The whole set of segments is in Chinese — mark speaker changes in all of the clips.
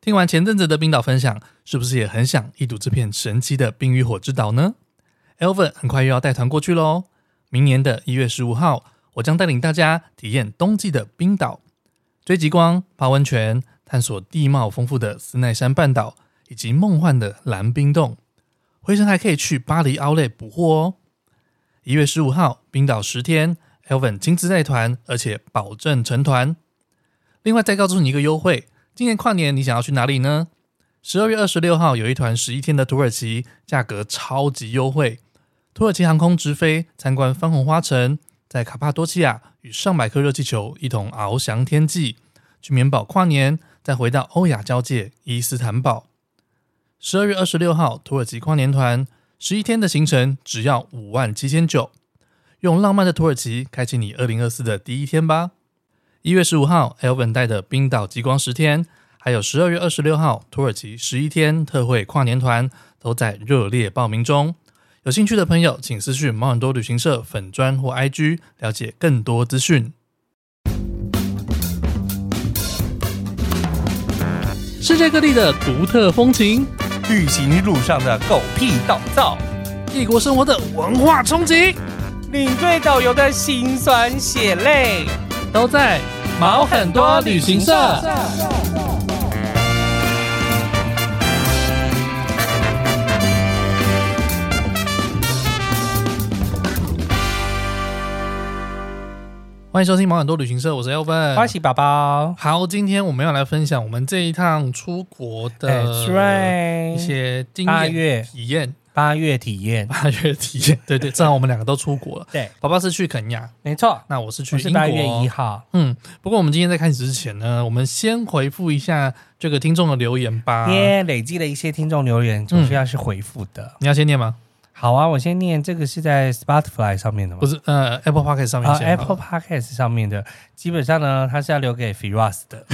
Speaker 1: 听完前阵子的冰岛分享，是不是也很想一睹这片神奇的冰与火之岛呢？Elvin 很快又要带团过去喽。明年的一月十五号，我将带领大家体验冬季的冰岛，追极光、泡温泉，探索地貌丰富的斯奈山半岛以及梦幻的蓝冰洞。回程还可以去巴黎奥莱补货哦。一月十五号，冰岛十天，Elvin 亲自带团，而且保证成团。另外再告诉你一个优惠，今年跨年你想要去哪里呢？十二月二十六号有一团十一天的土耳其，价格超级优惠。土耳其航空直飞参观番红花城，在卡帕多奇亚与上百颗热气球一同翱翔天际，去棉堡跨年，再回到欧亚交界伊斯坦堡。十二月二十六号，土耳其跨年团十一天的行程只要五万七千九，用浪漫的土耳其开启你二零二四的第一天吧。一月十五号，Elvin 带的冰岛极光十天，还有十二月二十六号土耳其十一天特惠跨年团都在热烈报名中。有兴趣的朋友，请私讯毛很多旅行社粉砖或 IG 了解更多资讯。世界各地的独特风情，
Speaker 2: 旅行路上的狗屁倒灶，
Speaker 1: 异国生活的文化冲击，
Speaker 2: 领队导游的辛酸血泪，
Speaker 1: 都在毛很多旅行社。欢迎收听毛很多旅行社，我是 Elvin，
Speaker 2: 欢喜宝宝。
Speaker 1: 好，今天我们要来分享我们这一趟出国
Speaker 2: That's
Speaker 1: 的
Speaker 2: right，
Speaker 1: 一些经
Speaker 2: 八
Speaker 1: 验
Speaker 2: 月
Speaker 1: 体验，
Speaker 2: 八月体验，
Speaker 1: 八月体验，对对，正好我们两个都出国了。
Speaker 2: 对，
Speaker 1: 宝宝是去肯亚，
Speaker 2: 没错，
Speaker 1: 那我是去
Speaker 2: 我
Speaker 1: 英
Speaker 2: 是
Speaker 1: 国。
Speaker 2: 八月一号。
Speaker 1: 嗯，不过我们今天在开始之前呢，我们先回复一下这个听众的留言吧。
Speaker 2: 耶、累积了一些听众留言，总是要是回复的。
Speaker 1: 你要先念吗？
Speaker 2: 好啊，我先念这个是在 Spotify 上面的吗
Speaker 1: 不？是，呃，Apple Podcast 上面
Speaker 2: 啊
Speaker 1: 先、
Speaker 2: ，Apple Podcast 上面的，基本上呢，它是要留给 Firas 的，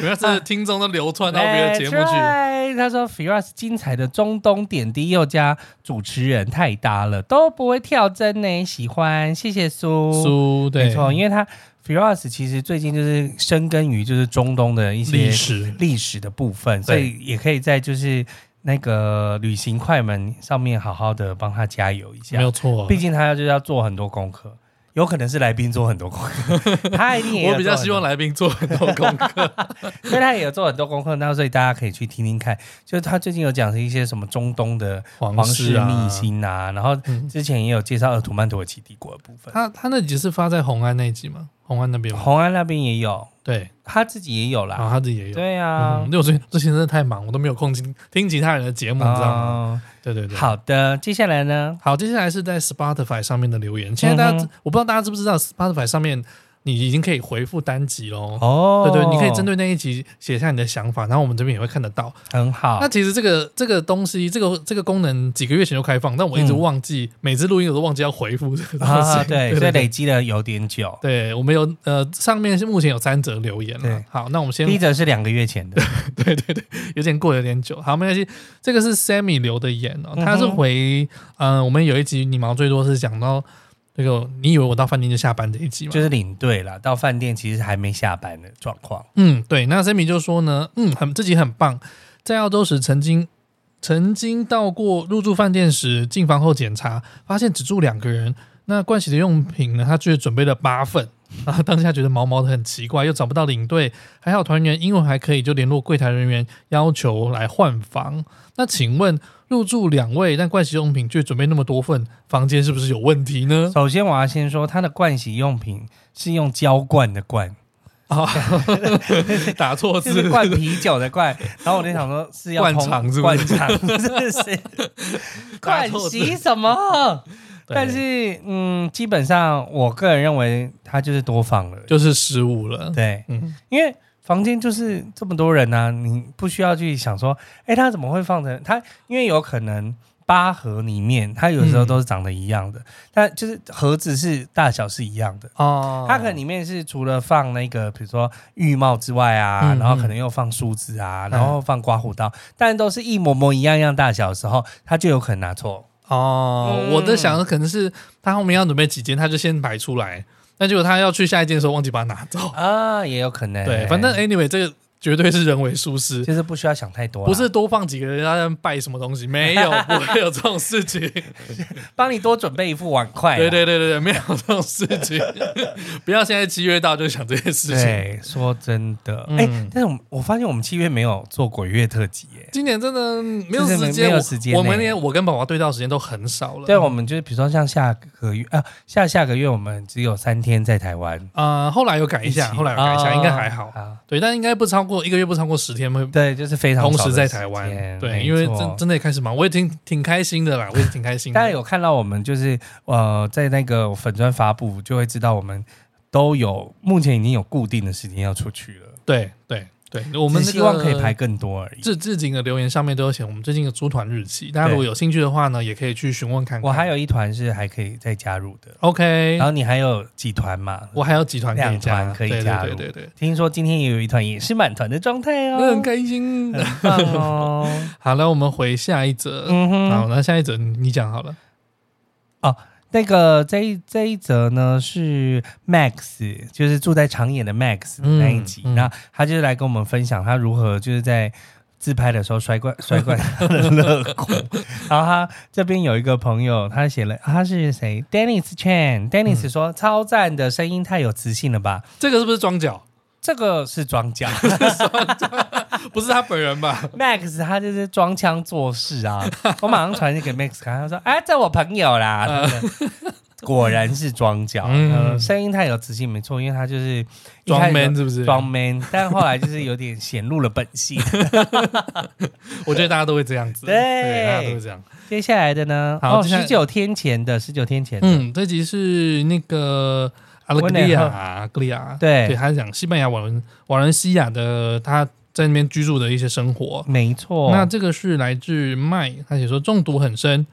Speaker 1: 不要是听众都流窜到别的节目
Speaker 2: That's
Speaker 1: 去。
Speaker 2: right，他说 Firas 精彩的中东点滴，又加主持人太搭了，都不会跳针呢，喜欢，谢谢苏。
Speaker 1: 书对，
Speaker 2: 没错，因为他 Firas 其实最近就是深耕于就是中东的一些
Speaker 1: 历史
Speaker 2: 历史的部分，所以也可以在就是那个旅行快门上面好好的帮他加油一下
Speaker 1: 没。有错。啊
Speaker 2: 毕竟他就是要做很多功课，有可能是来宾做很多功 课，他一定也有
Speaker 1: 我比较
Speaker 2: 做很多
Speaker 1: 希望来宾做很多功 课。
Speaker 2: 所以他也有做很多功课，那所以大家可以去听听看。就是他最近有讲一些什么中东的
Speaker 1: 皇
Speaker 2: 皇
Speaker 1: 室
Speaker 2: 室
Speaker 1: 啊
Speaker 2: 秘辛啊，然后
Speaker 1: 嗯
Speaker 2: 之前也有介绍鄂图曼土耳其帝国的部分，
Speaker 1: 他他那集是发在红安那一集吗？红安那边吗？
Speaker 2: 红安那边也有，
Speaker 1: 对，
Speaker 2: 他自己也有
Speaker 1: 然
Speaker 2: 啦。
Speaker 1: 后他自己也有。
Speaker 2: 啊对啊，
Speaker 1: 嗯，因为我最近最近真的太忙，我都没有空听听其他人的节目，你知道吗？
Speaker 2: 哦
Speaker 1: 对啊对对。
Speaker 2: 好的，接下来呢？
Speaker 1: 好，接下来是在 Spotify 上面的留言。现在大家知、
Speaker 2: 嗯
Speaker 1: 我不知道大家知不知道 Spotify 上面你已经可以回复单集喽。
Speaker 2: 哦
Speaker 1: 对对，你可以针对那一集写下你的想法，然后我们这边也会看得到。
Speaker 2: 很好
Speaker 1: 那。其实这个这个东西，这个这个功能几个月前就开放，但我一直
Speaker 2: 嗯
Speaker 1: 忘记，每次录音我都忘记要回复这个东西。
Speaker 2: 啊，对，所以
Speaker 1: 对
Speaker 2: 累
Speaker 1: 对，
Speaker 2: 积了有点久。
Speaker 1: 对我们有呃，上面是目前有三则留言了
Speaker 2: 对。
Speaker 1: 好，那我们先
Speaker 2: 第一则是两个月前的，
Speaker 1: 对对对，有点过有点久。好，没关系，这个是 Sammy 留的言哦，他是
Speaker 2: 嗯哼
Speaker 1: 回，嗯、我们有一集你毛最多是讲到这个，你以为我到饭店就下班这一集嘛
Speaker 2: 就？是领队啦，到饭店其实还没下班的状况。
Speaker 1: 嗯，对。那 Sammy 就说呢，嗯，很自己很棒，在澳洲时曾经曾经到过入住饭店时，进房后检查发现只住两个人，那盥洗的用品呢，他却准备了八份。 啊，当下觉得毛毛的很奇怪，又找不到领队，还好团员英文还可以，就联络柜台人员要求来换房。那请问入住两位，但盥洗用品却准备那么多份，房间是不是有问题呢？
Speaker 2: 首先，我要先说，它的盥洗用品是用胶罐的罐，
Speaker 1: 啊， 打 错
Speaker 2: 就
Speaker 1: 字
Speaker 2: 是，灌啤酒 的灌，然后我就想说是要
Speaker 1: 灌
Speaker 2: 通
Speaker 1: 肠是不
Speaker 2: 灌
Speaker 1: 是
Speaker 2: 肠，真的是
Speaker 1: 打
Speaker 2: 灌
Speaker 1: 错字
Speaker 2: 洗什么？
Speaker 1: 对
Speaker 2: 但是嗯，基本上我个人认为他就是多放了，
Speaker 1: 就是失误了。
Speaker 2: 对，
Speaker 1: 嗯，
Speaker 2: 因为房间就是这么多人啊，你不需要去想说，哎，他怎么会放成他？因为有可能。八盒里面，它有
Speaker 1: 嗯
Speaker 2: 时候都是长得一样的，但就是盒子是大小是一样的，
Speaker 1: 哦，
Speaker 2: 它可能里面是除了放那个，比如说浴帽之外啊，
Speaker 1: 嗯
Speaker 2: 然后可能又放梳子啊，
Speaker 1: 嗯
Speaker 2: 然后放刮胡刀，但都是一模模一样样大小的时候，它就有可能拿错。
Speaker 1: 哦，
Speaker 2: 嗯
Speaker 1: 我在想的可能是他后面要准备几间，他就先摆出来，那结果他要去下一间的时候忘记把它拿走。
Speaker 2: 啊，也有可能。
Speaker 1: 对，反正 anyway 这个绝对是人为疏失，
Speaker 2: 就是不需要想太多啦，
Speaker 1: 不是多放几个人在那边拜什么东西，没有，不会有这种事 情。
Speaker 2: 帮你多准备一副碗筷啦，啊
Speaker 1: 对对对对对，没有这种事 情，不要现在七月到就想这些事情。
Speaker 2: 对，说真的，
Speaker 1: 嗯
Speaker 2: 哎、但是我我发现我们七月没有做鬼月特辑，哎，
Speaker 1: 今年真的没有
Speaker 2: 真的
Speaker 1: 时间，
Speaker 2: 没有
Speaker 1: 我
Speaker 2: 时间
Speaker 1: 我
Speaker 2: 呢
Speaker 1: 们连我跟宝宝对到时间都很少了。
Speaker 2: 对，我们就是比如说像下个月啊，下下个月我们只有三天在台湾，
Speaker 1: 呃，后来有改一
Speaker 2: 一
Speaker 1: 下，
Speaker 2: 起
Speaker 1: 后来有改一下，
Speaker 2: 啊
Speaker 1: 应该还好。
Speaker 2: 啊，
Speaker 1: 对，但应该不超过一个月，不超过十天会
Speaker 2: 对，就是非常
Speaker 1: 同
Speaker 2: 少
Speaker 1: 时
Speaker 2: 的
Speaker 1: 在
Speaker 2: 时
Speaker 1: 台湾。
Speaker 2: 间
Speaker 1: 对，
Speaker 2: 没
Speaker 1: 因为
Speaker 2: 错
Speaker 1: 真真的也开始忙，我也挺挺开心的啦，我也挺开心
Speaker 2: 大家
Speaker 1: 的。
Speaker 2: 有看到我们就是呃，在那个粉砖发布，就会知道我们都有目前已经有固定的时间要出去了，
Speaker 1: 对对对，我们
Speaker 2: 只
Speaker 1: 那
Speaker 2: 希
Speaker 1: 个
Speaker 2: 望可以排更多而已。
Speaker 1: 置置景的留言上面都有写我们最近的出团日期，大家如果有兴趣的话呢，也可以去询问看看。
Speaker 2: 我还有一团是还可以再加入的，
Speaker 1: OK，
Speaker 2: 然后你还有几团嘛？
Speaker 1: 我还有几团可以
Speaker 2: 两
Speaker 1: 加，
Speaker 2: 团可以
Speaker 1: 对
Speaker 2: 加
Speaker 1: 对
Speaker 2: 入
Speaker 1: 对对对，
Speaker 2: 听说今天也有一团也是满团的状态
Speaker 1: 那很
Speaker 2: 哦，
Speaker 1: 开心。
Speaker 2: 很棒哦。
Speaker 1: 好了，我们回下一则。
Speaker 2: 嗯
Speaker 1: 好，
Speaker 2: 哼，
Speaker 1: 那下一则你讲好了。
Speaker 2: 那个这一这一则呢是 Max，就是住在长野的 Max 的那一集，
Speaker 1: 嗯嗯
Speaker 2: 那他就是来跟我们分享他如何就是在。自拍的时候摔罐 摔罐他的肋骨，然后他这边有一个朋友，他写了他是谁？Dennis
Speaker 1: 嗯
Speaker 2: Chan，Dennis 说、超赞的声音太有磁性了吧？
Speaker 1: 这个是不是装脚？
Speaker 2: 这个是装脚，
Speaker 1: 不是他本人吧？
Speaker 2: Max 他就是装腔作势啊！ 我马上传给 Max 看，他说：“哎，这我朋友啦。果然是装脚，
Speaker 1: 嗯
Speaker 2: 呃声音太有磁性，没错，因为他就是 一开
Speaker 1: 装
Speaker 2: 始
Speaker 1: man 是不是？
Speaker 2: 装 man，但后来就是有点显露了本 性。
Speaker 1: 我觉得大家都会这样子，
Speaker 2: 对
Speaker 1: 大家都会这样。
Speaker 2: 接下来的呢？
Speaker 1: 好
Speaker 2: 哦，
Speaker 1: 接下来
Speaker 2: 十九天前的，十九天前的，
Speaker 1: 嗯，这集是那个阿拉格利
Speaker 2: 温
Speaker 1: 亚，阿格利亚，
Speaker 2: 对
Speaker 1: 对，他是讲西班牙瓦伦瓦伦西亚的他在那边居住的一些生活。
Speaker 2: 没错。
Speaker 1: 嗯 那这个是来自麦，他写说中毒很深，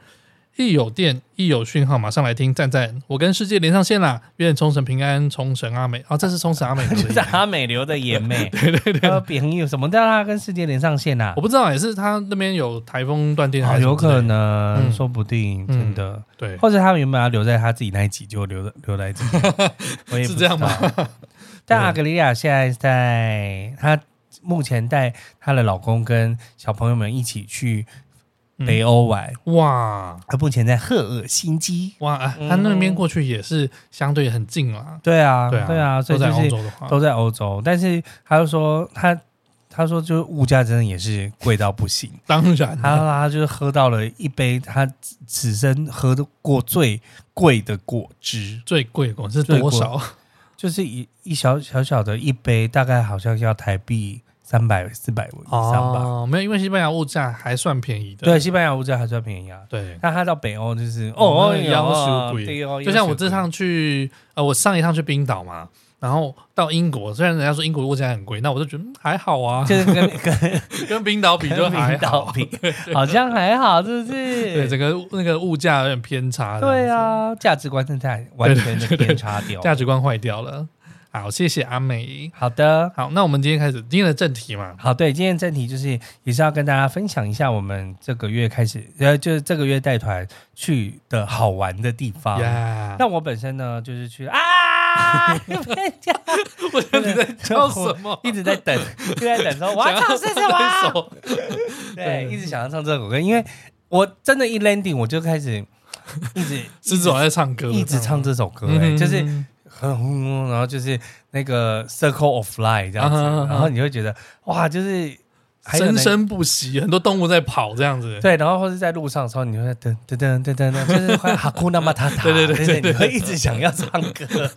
Speaker 1: 一有电一有讯号马上来听，赞赞，我跟世界连上线啦，愿冲绳平安，冲绳阿美，哦，这是冲绳阿美
Speaker 2: 就是啊
Speaker 1: 的。
Speaker 2: 阿美流的眼 妹，
Speaker 1: 对对对，
Speaker 2: 呃，朋友什么叫他跟世界连上线啊
Speaker 1: 我？不知道，也是他那边有台风断电还
Speaker 2: 哦，
Speaker 1: 是什
Speaker 2: 有
Speaker 1: 么之类的、
Speaker 2: 可能，
Speaker 1: 嗯
Speaker 2: 说不定，真的。
Speaker 1: 对，
Speaker 2: 或者他原本要留在他自己那一集，就留留在这 边，我也不
Speaker 1: 是这样吗
Speaker 2: 知 道？但阿格丽亚现在在，她目前带她的老公跟小朋友们一起去
Speaker 1: 嗯
Speaker 2: 北欧玩，
Speaker 1: 哇
Speaker 2: 她、目前在赫尔辛基。
Speaker 1: 哇，啊
Speaker 2: 嗯
Speaker 1: 他那边过去也是相对很近啦。
Speaker 2: 对啊，
Speaker 1: 对啊，
Speaker 2: 所以
Speaker 1: 都
Speaker 2: 就
Speaker 1: 在欧
Speaker 2: 是
Speaker 1: 洲的话，
Speaker 2: 都在欧洲，但是她就说她。她说：“就是物价真的也是贵到不行。
Speaker 1: 当然
Speaker 2: 她
Speaker 1: 啊，
Speaker 2: 她就是喝到了一杯她此此生喝的过最贵的果汁，
Speaker 1: 最贵果是
Speaker 2: 最贵
Speaker 1: 多少？
Speaker 2: 就是一一小小小的一杯，大概好像要台币三百四百以上吧。
Speaker 1: 哦，没有，因为西班牙物价还算便宜的。
Speaker 2: 对，西班牙物价还算便宜啊。
Speaker 1: 对，
Speaker 2: 那他到北欧就是
Speaker 1: 哦
Speaker 2: 哦，哦，
Speaker 1: 要
Speaker 2: 哦
Speaker 1: 求贵
Speaker 2: 对哦
Speaker 1: 就像我这
Speaker 2: 要求
Speaker 1: 趟去，呃，我上一趟去冰岛嘛，然后到英国，虽然人家说英国物价很贵，那我就觉得嗯还好啊
Speaker 2: 贵， 就是 跟跟
Speaker 1: 跟冰岛比就
Speaker 2: 跟
Speaker 1: 还
Speaker 2: 冰岛
Speaker 1: 好。
Speaker 2: 比，好像还好，是不
Speaker 1: 对，
Speaker 2: 是？
Speaker 1: 整个那个物价有点偏差。
Speaker 2: 对，啊，价值观正在完全的偏差掉。
Speaker 1: 价值观坏掉了。好，谢谢阿美。
Speaker 2: 好的。
Speaker 1: 好，那我们今天开始今天的正题嘛，
Speaker 2: 好，对，今天正题就是也是要跟大家分享一下我们这个月开始，呃，就是这个月带团去的好玩的地方。
Speaker 1: 呀，
Speaker 2: 那我本身呢，就是去 啊，
Speaker 1: 我觉得你在叫什么？
Speaker 2: 一直在等，一直在等说我要唱四十
Speaker 1: 想要
Speaker 2: 哇，
Speaker 1: 手对
Speaker 2: 对，一直想要唱这首歌，因为我真的，一 landing 我就开始一直
Speaker 1: 狮子王在唱歌，
Speaker 2: 一直唱这首歌、
Speaker 1: 嗯
Speaker 2: 哎
Speaker 1: 哼，
Speaker 2: 就是很轰轰，然后就是那个 circle of life 这样子，
Speaker 1: 啊哈啊哈
Speaker 2: 然后你会觉得哇，就是还有
Speaker 1: 生
Speaker 2: 那
Speaker 1: 生不息，很多动物在跑这样子。
Speaker 2: 对，然后或是在路上的时候，你会噔噔噔噔噔噔，就是 会哈库那么塔塔，
Speaker 1: 对对对
Speaker 2: 就
Speaker 1: 对
Speaker 2: 是
Speaker 1: 对
Speaker 2: 你会一直想要唱歌，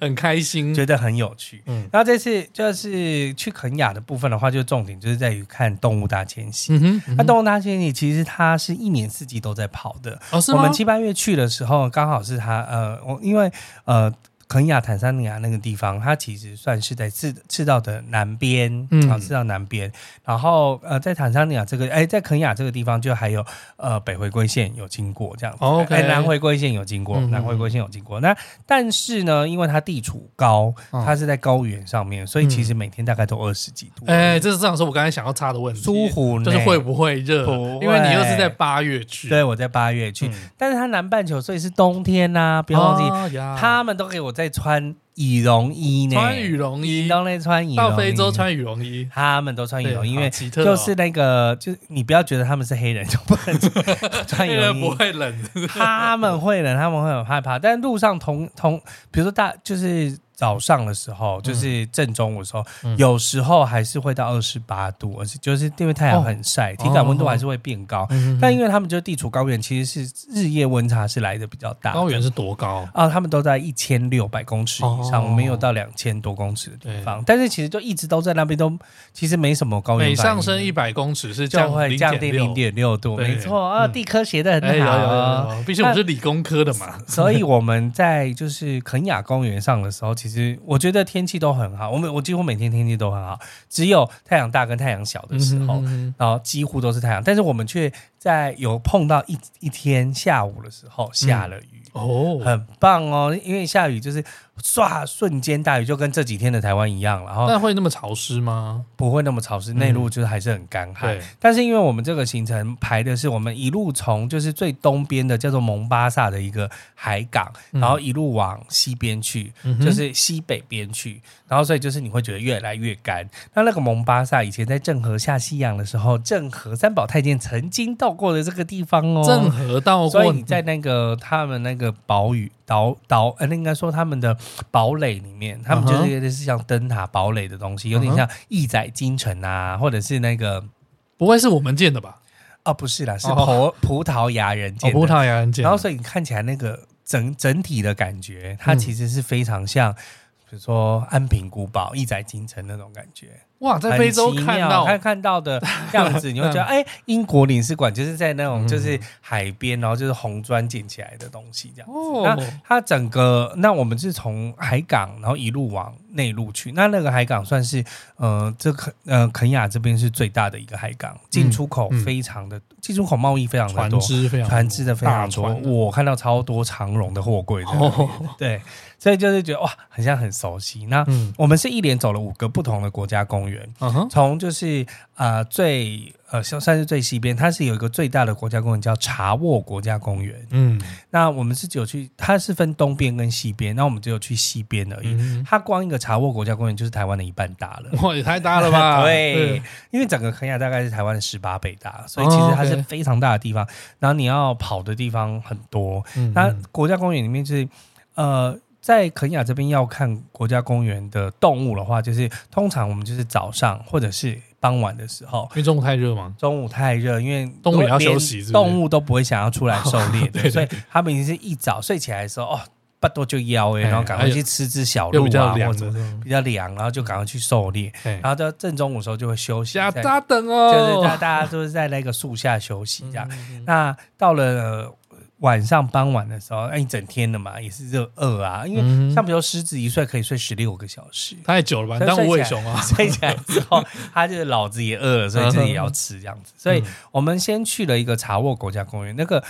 Speaker 1: 很开心。
Speaker 2: 觉得很有趣。
Speaker 1: 嗯
Speaker 2: 然后这次就是去肯雅的部分的话，就重点就是在于看动物大迁徙。
Speaker 1: 嗯哼，嗯
Speaker 2: 那
Speaker 1: 哼
Speaker 2: 动物大迁徙其实它是一年四季都在跑的。
Speaker 1: 哦是
Speaker 2: 我
Speaker 1: 吗？
Speaker 2: 们七八月去的时候，刚好是它呃，我因为呃，肯亚、坦桑尼亚那个地方，它其实算是在赤赤道的南边，
Speaker 1: 嗯
Speaker 2: 嗯，啊，赤道南边。然后呃，在坦桑尼亚这个，哎，在肯亚这个地方就还有呃北回归线有经过这样子。
Speaker 1: 哦，OK
Speaker 2: 哎南回归线有经过，
Speaker 1: 嗯嗯嗯
Speaker 2: 南回归线有经过。那但是呢，因为它地处高，
Speaker 1: 嗯
Speaker 2: 它是在高原上面，所以其实每天大概都二十几度。
Speaker 1: 哎，这是正好是我刚才想要插的问题，
Speaker 2: 苏湖呢
Speaker 1: 就是会不会热？
Speaker 2: 不会
Speaker 1: 因为你又是在八月去，
Speaker 2: 对，我在八月去，
Speaker 1: 嗯，哦
Speaker 2: 但是它南半球所以是冬天呐、不要忘记，
Speaker 1: 记
Speaker 2: 他们都给我在在穿羽绒衣呢，
Speaker 1: 啊穿羽绒衣
Speaker 2: 屏东在穿羽绒衣，
Speaker 1: 到非洲穿羽绒衣，
Speaker 2: 他们都穿羽绒，
Speaker 1: 对
Speaker 2: 因
Speaker 1: 好
Speaker 2: 为
Speaker 1: 奇特哦
Speaker 2: 就是那个，就是你不要觉得他们是黑人就不 能穿
Speaker 1: 黑
Speaker 2: 羽
Speaker 1: 人
Speaker 2: 绒
Speaker 1: 不
Speaker 2: 衣，
Speaker 1: 会冷，
Speaker 2: 他们会冷，他们会很害怕。但路上同同，比如说大就是早上的时候，就是正中午的时候，
Speaker 1: 嗯
Speaker 2: 有时候还是会到二十八度，而且就是因为太阳很
Speaker 1: 哦
Speaker 2: 晒，体感温度还是会变高。
Speaker 1: 嗯
Speaker 2: 但因为他们就地处高原，其实是日夜温差是来的比较大的。
Speaker 1: 高原是多高？
Speaker 2: 啊，他们都在一千六百公尺以上，
Speaker 1: 哦
Speaker 2: 没有到两千多公尺的地方。但是其实就一直都在那边，都其实没什么高原
Speaker 1: 每
Speaker 2: 反应。
Speaker 1: 上升一百公尺是
Speaker 2: 就会降
Speaker 1: 降
Speaker 2: 低零
Speaker 1: 零。
Speaker 2: 点六度，
Speaker 1: 对
Speaker 2: 没错啊，
Speaker 1: 嗯
Speaker 2: 地科学的
Speaker 1: 哎，
Speaker 2: 很
Speaker 1: 有有
Speaker 2: 好。啊
Speaker 1: 有有，毕竟我们是理工科的嘛。
Speaker 2: 所以我们在就是 肯雅公园上的时候，其实我觉得天气都很好。我们我几乎每天天气都很好，只有太阳大跟太阳小的时候，
Speaker 1: 嗯
Speaker 2: 然后几乎都是太阳。但是我们却在有碰到一一天下午的时候下了雨，
Speaker 1: 哦，
Speaker 2: 很棒哦，因为下雨就是唰瞬间大雨，就跟这几天的台湾一样，然后
Speaker 1: 那会那么潮湿吗？
Speaker 2: 不会那么潮湿，内陆就是还是很干旱。
Speaker 1: 嗯对，
Speaker 2: 但是因为我们这个行程排的是我们一路从就是最东边的叫做蒙巴萨的一个海港，
Speaker 1: 嗯
Speaker 2: 然后一路往西边去，
Speaker 1: 嗯哼
Speaker 2: 就是西北边去，然后所以就是你会觉得越来越干。那那个蒙巴萨以前在郑和下西洋的时候，郑和三宝太监曾经到过的这个地方哦，
Speaker 1: 郑和到
Speaker 2: 所以
Speaker 1: 过
Speaker 2: 你在那个他们那个堡屿岛岛，呃，那应该说他们的堡垒里面，他们
Speaker 1: 嗯
Speaker 2: 就是
Speaker 1: 哼
Speaker 2: 有点是像灯塔堡垒的东西，有
Speaker 1: 嗯
Speaker 2: 点像义载京城啊，或者是那个
Speaker 1: 不会是我们建的吧？
Speaker 2: 哦，不是啦，是葡、
Speaker 1: 哦
Speaker 2: 葡 萄牙人
Speaker 1: 哦，
Speaker 2: 建的。
Speaker 1: 葡萄牙人建的。
Speaker 2: 然后所以你看起来那个整整体的感
Speaker 1: 嗯
Speaker 2: 觉，它其实是非常像，比如说安平古堡、义载京城那种感觉。
Speaker 1: 哇，在非洲
Speaker 2: 很奇
Speaker 1: 看
Speaker 2: 妙
Speaker 1: 到
Speaker 2: 看看到的样子，你会觉 得哎、英国领事馆就是在那
Speaker 1: 嗯
Speaker 2: 种就是海边，然后就是红砖建起来的东西这样子。
Speaker 1: 哦
Speaker 2: 那它整个，那我们是从海港，然后一路往内陆去。那那个海港算是呃，这肯呃肯雅这边是最大的一个海港，进出口
Speaker 1: 嗯
Speaker 2: 非常的，进出口贸易非常的
Speaker 1: 船
Speaker 2: 多。
Speaker 1: 只非常
Speaker 2: 船只的非常多
Speaker 1: 大，船
Speaker 2: 我看到超多长荣的货柜的，
Speaker 1: 哦，
Speaker 2: 对，所以就是觉得哇，很像很熟悉。那
Speaker 1: 嗯
Speaker 2: 我们是一连走了五个不同的国家公园，
Speaker 1: 嗯哼，
Speaker 2: 从就是呃最呃像算是最西边，它是有一个最大的国家公园叫查沃国家公园。
Speaker 1: 嗯
Speaker 2: 那我们是只有去，它是分东边跟西边，那我们只有去西边而已。
Speaker 1: 嗯，
Speaker 2: 它光一个查沃国家公园就是台湾的一半大了。
Speaker 1: 哇，也太大了 吧？
Speaker 2: 对，，因为整个肯亚大概是台湾的十八倍大，所以其
Speaker 1: 哦，OK
Speaker 2: 实它是非常大的地方。然后你要跑的地方很多。
Speaker 1: 嗯
Speaker 2: 那国家公园里面就是，呃，在肯亚这边要看国家公园的动物的话，就是通常我们就是早上或者是傍晚的时候。
Speaker 1: 因为中午太热嘛，
Speaker 2: 中午太热，因为
Speaker 1: 动物也要
Speaker 2: 连
Speaker 1: 休息是不是
Speaker 2: 动物都不会想要出来狩猎
Speaker 1: 对
Speaker 2: 的，
Speaker 1: 对
Speaker 2: 所以他们已经是一早睡起来的时候，哦，不多就腰哎、
Speaker 1: 哎
Speaker 2: 然后赶快
Speaker 1: 哎呦
Speaker 2: 去吃只小
Speaker 1: 又
Speaker 2: 鹿
Speaker 1: 比
Speaker 2: 啊，
Speaker 1: 较
Speaker 2: 或
Speaker 1: 凉
Speaker 2: 者
Speaker 1: 的，
Speaker 2: 比较凉，然后就赶快去狩猎。
Speaker 1: 哎
Speaker 2: 然，后到正中午的时候就会休息，
Speaker 1: 下
Speaker 2: 在
Speaker 1: 大等
Speaker 2: 就是大
Speaker 1: 哦，
Speaker 2: 大家都是在那个树下休息这样。
Speaker 1: 嗯
Speaker 2: 那到了、呃晚上傍晚的时候，那、一整天了嘛，也是热饿啊，因为
Speaker 1: 嗯
Speaker 2: 像比如狮子一睡可以睡十六个小时，
Speaker 1: 太久了吧？你当无尾熊 啊？
Speaker 2: 睡起来之后，他就是老子也饿了，所以自己也要吃这样子。所以我们先去了一个查沃国家公园，那个。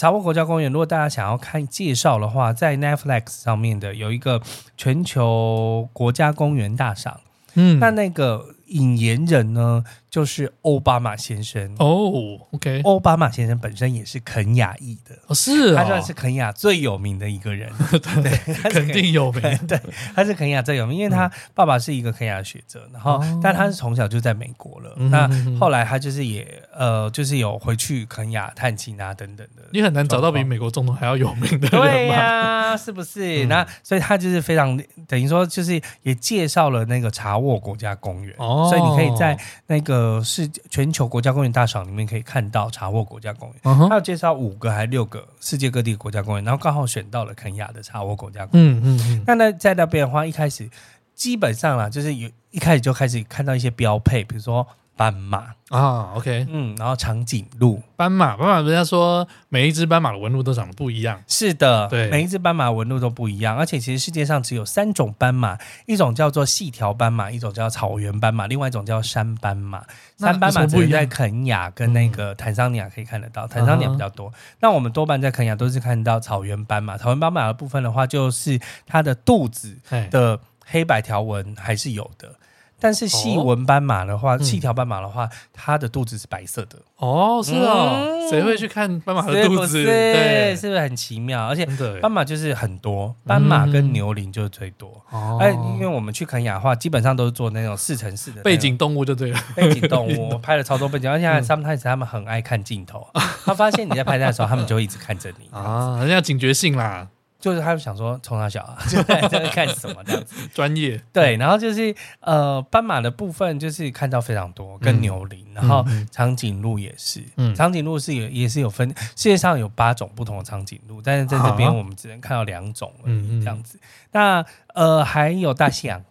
Speaker 2: 查沃国家公园，如果大家想要看介绍的话，在 Netflix 上面的有一个全球国家公园大赏，
Speaker 1: 嗯，
Speaker 2: 那那个引言人呢，就是奥巴马先生。
Speaker 1: 哦，OK，
Speaker 2: 奥巴马先生本身也是肯雅裔的，
Speaker 1: 哦是
Speaker 2: 他
Speaker 1: 啊，
Speaker 2: 算是肯雅最有名的一 个人。对，
Speaker 1: 肯定有 名，
Speaker 2: 对，他是肯雅最有名，因为他爸爸是一个肯雅的学者，然后、
Speaker 1: 嗯哦
Speaker 2: 但他是从小就在美国了。
Speaker 1: 嗯
Speaker 2: 那
Speaker 1: 嗯嗯
Speaker 2: 后来他就是也呃，就是有回去肯雅探亲啊等等的。
Speaker 1: 你很难找 到比美国总统还要有名的人
Speaker 2: 对呀、
Speaker 1: 吧？
Speaker 2: 是不是？
Speaker 1: 嗯
Speaker 2: 那所以他就是非常等于说，就是也介绍了那个查沃国家公园，
Speaker 1: 哦
Speaker 2: 所以你可以在那个世界全球国家公园大赏里面可以看到查沃国家公园。
Speaker 1: 嗯哼
Speaker 2: 他有介绍五个还六个世界各地的国家公园，然后刚好选到了肯亚的查沃国家公园。
Speaker 1: 嗯嗯嗯，
Speaker 2: 那那在那边的话，一开始基本上啦，就是有一开始就开始看到一些标配，比如说斑马，
Speaker 1: 啊，OK，
Speaker 2: 嗯，然后长颈鹿，
Speaker 1: 斑马，斑马，人家说每一只斑马的纹路都长得不一样，
Speaker 2: 是的，
Speaker 1: 对
Speaker 2: 每一只斑马纹路都不一样，而且其实世界上只有三种斑马，一种叫做细条斑马，一种叫草原斑马，另外一种叫山斑马。
Speaker 1: 那
Speaker 2: 山斑马
Speaker 1: 有什
Speaker 2: 只
Speaker 1: 么不
Speaker 2: 有
Speaker 1: 一样嗯
Speaker 2: 在肯雅跟那个坦桑尼亚可以看得到，坦桑尼亚比较多。那我们多半在肯雅都是看到草原斑马，草原斑马的部分的话，就是它的肚子
Speaker 1: 哎，
Speaker 2: 的黑白条纹还是有的。但是细纹斑马的话，
Speaker 1: 哦嗯
Speaker 2: 细条斑马的话，它的肚子是白色的，
Speaker 1: 哦，是哦，
Speaker 2: 嗯
Speaker 1: 谁会去看斑马的
Speaker 2: 是
Speaker 1: 肚
Speaker 2: 不
Speaker 1: 子？
Speaker 2: 是
Speaker 1: 对，
Speaker 2: 是不是很奇妙？而且
Speaker 1: 真的耶
Speaker 2: 斑马就是很多，斑马跟牛羚就是最多。
Speaker 1: 哦，
Speaker 2: 哎，因为我们去肯雅的话，基本上都是做那种四乘四的那种
Speaker 1: 背景嗯动物就对了，
Speaker 2: 背景动 物，我拍了超多背景，而且 sometimes 他们很爱看镜头。他发现你在拍照的时候，他们就会一直看着你，
Speaker 1: 啊，人家警觉性啦，
Speaker 2: 就是他们想说冲他小 啊，就在这干什么这样子。
Speaker 1: 专业，
Speaker 2: 对，然后就是呃，斑马的部分就是看到非常多，跟
Speaker 1: 嗯
Speaker 2: 牛羚，然后
Speaker 1: 嗯
Speaker 2: 长颈鹿也是，
Speaker 1: 嗯
Speaker 2: 长颈鹿是有也是有分，世界上有八种不同的长颈鹿，但是在这边
Speaker 1: 啊
Speaker 2: 我们只能看到两种而已，
Speaker 1: 嗯嗯
Speaker 2: 这样子。那呃，还有大象，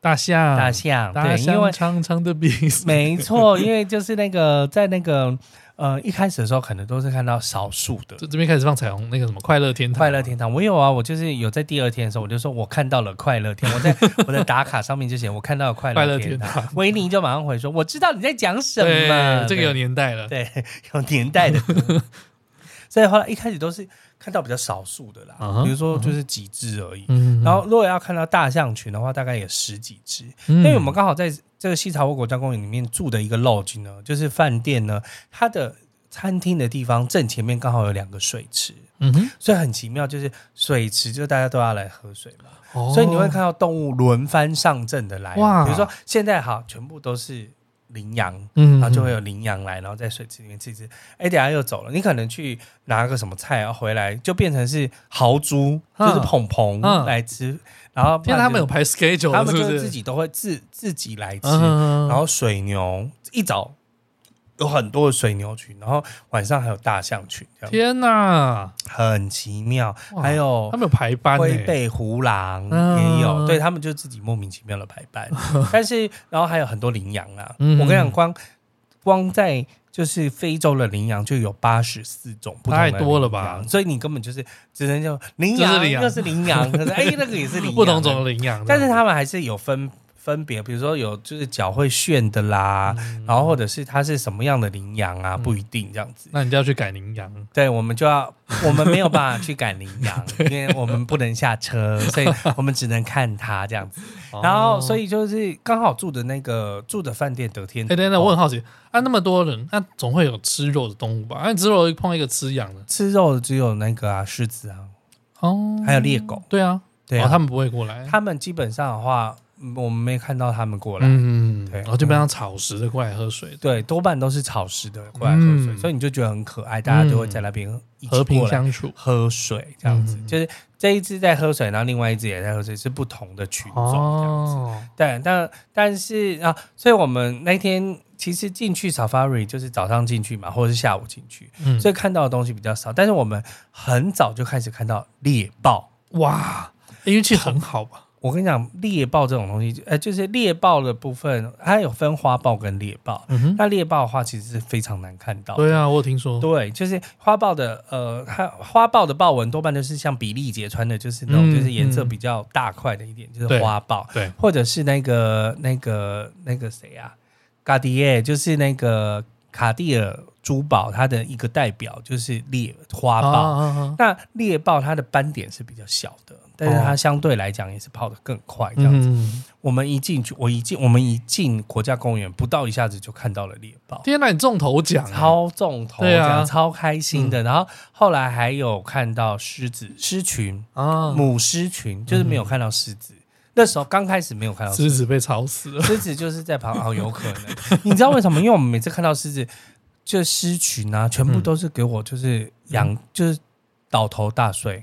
Speaker 1: 大象，
Speaker 2: 大，象，
Speaker 1: 啊大
Speaker 2: 对，因为
Speaker 1: 象长长的鼻子，
Speaker 2: 没错，因为就是那个在那个呃一开始的时候，可能都是看到少数的
Speaker 1: 这这边开始放彩虹那个什么快乐天堂，
Speaker 2: 快乐天堂。我有啊，我就是有在第二天的时候，我就说我看到了快乐天，我在 我的打卡上面就写我看到了快
Speaker 1: 快
Speaker 2: 乐
Speaker 1: 乐
Speaker 2: 天
Speaker 1: 天
Speaker 2: 堂。
Speaker 1: 堂，
Speaker 2: 维尼就马上回说：“我知道你在讲什么
Speaker 1: 对，，这个有年代了，
Speaker 2: 对有年 代的歌。所以后来一开始都是看到比较少数的啦
Speaker 1: 嗯哼
Speaker 2: 比如说就是几只而已。
Speaker 1: 嗯
Speaker 2: 然后如果要看到大象群的话，大概有十几只。
Speaker 1: 因
Speaker 2: 因为我们刚好在这个西草窝国家公园里面住的一个 lodge 呢，就是饭店呢，它的餐厅的地方正前面刚好有两个水池，
Speaker 1: 嗯哼，
Speaker 2: 所以很奇妙，就是水池就大家都要来喝水嘛，
Speaker 1: 哦
Speaker 2: 所以你会看到动物轮番上阵的来。
Speaker 1: 哇
Speaker 2: 比如说现在好，全部都是羚羊。
Speaker 1: 嗯，嗯，
Speaker 2: 然后就会有羚羊来，然后在水池里面吃一吃。哎，等一下又走了，你可能去拿个什么菜，然后回来就变成是豪猪，就
Speaker 1: 嗯
Speaker 2: 是捧捧
Speaker 1: 嗯
Speaker 2: 来吃。然后不
Speaker 1: 现
Speaker 2: 然
Speaker 1: 在
Speaker 2: 就
Speaker 1: 他们有排 schedule，
Speaker 2: 他们
Speaker 1: 是
Speaker 2: 就
Speaker 1: 不
Speaker 2: 是
Speaker 1: 是
Speaker 2: 自，己都会自自己来吃，
Speaker 1: 嗯
Speaker 2: 然后水牛一早有很多的水牛群，然后晚上还有大象群，这样
Speaker 1: 天哪，
Speaker 2: 很奇妙。
Speaker 1: 哇
Speaker 2: 还有
Speaker 1: 他们有排班欸呢
Speaker 2: 灰背胡狼
Speaker 1: 啊嗯
Speaker 2: 也有，对他们就自己莫名其妙的排 班，但是然后还有很多羚羊啊，
Speaker 1: 嗯
Speaker 2: 我跟你讲，光光在。就是非洲的羚羊就有八十四种不同的
Speaker 1: 太多了吧
Speaker 2: 羚羊所以你根本就是只能叫羚
Speaker 1: 这
Speaker 2: 羊，
Speaker 1: 是羚羊
Speaker 2: 又是羚 羊，可是哎那个也是羚羊，
Speaker 1: 不同种的领养，
Speaker 2: 但是他们还是有分分别，比如说有就是脚会旋的啦，
Speaker 1: 嗯
Speaker 2: 然后或者是它是什么样的羚羊啊，不一定这样子。
Speaker 1: 那你就要去改领养，
Speaker 2: 对，我们 就要，我们没有办法去赶羚羊，因为我们不能下车， 所以我们只能看它这样子。
Speaker 1: 哦
Speaker 2: 然后，所
Speaker 1: 以。
Speaker 2: 以就是刚好住的那个住的饭店得天，
Speaker 1: 哎，等等，我很好奇，啊，那么多人，那总会有吃肉的动物吧？啊，你吃肉会碰到一个吃羊的，
Speaker 2: 吃肉只有那个啊狮子啊，
Speaker 1: 哦，
Speaker 2: 还有猎狗，
Speaker 1: 对啊，
Speaker 2: 对
Speaker 1: 哦，
Speaker 2: 啊，
Speaker 1: 他们不会过来，
Speaker 2: 他们基本上的话，嗯我们没看到他们过来，
Speaker 1: 嗯，
Speaker 2: 对
Speaker 1: 然后就变成草食的过来喝水的，
Speaker 2: 对，多半都是草食的过来喝水，
Speaker 1: 嗯
Speaker 2: 所以你就觉得很可爱，大家就会在那边一起
Speaker 1: 和平
Speaker 2: 过来
Speaker 1: 相处，
Speaker 2: 喝水这样子，
Speaker 1: 嗯
Speaker 2: 就是这一只在喝水，然后另外一只也在喝水，是不同的群种这样子。
Speaker 1: 哦，
Speaker 2: 对，但但是啊，所以我们那天其实进去 safari 就是早上进去嘛，或者是下午进去，
Speaker 1: 嗯，
Speaker 2: 所以看到的东西比较少。但是我们很早就开始看到猎豹。
Speaker 1: 哇，哎运气很好吧？
Speaker 2: 我跟你讲，猎豹这种东西，呃，就是猎豹的部分，它有分花豹跟猎豹。
Speaker 1: 嗯哼，
Speaker 2: 那猎豹的话，其实是非常难看到的。
Speaker 1: 对啊，我有听说，
Speaker 2: 对，就是花豹的呃，它花豹的豹纹多半就是像比利姐穿的，就是那
Speaker 1: 嗯
Speaker 2: 种、就是颜色比较大块的一点，就是
Speaker 1: 对
Speaker 2: 花豹，
Speaker 1: 对
Speaker 2: 或者是那个那个那个谁啊，卡迪耶，就是那个卡地尔珠宝，它的一个代表就是猎花
Speaker 1: 啊
Speaker 2: 豹。
Speaker 1: 啊啊
Speaker 2: 那猎豹它的斑点是比较小的，但是它
Speaker 1: 哦
Speaker 2: 相对来讲也是跑得更快这样子。
Speaker 1: 嗯，
Speaker 2: 我们一进去，我一进我们一进国家公园，不到一下子就看到了猎豹。
Speaker 1: 天哪，你中头奖啊，
Speaker 2: 超重头，
Speaker 1: 对
Speaker 2: 这
Speaker 1: 啊嗯
Speaker 2: 样超开心的。然后后来还有看到狮子狮群、
Speaker 1: 啊！
Speaker 2: 母狮群，就是
Speaker 1: 嗯
Speaker 2: 没有看到狮子。那时候刚开始没有看到狮
Speaker 1: 狮子被吵死了，
Speaker 2: 狮子，就是在旁哦，有可能。你知道为什么？因为我们每次看到狮子，就狮群啊，全部都是给我就是仰，就是倒头 大睡，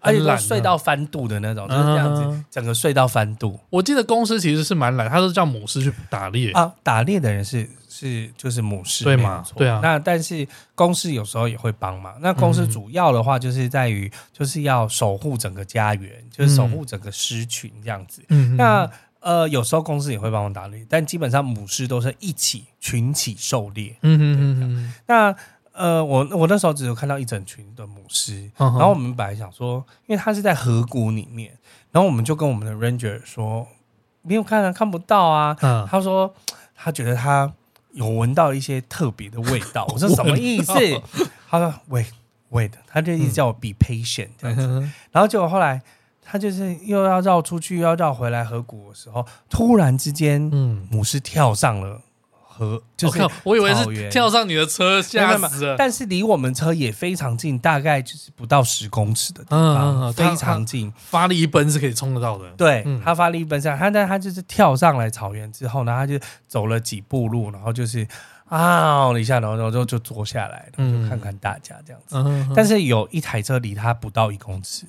Speaker 2: 而
Speaker 1: 很
Speaker 2: 且都
Speaker 1: 懒啊
Speaker 2: 睡到翻肚的那种，哦就是这样子
Speaker 1: 嗯，
Speaker 2: 整个睡到翻肚
Speaker 1: 我记得公狮其实是蛮懒，他都叫母狮去打猎，
Speaker 2: 啊。打猎的人是是就是母狮，
Speaker 1: 对
Speaker 2: 没有
Speaker 1: 嘛
Speaker 2: 错
Speaker 1: 对啊嗯
Speaker 2: 那但是公司有时候也会帮忙。那公司主要的话就是在于，就是要守护整个家园，就是守护整个狮群这样子。
Speaker 1: 嗯，
Speaker 2: 那呃，有时候公司也会帮忙打猎，但基本上母狮都是一起群起狩猎。
Speaker 1: 嗯嗯嗯
Speaker 2: 那呃，我我那时候只有看到一整群的母狮，
Speaker 1: 嗯，
Speaker 2: 然后我们本来想说，因为它是在河谷里面，然后我们就跟我们的 ranger 说，没有看啊，看不到啊。
Speaker 1: 嗯
Speaker 2: 他说他觉得他有闻到一些特别的味道。 我说什么意思？他说 wait wait，他就一直叫我 be patient 这样子。
Speaker 1: 嗯
Speaker 2: 然后结果后来他就是又要绕出去，又要绕回来河谷的时候，突然之间，
Speaker 1: 嗯，
Speaker 2: 母狮跳上了河，就
Speaker 1: 我
Speaker 2: 是
Speaker 1: 靠，我以为
Speaker 2: 草
Speaker 1: 是
Speaker 2: 原
Speaker 1: 跳上你的车，吓死了。
Speaker 2: 但是离我们车也非常近，大概就是不到十公尺的地
Speaker 1: 嗯嗯
Speaker 2: 方，
Speaker 1: 嗯
Speaker 2: 非
Speaker 1: 它
Speaker 2: 常近。
Speaker 1: 发力一奔是可以冲得到的。
Speaker 2: 对
Speaker 1: 嗯，
Speaker 2: 他发力奔上，他但他就是跳上来草原之后呢，他就走了几步路，然后就是啊了一下，然后然后就就坐下来，然后
Speaker 1: 嗯
Speaker 2: 就看看大家这样子。
Speaker 1: 嗯，
Speaker 2: 但是有一台车离他不到一公尺，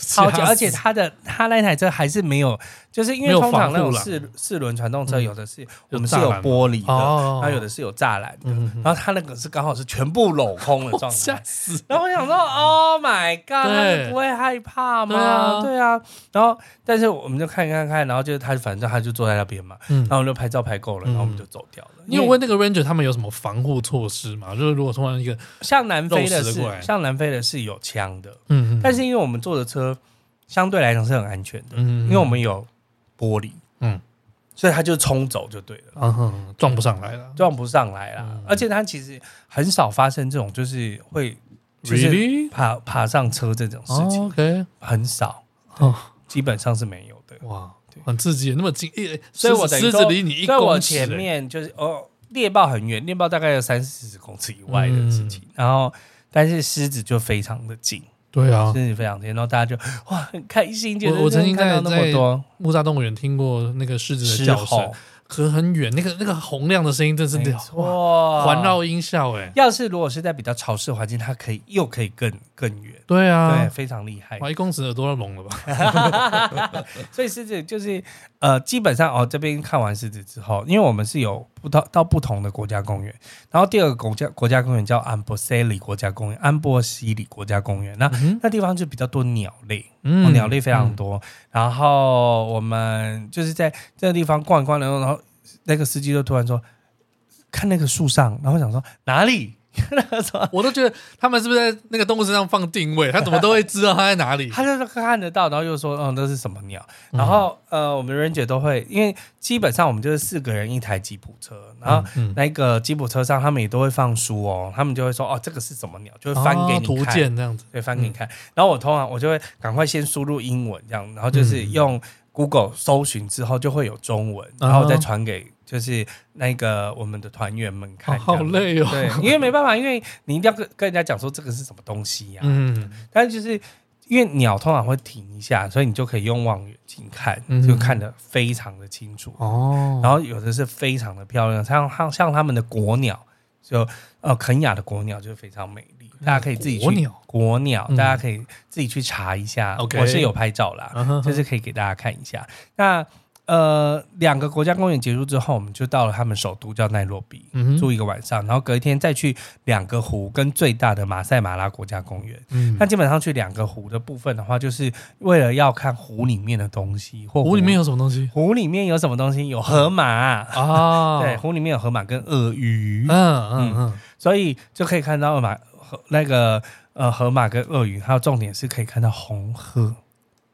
Speaker 2: 超级，
Speaker 1: 吓死
Speaker 2: 而且他的他那台车还是没有，就是因
Speaker 1: 没
Speaker 2: 为
Speaker 1: 有
Speaker 2: 通
Speaker 1: 防
Speaker 2: 常
Speaker 1: 护
Speaker 2: 那种
Speaker 1: 栏
Speaker 2: 四四轮传动车，
Speaker 1: 嗯
Speaker 2: 有的是
Speaker 1: 有
Speaker 2: 我们是
Speaker 1: 栅
Speaker 2: 有
Speaker 1: 栏
Speaker 2: 玻璃的，
Speaker 1: 哦，
Speaker 2: 然后有的是有栅栏的，
Speaker 1: 嗯，嗯嗯
Speaker 2: 然后他那个是刚好是全部镂 空的状态
Speaker 1: 吓。死，
Speaker 2: 然后我想说，Oh my god，他
Speaker 1: 对
Speaker 2: 们不会害怕
Speaker 1: 对啊
Speaker 2: 吗？对啊，然后但是我们就看看看，然后就他反正他就坐在那边嘛，
Speaker 1: 嗯
Speaker 2: 然后我们就拍照拍够了，
Speaker 1: 嗯
Speaker 2: 然后我们就走掉了。
Speaker 1: 你有问那个 ranger 他们有什么防护措施吗？就是如果突然一个，
Speaker 2: 像南非的
Speaker 1: 肉食的过来
Speaker 2: 是像南非的是有枪的，
Speaker 1: 嗯，嗯
Speaker 2: 但是因为我们坐的车相对来讲是很安全的，
Speaker 1: 嗯，
Speaker 2: 因为我们有玻璃，
Speaker 1: 嗯
Speaker 2: 嗯，所以他就冲走就对了。
Speaker 1: 嗯哼撞不上来了
Speaker 2: 撞不上来啦，
Speaker 1: 嗯
Speaker 2: 而且他其实很少发生这种就是会就是
Speaker 1: ，really 哦
Speaker 2: 爬爬上车这种事情，
Speaker 1: ，OK，
Speaker 2: 很少，
Speaker 1: 哦，
Speaker 2: 基本上是没有的。
Speaker 1: 哇
Speaker 2: 对，
Speaker 1: 很刺激，那么近，诶
Speaker 2: 所以我
Speaker 1: 狮
Speaker 2: 等
Speaker 1: 子
Speaker 2: 于
Speaker 1: 狮
Speaker 2: 说
Speaker 1: 子离你一
Speaker 2: 在
Speaker 1: 公
Speaker 2: 我
Speaker 1: 尺，欸
Speaker 2: 前
Speaker 1: 诶，
Speaker 2: 面就是哦，猎豹很远，猎豹大概有三四十公尺以外的事
Speaker 1: 嗯
Speaker 2: 情，然后但是狮子就非常的近，
Speaker 1: 对啊，
Speaker 2: 狮子非常近，然后大家就哇很开心，觉得
Speaker 1: 我曾经
Speaker 2: 看到
Speaker 1: 在
Speaker 2: 那么多
Speaker 1: 木栅动物园听过那个狮子的
Speaker 2: 狮
Speaker 1: 叫声
Speaker 2: 吼，，哎
Speaker 1: 可很远，那个那个洪亮的声音，真是
Speaker 2: 没
Speaker 1: 哇
Speaker 2: 错，
Speaker 1: 环绕音效，哎，
Speaker 2: 要是如果是在比较潮湿的环境，它可以又可以更更远，
Speaker 1: 对
Speaker 2: 对，
Speaker 1: 啊，
Speaker 2: 非常厉害。
Speaker 1: 哇，一公尺耳朵要聋了吧？
Speaker 2: 所以狮子就是呃，基本上哦，这边看完狮子之后，因为我们是有不到到不同的国家公园，然后第二个国家国家公园叫安博塞里国家公园，安波西里国家公园，那、
Speaker 1: 嗯
Speaker 2: 那地方就比较多鸟类， 哦
Speaker 1: 嗯
Speaker 2: 鸟类非常多。然后我们就是在这个地方逛一逛，然后然后那个司机就突然说，看那个树上，然后想说哪里？那个时候
Speaker 1: 我都觉得他们是不是在那个动物身上放定 位，他怎么都会知道它在哪里？
Speaker 2: 他就是看得到，然后又说，嗯，那是什么鸟？然后、呃，我们 r a 姐都会，因为基本上我们就是四个人一台吉普车，然后
Speaker 1: 嗯，
Speaker 2: 那个吉普车上他们也都会放书哦，他们就会说，哦，这个是什么鸟，就会翻给
Speaker 1: 哦
Speaker 2: 你
Speaker 1: 图
Speaker 2: 看，
Speaker 1: 鉴嗯这样子，
Speaker 2: 对，翻给你看。然后我通常我就会赶快先输入英文这样，然后就是
Speaker 1: 嗯
Speaker 2: 用 Google 搜寻之后就会有中文，然
Speaker 1: 嗯
Speaker 2: 后再传给就是那个我们的团员们
Speaker 1: 哦
Speaker 2: 看，
Speaker 1: 好
Speaker 2: 这样。
Speaker 1: 累哦，
Speaker 2: 对，因为没办法，因为你一定要跟跟人家讲说这个是什么东西呀、
Speaker 1: 嗯，
Speaker 2: 但是就是因为鸟通常会停一下，所以你就可以用望远镜看，
Speaker 1: 嗯
Speaker 2: 就看得非常的清楚。
Speaker 1: 哦，
Speaker 2: 然后有的是非常的漂亮，像像像他们的国鸟，就呃肯雅的国鸟就非常美丽，大家可以自己
Speaker 1: 嗯
Speaker 2: 去
Speaker 1: 国鸟
Speaker 2: 国鸟
Speaker 1: 嗯
Speaker 2: 大家可以自己去查一下。
Speaker 1: OK
Speaker 2: 我是有拍照啦，
Speaker 1: 嗯哼
Speaker 2: 就是可以给大家看一下。那呃，两个国家公园结束之后，我们就到了他们首都叫奈洛比。
Speaker 1: 嗯哼
Speaker 2: 住一个晚上，然后隔一天再去两个湖跟最大的马赛马拉国家公园。
Speaker 1: 嗯
Speaker 2: 那基本上去两个湖的部分的话，就是为了要看湖里面的东西，或
Speaker 1: 湖里面有什么东西
Speaker 2: 湖里面有什么东西？有河马，
Speaker 1: 啊？
Speaker 2: 对，湖里面有河马跟鳄鱼
Speaker 1: 嗯，嗯嗯，
Speaker 2: 所以就可以看到马河那个呃河马跟鳄鱼，还有重点是可以看到红鹤、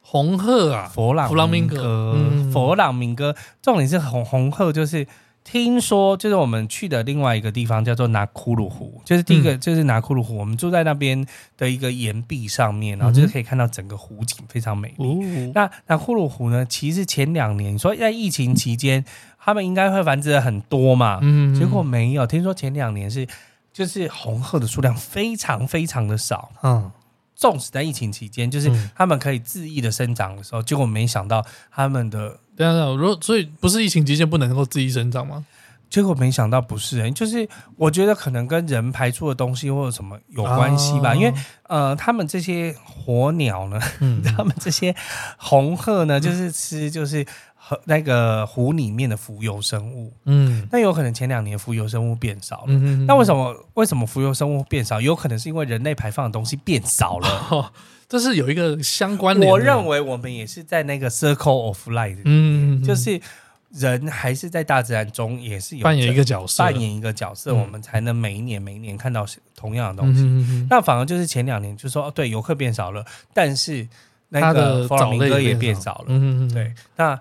Speaker 1: 红鹤啊，
Speaker 2: 佛朗
Speaker 1: 弗朗明哥
Speaker 2: 哥、
Speaker 1: 嗯
Speaker 2: 佛朗明哥。重点是红红鹤，就是听说就是我们去的另外一个地方叫做拿库鲁湖，就是第一
Speaker 1: 嗯
Speaker 2: 个就是拿库鲁湖，我们住在那边的一个岩壁上面，然后就是可以看到整个湖景非常美丽。
Speaker 1: 嗯哦，
Speaker 2: 那那呼噜湖呢？其实前两年，所以在疫情期间，他们应该会繁殖的很多嘛。
Speaker 1: 嗯
Speaker 2: 结果没有，听说前两年是就是红鹤的数量非常非常的少。
Speaker 1: 嗯，
Speaker 2: 纵使在疫情期间，啊就是
Speaker 1: 嗯
Speaker 2: 他们可以恣意的生长的时候，结果没想到他们的
Speaker 1: 对啊，如果所以不是疫情期间不能够自己生长吗？
Speaker 2: 结果没想到不是人，就是我觉得可能跟人排出的东西或者什么有关系吧。
Speaker 1: 啊
Speaker 2: 因为呃，他们这些火鸟呢，
Speaker 1: 嗯，
Speaker 2: 他们这些红 鹤呢，就是吃就是和那个湖里面的浮游生物。
Speaker 1: 嗯
Speaker 2: 那有可能前两年浮游生物变少了。
Speaker 1: 嗯，
Speaker 2: 那为什
Speaker 1: 么？
Speaker 2: 么为什么浮游生物变少？有可能是因为人类排放的东西变少了。
Speaker 1: 哦， 这是有一个相关联的，
Speaker 2: 我认为我们也是在那个 circle of life，、
Speaker 1: 嗯，嗯，嗯
Speaker 2: 就是人还是在大自然中也是有
Speaker 1: 扮演一个角色，
Speaker 2: 扮演一个角色，
Speaker 1: 嗯
Speaker 2: 我们才能每一年每一年看到同样
Speaker 1: 嗯
Speaker 2: 的东西。
Speaker 1: 嗯嗯
Speaker 2: 那反而就是前两年就说哦，对，游客变少了，但是
Speaker 1: 它
Speaker 2: 那
Speaker 1: 的
Speaker 2: 个弗朗明
Speaker 1: 藻
Speaker 2: 哥
Speaker 1: 类也
Speaker 2: 也
Speaker 1: 变
Speaker 2: 变
Speaker 1: 少
Speaker 2: 少了。
Speaker 1: 嗯嗯嗯，
Speaker 2: 对，那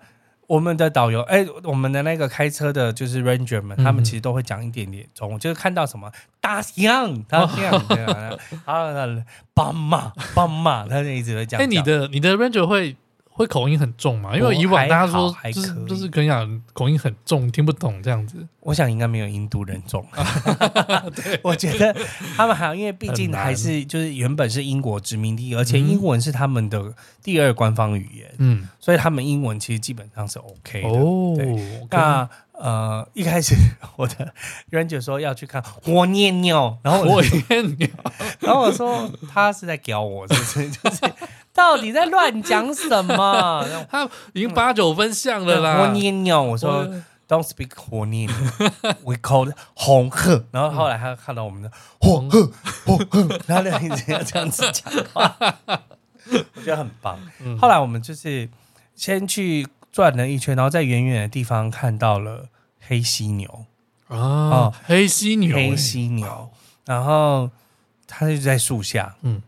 Speaker 2: 我们的导游，哎、我们的那个开车的，就是 ranger 们，他
Speaker 1: 嗯嗯
Speaker 2: 们其实都会讲一点点中文，就是看到什么大象，大象，对 啊，啊，斑马，斑马，他就一直会讲。
Speaker 1: 哎，你的你的 Ranger 会会口音很重吗？因为以
Speaker 2: 我
Speaker 1: 往
Speaker 2: 还
Speaker 1: 大家说
Speaker 2: 好还
Speaker 1: 就是
Speaker 2: 可以
Speaker 1: 就是跟你讲口音很重，听不懂这样子。
Speaker 2: 我想应该没有印度人 重，我觉得他们还好因为毕竟
Speaker 1: 很难
Speaker 2: 还是就是原本是英国殖民地，而且
Speaker 1: 嗯
Speaker 2: 英文是他们的第二官方语言，
Speaker 1: 嗯，
Speaker 2: 所以他们英文其实基本上是 OK 的。
Speaker 1: 哦
Speaker 2: 对
Speaker 1: OK
Speaker 2: 那呃，一开始我的 ranger 说要去看火烈鸟，然后我
Speaker 1: 我天，你
Speaker 2: 然后我说他是在屌我，是不是？就是到底在乱讲什 么？然后
Speaker 1: 他 已经八九分像了啦。
Speaker 2: 火烈鸟，我说 Don't speak 火烈鸟，We call it 红鹤。然后后来他看到我们的火鹤，火鹤，然后就一直要这样子讲话，我觉得很棒。
Speaker 1: 嗯
Speaker 2: 后来我们就是先去转了一圈，然后在远远的地方看到了黑犀牛，
Speaker 1: 啊，黑犀牛，
Speaker 2: 黑
Speaker 1: 哎
Speaker 2: 犀牛，然后它就在树下，
Speaker 1: 嗯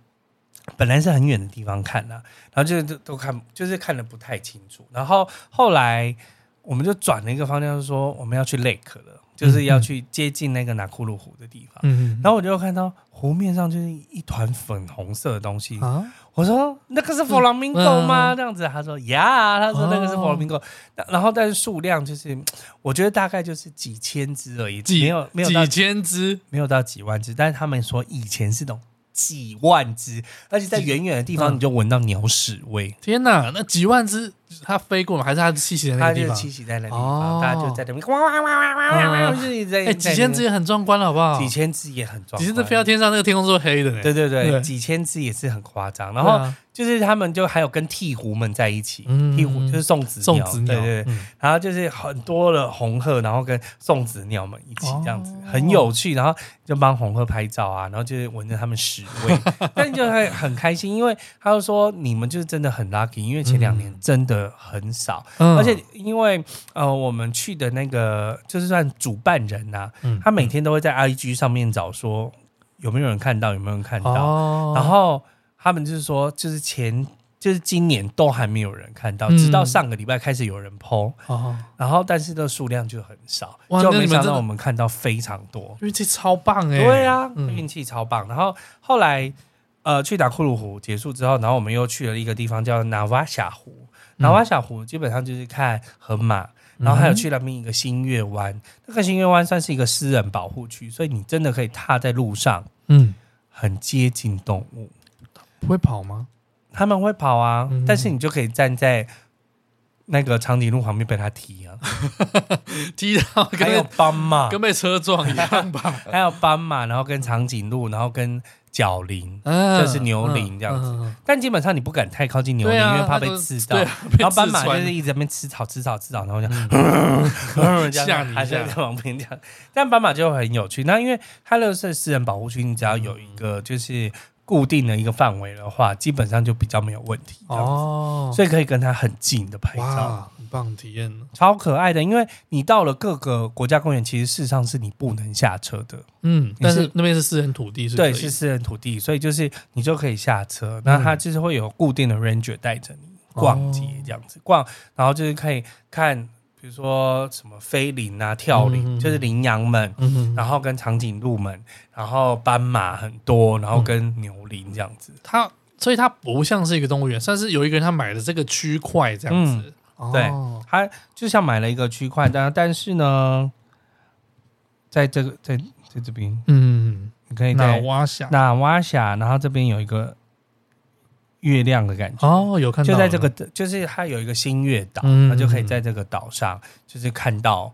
Speaker 2: 本来是很远的地方看啦、然后就都都看，就是看的不太清楚。然后后来我们就转了一个方向，说我们要去 lake 了，就是要去接近那个纳库鲁湖的地方。
Speaker 1: 嗯，
Speaker 2: 然后我就看到湖面上就是一团粉红色的东西，
Speaker 1: 啊，
Speaker 2: 我说那个是弗朗明狗吗？
Speaker 1: 嗯哦
Speaker 2: 这样子，他说呀，他说那个是弗朗明狗。那然后但是数量就是，我觉得大概就是几千只而已，
Speaker 1: 几
Speaker 2: 没有没有到
Speaker 1: 几千只，
Speaker 2: 没有到几万只，但是他们说以前是那种几万只，而且在远远的地方
Speaker 1: 嗯
Speaker 2: 你就闻到鸟屎味，
Speaker 1: 天哪，那几万只，它飞过吗？还是它栖息在那
Speaker 2: 它
Speaker 1: 个
Speaker 2: 就
Speaker 1: 地
Speaker 2: 是
Speaker 1: 方？
Speaker 2: 栖息在那地
Speaker 1: 嗯哦
Speaker 2: 方，大家就在那边哇哇哇哇哇哇哇，就是一直在
Speaker 1: 哎，几千只，也很壮观了，好不好？
Speaker 2: 在那边几千只也很壮观，
Speaker 1: 几千只飞到天上，那个天空是黑的呢。
Speaker 2: 对对
Speaker 1: 对
Speaker 2: 对，几千只也是很夸张。
Speaker 1: 对
Speaker 2: 然后
Speaker 1: 啊
Speaker 2: 就是他们就还有跟鹈鹕们在一起，
Speaker 1: 嗯
Speaker 2: 鹈鹕就是送子
Speaker 1: 送子鸟，
Speaker 2: 对对对，
Speaker 1: 嗯
Speaker 2: 然后就是很多的红鹤，然后跟送子鸟们一起
Speaker 1: 哦
Speaker 2: 这样子，很有趣。然后就帮红鹤拍照啊，然后就是闻着它们屎 味，但就会很开心，因为他就说你们就是真的很 lucky，因为前两年真的很少，
Speaker 1: 嗯
Speaker 2: 而且因为呃我们去的那个就是算主办人呐、
Speaker 1: 嗯
Speaker 2: 他每天都会在 IG 上面找说有没有人看到，有没有人看到，
Speaker 1: 哦，
Speaker 2: 然后他们就是说就是前。就是今年都还没有人看到，
Speaker 1: 嗯
Speaker 2: 直到上个礼拜开始有人 PO，、
Speaker 1: 哦，
Speaker 2: 然后但是这数量就很少，
Speaker 1: 哇
Speaker 2: 就
Speaker 1: 那你
Speaker 2: 没
Speaker 1: 们
Speaker 2: 想
Speaker 1: 真
Speaker 2: 到
Speaker 1: 的
Speaker 2: 我们看到非常多。
Speaker 1: 运气超棒哎，
Speaker 2: 对啊，
Speaker 1: 嗯
Speaker 2: 运气超棒。然后后来呃去打库鲁湖结束之后，然后我们又去了一个地方叫纳瓦夏湖。
Speaker 1: 嗯
Speaker 2: 纳瓦夏湖基本上就是看河马，然后还有去那边一个新月湾。那个新月湾算是一个私人保护区，所以你真的可以踏在路上，
Speaker 1: 嗯，
Speaker 2: 很接近动物。
Speaker 1: 不会跑吗？
Speaker 2: 他们会跑啊，
Speaker 1: 嗯
Speaker 2: 但是你就可以站在那个长颈鹿旁边被它 踢啊，
Speaker 1: 踢到
Speaker 2: 还有
Speaker 1: 跟
Speaker 2: 斑 马，
Speaker 1: 跟被车撞一样 吧？
Speaker 2: 还有斑马，然后跟长颈鹿，然后跟角羚，
Speaker 1: 嗯，
Speaker 2: 这是牛羚这样子
Speaker 1: 嗯。嗯嗯
Speaker 2: 但基本上你不敢太靠近牛羚，
Speaker 1: 对啊，
Speaker 2: 因为怕
Speaker 1: 它
Speaker 2: 被
Speaker 1: 都
Speaker 2: 刺到
Speaker 1: 对。啊，被
Speaker 2: 然后斑
Speaker 1: 刺
Speaker 2: 马
Speaker 1: 穿嗯
Speaker 2: 就是一嗯直在那边吃草、吃草、吃草，然 后这样，这
Speaker 1: 吓
Speaker 2: 样
Speaker 1: 你一
Speaker 2: 还
Speaker 1: 下
Speaker 2: 在旁边这样。但斑马就很有趣。那因为它那个是私人保护区，你只要有一
Speaker 1: 嗯
Speaker 2: 个就是固定的一个范围的话，基本上就比较没有问题。哦，
Speaker 1: 哦，
Speaker 2: 所以可以跟它很近的拍照。
Speaker 1: 哇，哦很棒体验呢。
Speaker 2: 超可爱的，因为你到了各个国家公园，其实事实上是你不能下车的，
Speaker 1: 嗯，但
Speaker 2: 你
Speaker 1: 是
Speaker 2: 是
Speaker 1: 那边是私人土地，是
Speaker 2: 对，
Speaker 1: 可以
Speaker 2: 是私人土地，所以就是你就可以下车，那
Speaker 1: 嗯
Speaker 2: 它就是会有固定的 ranger 带着你逛街
Speaker 1: 哦
Speaker 2: 这样子、逛，然后就是可以看，比如说什么飞羚啊、跳
Speaker 1: 嗯嗯
Speaker 2: 羚，
Speaker 1: 嗯
Speaker 2: 就是羚羊们，
Speaker 1: 嗯，
Speaker 2: 然后跟长颈鹿们，然后斑马很多，
Speaker 1: 嗯
Speaker 2: 然后跟牛羚这样子。
Speaker 1: 它所以它不像是一个动物园，算是有一个人他买了这个区块这样子。
Speaker 2: 嗯对
Speaker 1: 哦，
Speaker 2: 它就像买了一个区块，但但是呢，在这个在在这边，
Speaker 1: 嗯，
Speaker 2: 你可以
Speaker 1: 那
Speaker 2: 在
Speaker 1: 蛙想
Speaker 2: 纳瓦峡，然后这边有一个月亮的感觉。
Speaker 1: 哦，有看到
Speaker 2: 就
Speaker 1: 了
Speaker 2: 在这个，就是它有一个新月岛，
Speaker 1: 嗯
Speaker 2: 它就可以在这个岛上，就是看到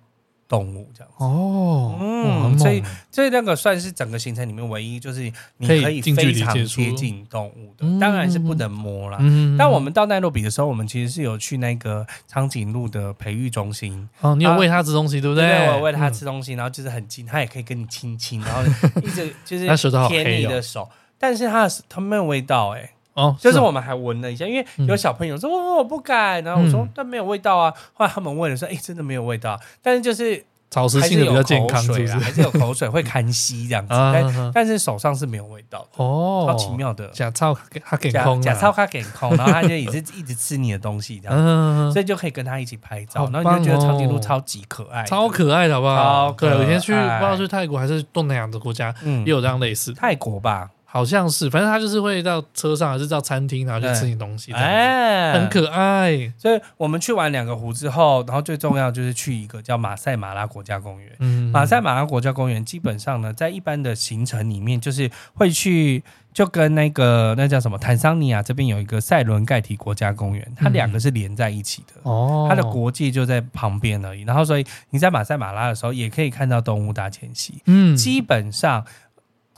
Speaker 2: 动物这样。
Speaker 1: 哦，
Speaker 2: 嗯
Speaker 1: 哇很猛
Speaker 2: 所以所以那个算是整个行程里面唯一，就是你
Speaker 1: 可以
Speaker 2: 可以
Speaker 1: 近距
Speaker 2: 非
Speaker 1: 离
Speaker 2: 常
Speaker 1: 接触
Speaker 2: 接近动物
Speaker 1: 嗯
Speaker 2: 的，当然是不能摸啦。
Speaker 1: 嗯
Speaker 2: 但我们到奈洛比的时候，我们其实是有去那个长颈鹿的培育中心，
Speaker 1: 哦，你有喂它吃东西对不嗯
Speaker 2: 对
Speaker 1: 对，
Speaker 2: 我喂它吃东西，然后就是很近，它也可以跟你亲亲，然后 一直就是
Speaker 1: 它舌头好黑哦
Speaker 2: 舔你的手，但是它的它没有味道哎、
Speaker 1: 嗯哦，
Speaker 2: 就是
Speaker 1: 哦
Speaker 2: 我们还闻了一下，因为
Speaker 1: 嗯
Speaker 2: 有小朋友说、哦我不敢，然后我说
Speaker 1: 嗯
Speaker 2: 啊但没有味道啊。后来他们问了说，哎、真的没有味道，但是就是
Speaker 1: 草食
Speaker 2: 还
Speaker 1: 性的
Speaker 2: 是有
Speaker 1: 比较健
Speaker 2: 口
Speaker 1: 康，是
Speaker 2: 水
Speaker 1: 不
Speaker 2: 啊，
Speaker 1: 是？
Speaker 2: 还是有 口水会痰稀这样子，
Speaker 1: 啊
Speaker 2: 但但是手上是没有味道的，
Speaker 1: 哦，
Speaker 2: 超奇妙的。
Speaker 1: 假草它给
Speaker 2: 假
Speaker 1: 空
Speaker 2: 假
Speaker 1: 啊
Speaker 2: 钞卡给空，然后他就 也是一直吃你的东西这样，
Speaker 1: 嗯，
Speaker 2: 所以就可以跟他一起拍
Speaker 1: 好
Speaker 2: 照，然后你就
Speaker 1: 棒
Speaker 2: 觉得
Speaker 1: 哦
Speaker 2: 长颈鹿超级可爱，
Speaker 1: 超，可爱的好不好？
Speaker 2: 超可爱
Speaker 1: 对有一天去不知道去泰国还是东南亚的国家，
Speaker 2: 嗯
Speaker 1: 也，有这样类似，
Speaker 2: 泰国吧，
Speaker 1: 好像是，反正他就是会到车上还是到餐厅，然后去吃你东西，这样子
Speaker 2: 哎
Speaker 1: 很。可爱。
Speaker 2: 所以我们去完两个湖之后，然后最重要就是去一个叫马赛马拉国家公园。
Speaker 1: 嗯，
Speaker 2: 马赛马拉国家公园基本上呢，在一般的行程里面，就是会去就跟那个那叫什么坦桑尼亚这边有一个塞伦盖提国家公园，它
Speaker 1: 嗯
Speaker 2: 两个是连在一起的。
Speaker 1: 哦，
Speaker 2: 它的国界就在旁边而已，然后所以你在马赛马拉的时候，也可以看到动物大迁徙。
Speaker 1: 嗯
Speaker 2: 基本上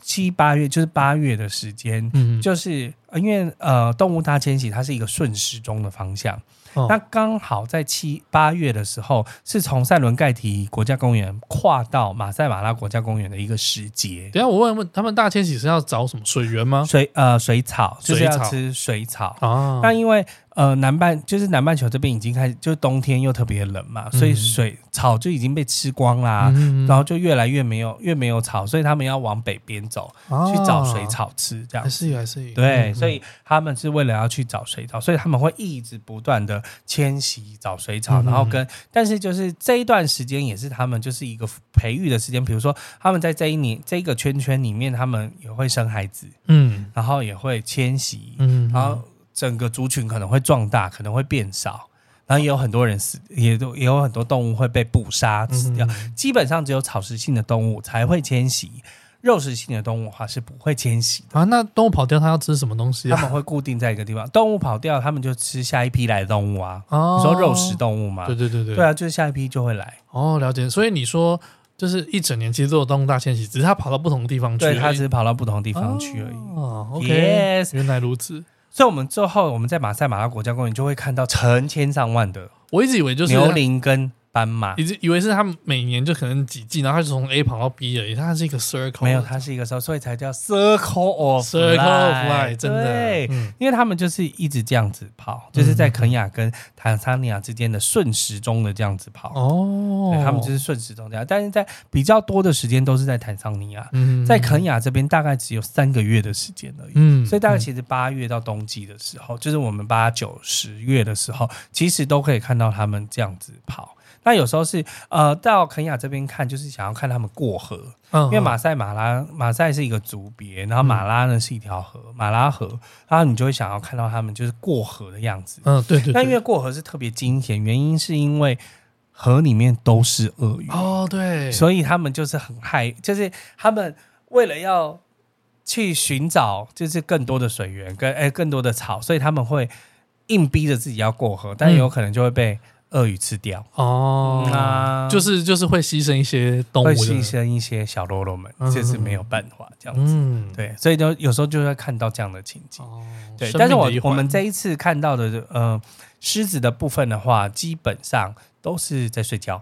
Speaker 2: 七八月就是八月的时间，
Speaker 1: 嗯
Speaker 2: 就是呃因为呃动物大迁徙它是一个顺时钟的方向，
Speaker 1: 哦
Speaker 2: 那刚好在七八月的时候，是从塞伦盖提国家公园跨到马赛马拉国家公园的一个时节。
Speaker 1: 等一下我问问他们大迁徙是要找什么水源吗？
Speaker 2: 水呃水草就是
Speaker 1: 水
Speaker 2: 要
Speaker 1: 草
Speaker 2: 吃水草，
Speaker 1: 啊，
Speaker 2: 那因为呃南半就是南半球这边已经开始，就是冬天又特别冷嘛，所以
Speaker 1: 嗯
Speaker 2: 水草就已经被吃光啦，
Speaker 1: 嗯
Speaker 2: 然后就越来越没有越没有草，所以他们要往北边走去找水，
Speaker 1: 啊
Speaker 2: 草吃，这样
Speaker 1: 还。是有还是有
Speaker 2: 对，
Speaker 1: 嗯
Speaker 2: 所以他们是为了要去找水草，所以他们会一直不断的迁徙找水草，
Speaker 1: 嗯
Speaker 2: 然后跟但是就是这一段时间也是他们就是一个培育的时间，比如说他们在这一年这个圈圈里面，他们也会生孩子，
Speaker 1: 嗯
Speaker 2: 然后也会迁徙，
Speaker 1: 嗯，
Speaker 2: 然后整个族群可能会壮大，可能会变少，然后也有很多人死，也都也有很多动物会被捕杀
Speaker 1: 嗯
Speaker 2: 死掉。基本上只有草食性的动物才会迁徙，肉食性的动物的话是不会迁徙的。
Speaker 1: 啊，那动物跑掉它要吃什么东西
Speaker 2: 他
Speaker 1: 啊？
Speaker 2: 们会固定在一个地方，动物跑掉，他们就吃下一批来的动物啊。
Speaker 1: 哦
Speaker 2: 你说肉食动物吗？
Speaker 1: 对对对对
Speaker 2: 对啊，就是下一批就会来。
Speaker 1: 哦，了解。所以你说，就是一整年其实都有动物大迁徙，只是它跑到不同的地方去而已，
Speaker 2: 对，它只是跑到不同地方去而已。
Speaker 1: 哦，OK，、
Speaker 2: Yes
Speaker 1: 原来如此。
Speaker 2: 所以，我们最后我们在马赛马拉国家公园就会看到成千上万的
Speaker 1: 我一直以为就是
Speaker 2: 牛
Speaker 1: 它，
Speaker 2: 羚跟斑马。
Speaker 1: 一直以为是它每年就可能几季，然后它就从 A 跑到 B 而已，它是一个 circle，
Speaker 2: 没有，它是一个时候，所以才叫 circle of
Speaker 1: circle of
Speaker 2: life，
Speaker 1: life，真的
Speaker 2: 对，
Speaker 1: 嗯
Speaker 2: 因为他们就是一直这样子跑，就是在肯雅跟坦桑尼亚之间的顺时钟的这样子跑，
Speaker 1: 哦
Speaker 2: 对，他们就是顺时钟这样。但是在比较多的时间都是在坦桑尼亚，
Speaker 1: 嗯
Speaker 2: 在肯雅这边大概只有三个月的时间而已。
Speaker 1: 嗯
Speaker 2: 所以大概
Speaker 1: 嗯
Speaker 2: 其实八月到冬季的时候，就是我们八九十月的时候，其实都可以看到他们这样子跑。那有时候是呃到肯雅这边看，就是想要看他们过河，
Speaker 1: 嗯
Speaker 2: 因为马赛马拉马赛是一个族别，然后马拉呢是一条河，马拉河，然后你就会想要看到他们就是过河的样子。
Speaker 1: 嗯对对，
Speaker 2: 那
Speaker 1: 对
Speaker 2: 因为过河是特别惊险，原因是因为河里面都是鳄鱼，
Speaker 1: 哦对，
Speaker 2: 所以他们就是很害，就是他们为了要去寻找就是更多的水源跟哎、更多的草，所以他们会硬逼着自己要过河，但
Speaker 1: 嗯
Speaker 2: 有可能就会被鳄鱼吃掉。
Speaker 1: 哦、
Speaker 2: 啊
Speaker 1: 就是就是会牺牲一些动物
Speaker 2: 会
Speaker 1: 的，
Speaker 2: 牺牲一些小喽啰们，
Speaker 1: 嗯
Speaker 2: 这是没有办法这样子。
Speaker 1: 嗯，
Speaker 2: 对，所以就有时候就会看到这样的情景。
Speaker 1: 哦，
Speaker 2: 对，
Speaker 1: 生
Speaker 2: 但是
Speaker 1: 命
Speaker 2: 我
Speaker 1: 的一
Speaker 2: 我
Speaker 1: 环
Speaker 2: 们这一次看到的，呃，狮子的部分的话，基本上都是在睡觉，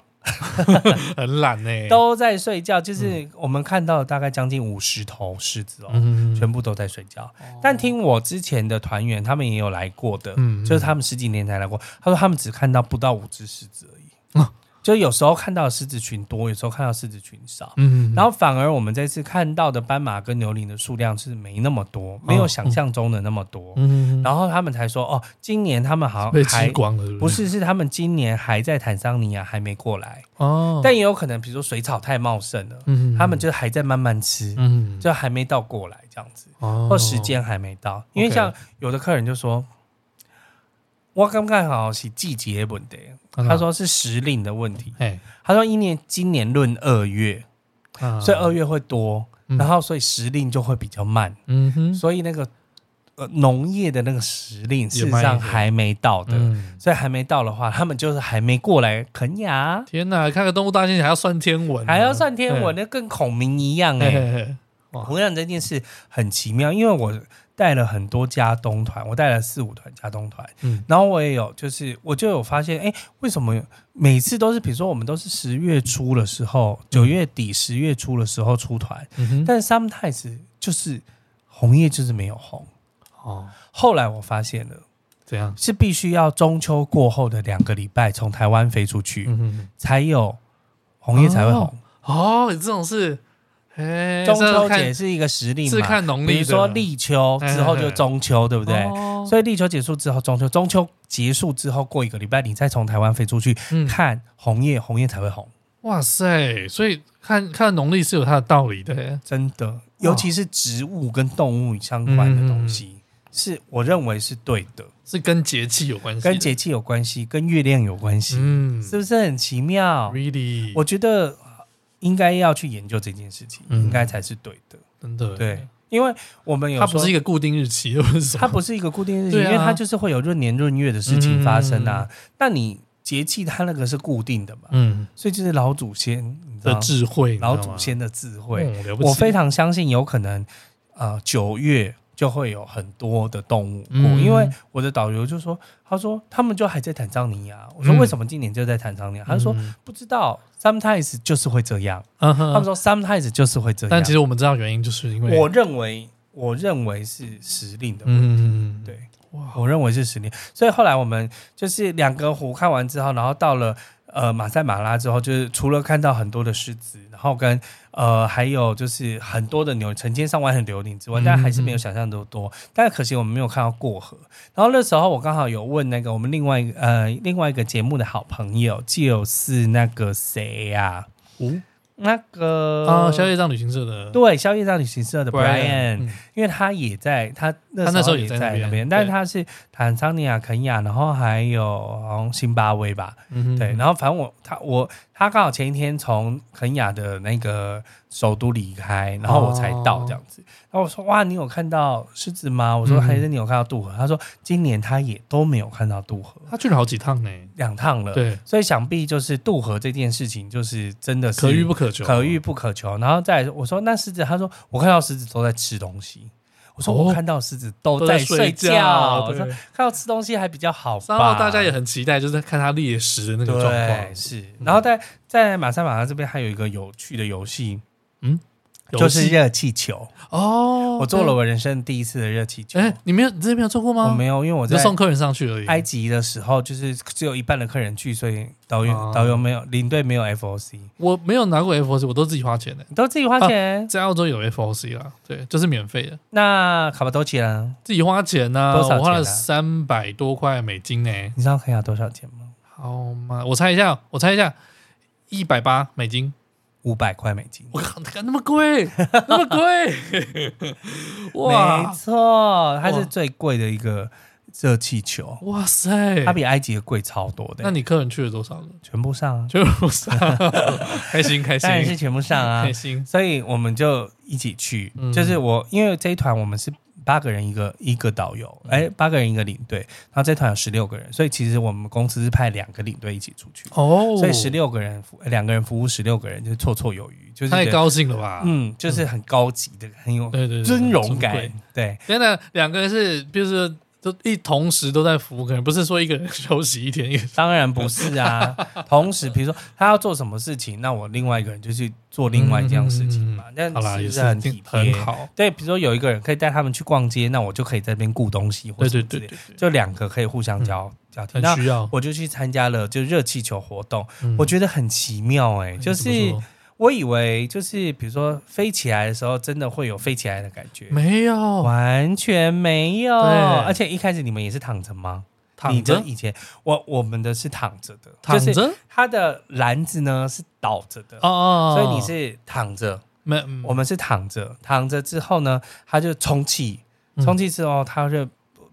Speaker 1: 很懒呢、欸，
Speaker 2: 都在睡觉。就是我们看到大概将近五十头狮子哦，
Speaker 1: 嗯
Speaker 2: 全部都在睡觉。
Speaker 1: 哦
Speaker 2: 但听我之前的团员，他们也有来过的，
Speaker 1: 嗯
Speaker 2: 就是他们十几年才来过。他说他们只看到不到五只狮子而已，
Speaker 1: 啊
Speaker 2: 就有时候看到的狮子群多，有时候看到狮子群少。
Speaker 1: 嗯
Speaker 2: 然
Speaker 1: 后
Speaker 2: 后反而我们这次看到的斑马跟牛羚的数量是没那么多，没
Speaker 1: 哦
Speaker 2: 有想象中的那么多。
Speaker 1: 嗯
Speaker 2: 然后他们才说，哦，今年他们好
Speaker 1: 被
Speaker 2: 像
Speaker 1: 吃
Speaker 2: 还
Speaker 1: 光了，是
Speaker 2: 不
Speaker 1: 不是
Speaker 2: 是是他们今年还在坦桑尼亚还没过来，
Speaker 1: 哦，
Speaker 2: 但也有可能，比如说水草太茂盛了，
Speaker 1: 嗯
Speaker 2: 他们就还在慢慢吃，
Speaker 1: 嗯
Speaker 2: 就还没到过来这样子，
Speaker 1: 哦
Speaker 2: 或时间还没到。因为
Speaker 1: OK
Speaker 2: 像有的客人就说，我刚刚好像是季节问题，
Speaker 1: 嗯
Speaker 2: 他说是时令的问题，
Speaker 1: 哎，
Speaker 2: 他说一年今年论二月。
Speaker 1: 啊
Speaker 2: 所以呃二月会多，
Speaker 1: 嗯
Speaker 2: 然后所以时令就会比较慢，
Speaker 1: 嗯哼，
Speaker 2: 所以那个呃农业的那个时令事
Speaker 1: 也
Speaker 2: 实
Speaker 1: 慢一
Speaker 2: 上
Speaker 1: 点
Speaker 2: 还没到的，
Speaker 1: 嗯，
Speaker 2: 所以还没到的话，他们就是还没过来肯雅，
Speaker 1: 天哪，看个动物大迁徙还要算天文啊，
Speaker 2: 还要算天文，
Speaker 1: 嘿
Speaker 2: 那跟孔明一样哎、
Speaker 1: 嘿嘿嘿哇
Speaker 2: 同样这件事很奇妙，因为我带了很多家东团，我带了四五团家东团，
Speaker 1: 嗯
Speaker 2: 然后我也有就是我就有发现，哎、为什么每次都是比如说我们都是十月初的时候，九月底十月初的时候出团，
Speaker 1: 嗯哼，
Speaker 2: 但 sometimes 就是红叶就是没有红。
Speaker 1: 哦，
Speaker 2: 后来我发现了，
Speaker 1: 怎样？
Speaker 2: 是必须要中秋过后的两个礼拜从台湾飞出去，
Speaker 1: 嗯嗯哼，
Speaker 2: 才有红叶才会红。
Speaker 1: 哦，有这种事，哎，
Speaker 2: 中
Speaker 1: 这
Speaker 2: 秋
Speaker 1: 看
Speaker 2: 节是一个时令
Speaker 1: 是
Speaker 2: 嘛，
Speaker 1: 看农历
Speaker 2: 比
Speaker 1: 的，哎
Speaker 2: 如说立秋之后就中秋，对不对？
Speaker 1: 哦
Speaker 2: 所以立秋结束之后，中秋中秋结束之后，过一个礼拜，你再从台湾飞出去
Speaker 1: 嗯，
Speaker 2: 看红叶，红叶才会红，
Speaker 1: 哇塞，所以看看农历是有它的道理的耶，
Speaker 2: 真的。尤其是植物跟动物相关的东
Speaker 1: 嗯
Speaker 2: 西，是我认为是对的，
Speaker 1: 是跟节气有关系的，
Speaker 2: 跟节气有关系，跟月亮有关系，
Speaker 1: 嗯
Speaker 2: 是不是很奇妙？
Speaker 1: ，really，
Speaker 2: 我觉得应该要去研究这件事情，
Speaker 1: 嗯
Speaker 2: 应该才是对的。
Speaker 1: 真的
Speaker 2: 对，，因为我们有
Speaker 1: 它不是一
Speaker 2: 说
Speaker 1: 个固定日期，又不是什么
Speaker 2: 它不是一个固定日期，
Speaker 1: 对啊
Speaker 2: 因为它就是会有闰年闰月的事情发生啊。那你节气它那个是固定的嘛，
Speaker 1: 嗯
Speaker 2: 所以就是老祖先，你知
Speaker 1: 的
Speaker 2: 道
Speaker 1: 智慧，
Speaker 2: 老
Speaker 1: 你知道
Speaker 2: 祖
Speaker 1: 吗
Speaker 2: 先的智慧，
Speaker 1: 嗯了不起，
Speaker 2: 我非常相信有可能，呃，九月。就会有很多的动物过，
Speaker 1: 嗯
Speaker 2: 因为我的导游就说，他说他们就还在坦桑尼亚。我说
Speaker 1: 嗯
Speaker 2: 为什么今年就在坦桑尼亚？他说
Speaker 1: 嗯
Speaker 2: 不知道，sometimes 就是会这样。
Speaker 1: 嗯
Speaker 2: 他们
Speaker 1: 哼，
Speaker 2: 说 sometimes 就是会这样。
Speaker 1: 但其实我们知道原因，就是因为
Speaker 2: 我认为，我认为是时令的问题。
Speaker 1: 嗯，嗯，
Speaker 2: 对，
Speaker 1: 哇，
Speaker 2: 我认为是时令。所以后来我们就是两个湖看完之后，然后到了呃马赛马拉之后，就是除了看到很多的狮子，然后跟呃还有就是很多的牛，成千上万的牛羚之外，
Speaker 1: 嗯
Speaker 2: 但还是没有想象的多。但可惜我们没有看到过河。然后那时候我刚好有问那个我们另外一个呃另外一个节目的好朋友，就是那个谁呀、
Speaker 1: 五
Speaker 2: 那个
Speaker 1: 啊，宵夜帐旅行社的
Speaker 2: 对，宵夜站旅行社的 Brian，、
Speaker 1: 嗯
Speaker 2: 因为他也在，他那
Speaker 1: 他那时候也
Speaker 2: 也
Speaker 1: 在
Speaker 2: 在
Speaker 1: 那边
Speaker 2: 那
Speaker 1: 对
Speaker 2: 边，但是他是坦桑尼亚、肯亚，然后还有好像津巴威吧，
Speaker 1: 嗯哼，
Speaker 2: 对，然后反正我他我他刚好前一天从肯亚的那个首都离开，然后我才到这样子，然后我说哇，你有看到狮子吗？我说
Speaker 1: 嗯
Speaker 2: 还是你有看到渡河？他说今年他也都没有看到渡河，
Speaker 1: 他去了好几趟呢，
Speaker 2: 两趟了，
Speaker 1: 对，
Speaker 2: 所以想必就是渡河这件事情，就是真的是
Speaker 1: 可遇不可求，
Speaker 2: 可遇不可求。然后再来我说那狮子，他说我看到狮子都在吃东西。我说
Speaker 1: 哦
Speaker 2: 我看到狮子都
Speaker 1: 都
Speaker 2: 在
Speaker 1: 在
Speaker 2: 睡
Speaker 1: 觉，
Speaker 2: 我说
Speaker 1: 对
Speaker 2: 看到吃东西还比较好吧。
Speaker 1: 然后大家也很期待，就是在看他猎食的那个状
Speaker 2: 对
Speaker 1: 况，嗯
Speaker 2: 是。然后在在马赛马拉这边还有一个有趣的游戏，
Speaker 1: 游戏
Speaker 2: 就是热气球。
Speaker 1: 哦，
Speaker 2: 我做了我人生第一次的热气球
Speaker 1: 对，，哎，你没有你之前没有做过
Speaker 2: 我
Speaker 1: 吗？
Speaker 2: 没有，因为我
Speaker 1: 我就
Speaker 2: 在哎
Speaker 1: 送客人上去而已。
Speaker 2: 埃及的时候，就是只有一半的客人去，所以导
Speaker 1: 哦
Speaker 2: 游导游没有领队没有 FOC，
Speaker 1: 我没有拿过 FOC，我都自己花钱的。
Speaker 2: 你都自己
Speaker 1: 啊
Speaker 2: 花钱。
Speaker 1: 在澳洲有 FOC 啦，对，就是免费的，
Speaker 2: 那卡巴多奇呢？
Speaker 1: 自己花钱呐、
Speaker 2: 多少钱啊
Speaker 1: 我花了三百多块美金呢、
Speaker 2: 你知道肯亚多少钱吗？
Speaker 1: 好嘛，我猜一下，我猜一下，一百八美 金。
Speaker 2: 五百块美金。
Speaker 1: 我靠，那么贵，那么贵，
Speaker 2: 没
Speaker 1: 哇
Speaker 2: 错，它
Speaker 1: 哇
Speaker 2: 是最贵的一个热气球，
Speaker 1: 哇塞！
Speaker 2: 它比埃及的贵超多的、
Speaker 1: 那你客人去了多少呢？
Speaker 2: 全部上、啊，
Speaker 1: 全部上， 开心开心
Speaker 2: 当然是全部上啊
Speaker 1: 开。心，
Speaker 2: 所以我们就一起去，
Speaker 1: 嗯
Speaker 2: 就是我因为这一团我们是八个人一个一个导游，
Speaker 1: 嗯
Speaker 2: 哎、八个人一个领队，然后这团有十六个人，所以其实我们公司是派两个领队一起出去，
Speaker 1: 哦，
Speaker 2: 啊所以十六个人服两个人服务十六个人，就是绰绰有余，就是
Speaker 1: 太
Speaker 2: 觉得，
Speaker 1: 高兴了吧？
Speaker 2: 嗯，就是很高级的，很有
Speaker 1: 对对对，
Speaker 2: 尊荣
Speaker 1: 很尊贵
Speaker 2: 感，对。
Speaker 1: 真的，两个人是就是都一同时都在服务客人，不是说一个人休息一天，一个人
Speaker 2: 当然不是 啊。同时，比如说他要做什么事情，那我另外一个人就去做另外一件事情嘛。那
Speaker 1: 嗯好啦，
Speaker 2: 是
Speaker 1: 也
Speaker 2: 不
Speaker 1: 是
Speaker 2: 是很体
Speaker 1: 很
Speaker 2: 贴？
Speaker 1: 好。
Speaker 2: 对，比如说有一个人可以带他们去逛街，那我就可以在这边顾东西，或
Speaker 1: 对
Speaker 2: 者
Speaker 1: 对
Speaker 2: 什么之
Speaker 1: 对
Speaker 2: 类的
Speaker 1: 对，对
Speaker 2: 就两个可以互相交交替。那
Speaker 1: 很需要。
Speaker 2: 我就去参加了，就热气球活动，
Speaker 1: 嗯
Speaker 2: 我觉得很奇妙哎、就
Speaker 1: 怎么
Speaker 2: 是
Speaker 1: 说
Speaker 2: 我以为就是比如说飞起来的时候，真的会有飞起来的感觉，
Speaker 1: 没有
Speaker 2: 完全没有。
Speaker 1: 哦对
Speaker 2: 而且一开始你们也是躺着吗？你
Speaker 1: 躺
Speaker 2: 的
Speaker 1: 着
Speaker 2: 以前我我们的是躺着的，
Speaker 1: 躺
Speaker 2: 就是
Speaker 1: 着
Speaker 2: 它的篮子呢是倒着的，
Speaker 1: 哦哦，
Speaker 2: 所以你是躺着，
Speaker 1: 没嗯
Speaker 2: 我们是躺着，躺着之后呢，它就充气，
Speaker 1: 嗯
Speaker 2: 充气之后它就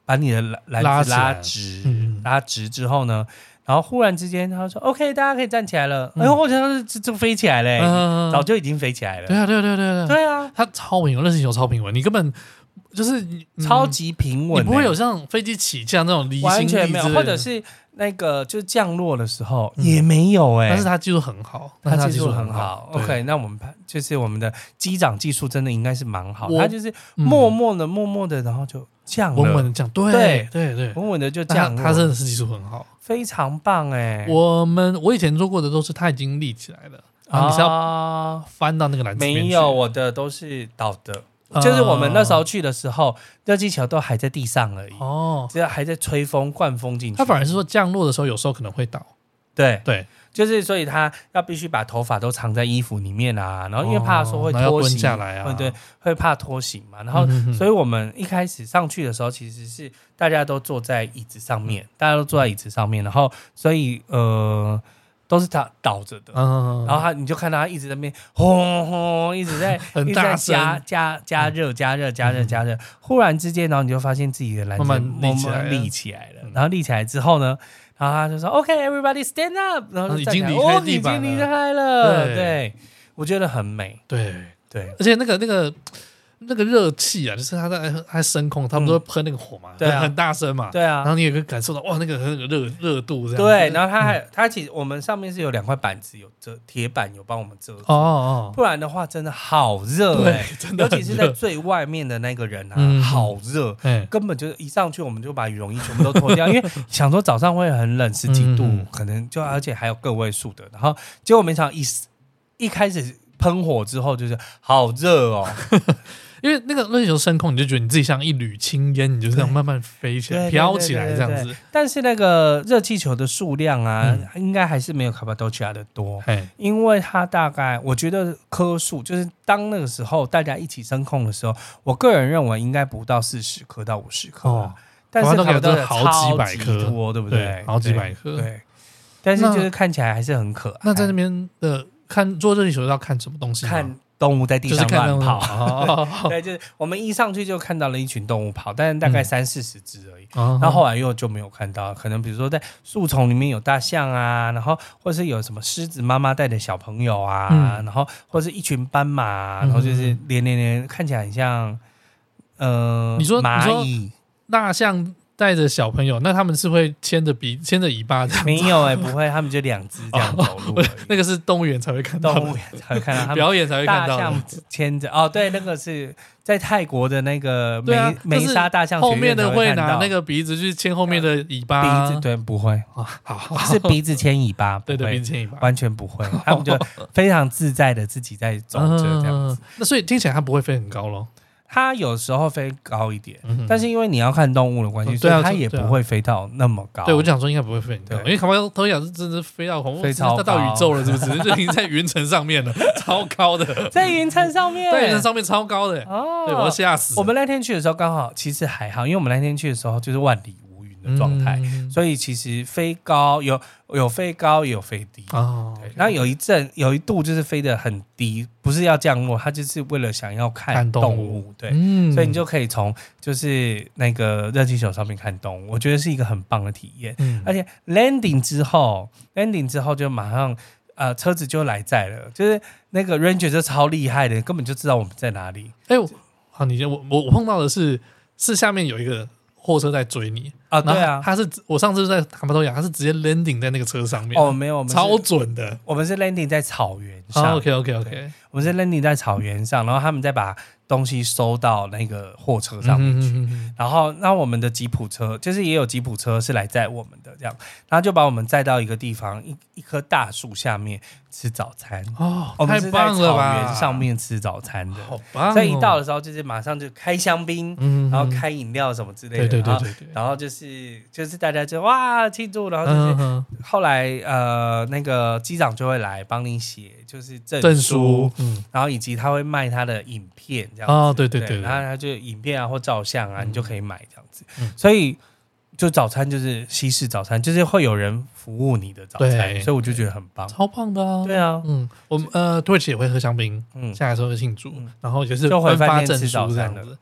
Speaker 2: 把你的篮
Speaker 1: 拉
Speaker 2: 篮
Speaker 1: 起
Speaker 2: 子
Speaker 1: 来
Speaker 2: 拉直，
Speaker 1: 嗯
Speaker 2: 拉直之后呢，然后忽然之间他说 OK，大家可以站起来了，
Speaker 1: 嗯
Speaker 2: 哎呦，我想到这这飞起来嘞、欸
Speaker 1: 嗯
Speaker 2: 哎早就已经飞起来
Speaker 1: 对
Speaker 2: 了，
Speaker 1: 啊对啊对啊对啊对啊，
Speaker 2: 对啊，
Speaker 1: 它超平稳，热气球超平稳，你根本就是
Speaker 2: 超。
Speaker 1: 嗯
Speaker 2: 级平
Speaker 1: 你
Speaker 2: 稳、
Speaker 1: 不会
Speaker 2: 欸
Speaker 1: 有像飞机起降那种离心
Speaker 2: 完
Speaker 1: 力之类
Speaker 2: 全没有，
Speaker 1: 的，
Speaker 2: 或者是那个就降落的时候、
Speaker 1: 嗯
Speaker 2: 也没有哎、
Speaker 1: 但是它技术很好，但
Speaker 2: 他
Speaker 1: 是它
Speaker 2: 技术很
Speaker 1: 很
Speaker 2: 好
Speaker 1: 对
Speaker 2: ，OK，那我们拍就是我们的机长技术真的应该是蛮好，
Speaker 1: 我
Speaker 2: 他就是
Speaker 1: 嗯
Speaker 2: 默默的、默默的，然后就降了，
Speaker 1: 稳稳的降，对
Speaker 2: 对
Speaker 1: 对对，
Speaker 2: 稳稳的就
Speaker 1: 那它
Speaker 2: 降落，
Speaker 1: 它真的是技术很好。
Speaker 2: 非常棒哎、
Speaker 1: 我们我以前做过的都是它已经立起来了，然后啊你是要
Speaker 2: 啊
Speaker 1: 翻到那个篮子里面
Speaker 2: 没
Speaker 1: 去
Speaker 2: 有我的都是倒的，
Speaker 1: 啊
Speaker 2: 就是我们那时候去的时候，热气球都还在地上而已，
Speaker 1: 哦，
Speaker 2: 只要还在吹风、灌风进去，
Speaker 1: 它反而是说降落的时候有时候可能会倒，
Speaker 2: 对
Speaker 1: 对，
Speaker 2: 就是所以他要必须把头发都藏在衣服里面啊，然后因为怕说会
Speaker 1: 哦然后要
Speaker 2: 拖
Speaker 1: 蹲
Speaker 2: 行
Speaker 1: 下来啊，
Speaker 2: 嗯，对，会怕拖行嘛。然后，
Speaker 1: 嗯哼
Speaker 2: 所以我们一开始上去的时候，其实是大家都坐在椅子上面，大家都坐在椅子上面，然后所以呃都是他倒着的。
Speaker 1: 嗯，
Speaker 2: 然后他，你就看到他一直在那边轰轰，一直在
Speaker 1: 很
Speaker 2: 一直
Speaker 1: 大
Speaker 2: 在
Speaker 1: 声嗯
Speaker 2: 加加加热加热加热加热。忽然之间，然后你就发现自己的篮子
Speaker 1: 慢慢立起来了
Speaker 2: 慢慢立起来了
Speaker 1: 嗯。
Speaker 2: 然后立起来之后呢，然后他就说：“OK，everybody、stand up。”然后
Speaker 1: 啊已
Speaker 2: 就
Speaker 1: 经
Speaker 2: 站起来
Speaker 1: 离开
Speaker 2: 哦
Speaker 1: 地板
Speaker 2: 已经离
Speaker 1: 了
Speaker 2: 开了。
Speaker 1: 对嗯
Speaker 2: 对，我觉得很美。
Speaker 1: 对，
Speaker 2: 对，
Speaker 1: 而且那个那个那个热气啊，就是它在它升空，他们都会喷那个火嘛，
Speaker 2: 嗯对啊
Speaker 1: 很大声嘛，
Speaker 2: 对啊
Speaker 1: 然，后你嗯也可以感受到哇，那个那个热热度这样，
Speaker 2: 对，然后它还它其实我们上面是有两块板子，有遮铁板有帮我们遮住，
Speaker 1: 哦哦，
Speaker 2: 不然的话真的好热
Speaker 1: 对
Speaker 2: 哎、，
Speaker 1: 真的
Speaker 2: 尤
Speaker 1: 很
Speaker 2: 其是在
Speaker 1: 热
Speaker 2: 最外面的那个人啊，
Speaker 1: 嗯
Speaker 2: 好热。
Speaker 1: 哎，
Speaker 2: 根本就是一上去，我们就把羽绒衣全部都脱掉，因为想说早上会很冷，十几度，
Speaker 1: 嗯
Speaker 2: 可能就而且还有个位数的。然后结果没想到一一开始喷火之后，就是好热 哦，
Speaker 1: 因为那个热气球升空，你就觉得你自己像一缕青烟，你就是这样慢慢飞起来、
Speaker 2: 对对对
Speaker 1: 飘起来这样
Speaker 2: 对
Speaker 1: 子，
Speaker 2: 但是那个热气球的数量啊，
Speaker 1: 嗯
Speaker 2: 应该还是没有卡巴多奇亚的多。
Speaker 1: 哎，
Speaker 2: 因为它大概，我觉得颗数就是当那个时候大家一起声控的时候，我个人认为应该不到四十颗到五十颗
Speaker 1: 哦
Speaker 2: 啊，，但是
Speaker 1: 哇那个
Speaker 2: 好
Speaker 1: 真
Speaker 2: 多
Speaker 1: 的好几百颗
Speaker 2: 多，对不
Speaker 1: 对
Speaker 2: 对？，
Speaker 1: 好几百颗
Speaker 2: 对，。对但是
Speaker 1: 那
Speaker 2: 就是看起来还是很可爱。
Speaker 1: 那在那边的看做热气球要看什么东西吗？
Speaker 2: 看动物在地
Speaker 1: 就是
Speaker 2: 上
Speaker 1: 看哦
Speaker 2: 乱
Speaker 1: 到
Speaker 2: 跑，
Speaker 1: 跑，
Speaker 2: 对，就是我们一上去就看到了一群动物跑，但是大概
Speaker 1: 嗯
Speaker 2: 三四十只而已。
Speaker 1: 然
Speaker 2: 然后后来又就没有看到，可能比如说在树丛里面有大象啊，然后或是有什么狮子妈妈带的小朋友啊，
Speaker 1: 嗯
Speaker 2: 然后或是一群斑马啊、
Speaker 1: 嗯
Speaker 2: 然后就是连连连，看起来很像，呃，
Speaker 1: 你说你说
Speaker 2: 蚂蚁
Speaker 1: 大象带着小朋友，那他们是会牵着鼻牵着尾巴 这样
Speaker 2: 没有哎、不会，他们就两只这样走路而已、
Speaker 1: 哦那个是动物园才会看到的，
Speaker 2: 动物园 才会看到他们。
Speaker 1: 表演才会看
Speaker 2: 大
Speaker 1: 到的。
Speaker 2: 象牵着哦，对，那个是在泰国的那个
Speaker 1: 对
Speaker 2: 梅、
Speaker 1: 啊
Speaker 2: 梅
Speaker 1: 就是
Speaker 2: 沙大象学
Speaker 1: 后
Speaker 2: 院
Speaker 1: 面的
Speaker 2: 才会
Speaker 1: 会
Speaker 2: 看
Speaker 1: 拿
Speaker 2: 到嗯
Speaker 1: 那个鼻子去牵后面的尾巴，
Speaker 2: 鼻子，哦对，不 会，
Speaker 1: 啊，好好，好
Speaker 2: 是鼻子牵尾巴，
Speaker 1: 对
Speaker 2: 不
Speaker 1: 对，
Speaker 2: 会
Speaker 1: 鼻子牵尾巴，
Speaker 2: 完全不会，他们就非常自在的自己在走着这样 子。
Speaker 1: 嗯。那所以听起来它不会飞很高咯。
Speaker 2: 它有时候飞高一点，
Speaker 1: 嗯哼
Speaker 2: 但是因为你要看动物的关系，
Speaker 1: 嗯
Speaker 2: 所
Speaker 1: 对啊
Speaker 2: 以它也不会飞到那么高。
Speaker 1: 对我就想说应该不会飞很高，
Speaker 2: 对
Speaker 1: 因为卡巴头奖是真的飞到红，
Speaker 2: 飞超
Speaker 1: 到到宇
Speaker 2: 高
Speaker 1: 宙了，是不是？ 就已经在云层上面了，超高的，
Speaker 2: 在云层上面，
Speaker 1: 在云层上面超高的，
Speaker 2: 哦，
Speaker 1: 对我要吓死了。
Speaker 2: 我们那天去的时候刚好，其实还好，因为我们那天去的时候就是万里无云的状态，
Speaker 1: 嗯
Speaker 2: 所以其实飞高有有飞高也有飞低。
Speaker 1: 哦，
Speaker 2: 对然后有一阵有一度就是飞得很低，不是要降落，它就是为了想要
Speaker 1: 看
Speaker 2: 看
Speaker 1: 动
Speaker 2: 动
Speaker 1: 物
Speaker 2: 物，对，
Speaker 1: 嗯
Speaker 2: 所以你就可以从就是那个热气球上面看动物，我觉得是一个很棒的体验。
Speaker 1: 嗯
Speaker 2: 而且 landing 之后，landing 之后就马上呃车子就来载了，就是那个 ranger 就超厉害的，根本就知道我们在哪里
Speaker 1: 哎、我好，你先我我我碰到的是是下面有一个货车在追你
Speaker 2: 啊！
Speaker 1: 然
Speaker 2: 对
Speaker 1: 后
Speaker 2: 啊，
Speaker 1: 他是我上次在坦巴多亚，他是直接 landing 在那个车上面，
Speaker 2: 哦没有，我们
Speaker 1: 超
Speaker 2: 是
Speaker 1: 准的。
Speaker 2: 我们是 landing 在草原上，
Speaker 1: 哦、OK OK OK，
Speaker 2: 我们是 landing 在草原上，然后他们再把东西收到那个货车上面去。
Speaker 1: 嗯嗯
Speaker 2: 然后那我们的吉普车就是也有吉普车是来载我们的，这样，然后就把我们载到一个地方，一一棵大树下面吃早餐。
Speaker 1: 嗯哦，
Speaker 2: 我们
Speaker 1: 太
Speaker 2: 是在
Speaker 1: 棒了
Speaker 2: 草
Speaker 1: 吧！
Speaker 2: 原上面吃早餐的，
Speaker 1: 好棒、哦，
Speaker 2: 所以一到的时候就是马上就开香槟，
Speaker 1: 嗯，嗯
Speaker 2: 然后
Speaker 1: 嗯
Speaker 2: 开啊饮料什么之类的，
Speaker 1: 对对对
Speaker 2: 然后
Speaker 1: 对对，
Speaker 2: 然后就是就是大家就哇庆祝，然后就是
Speaker 1: 嗯嗯
Speaker 2: 后来呃那个机长就会来帮你写就是证
Speaker 1: 嗯证书，嗯，
Speaker 2: 然后以及他会卖他的影片这样子。
Speaker 1: 哦对对对对
Speaker 2: 然后他就影片啊或照相啊，你就可以买这样子
Speaker 1: 嗯。
Speaker 2: 所以就早餐就是西式早餐，就是会有人服务你的早
Speaker 1: 对
Speaker 2: 餐，所以我就觉得很棒。
Speaker 1: 超棒的啊！
Speaker 2: 对啊，
Speaker 1: 嗯，我们呃土耳其也会喝香槟，
Speaker 2: 嗯，
Speaker 1: 下来的时候会庆祝，
Speaker 2: 嗯
Speaker 1: 然后也是
Speaker 2: 就回
Speaker 1: 颁
Speaker 2: 饭
Speaker 1: 发
Speaker 2: 店
Speaker 1: 证
Speaker 2: 吃早
Speaker 1: 书这样
Speaker 2: 餐了
Speaker 1: 子。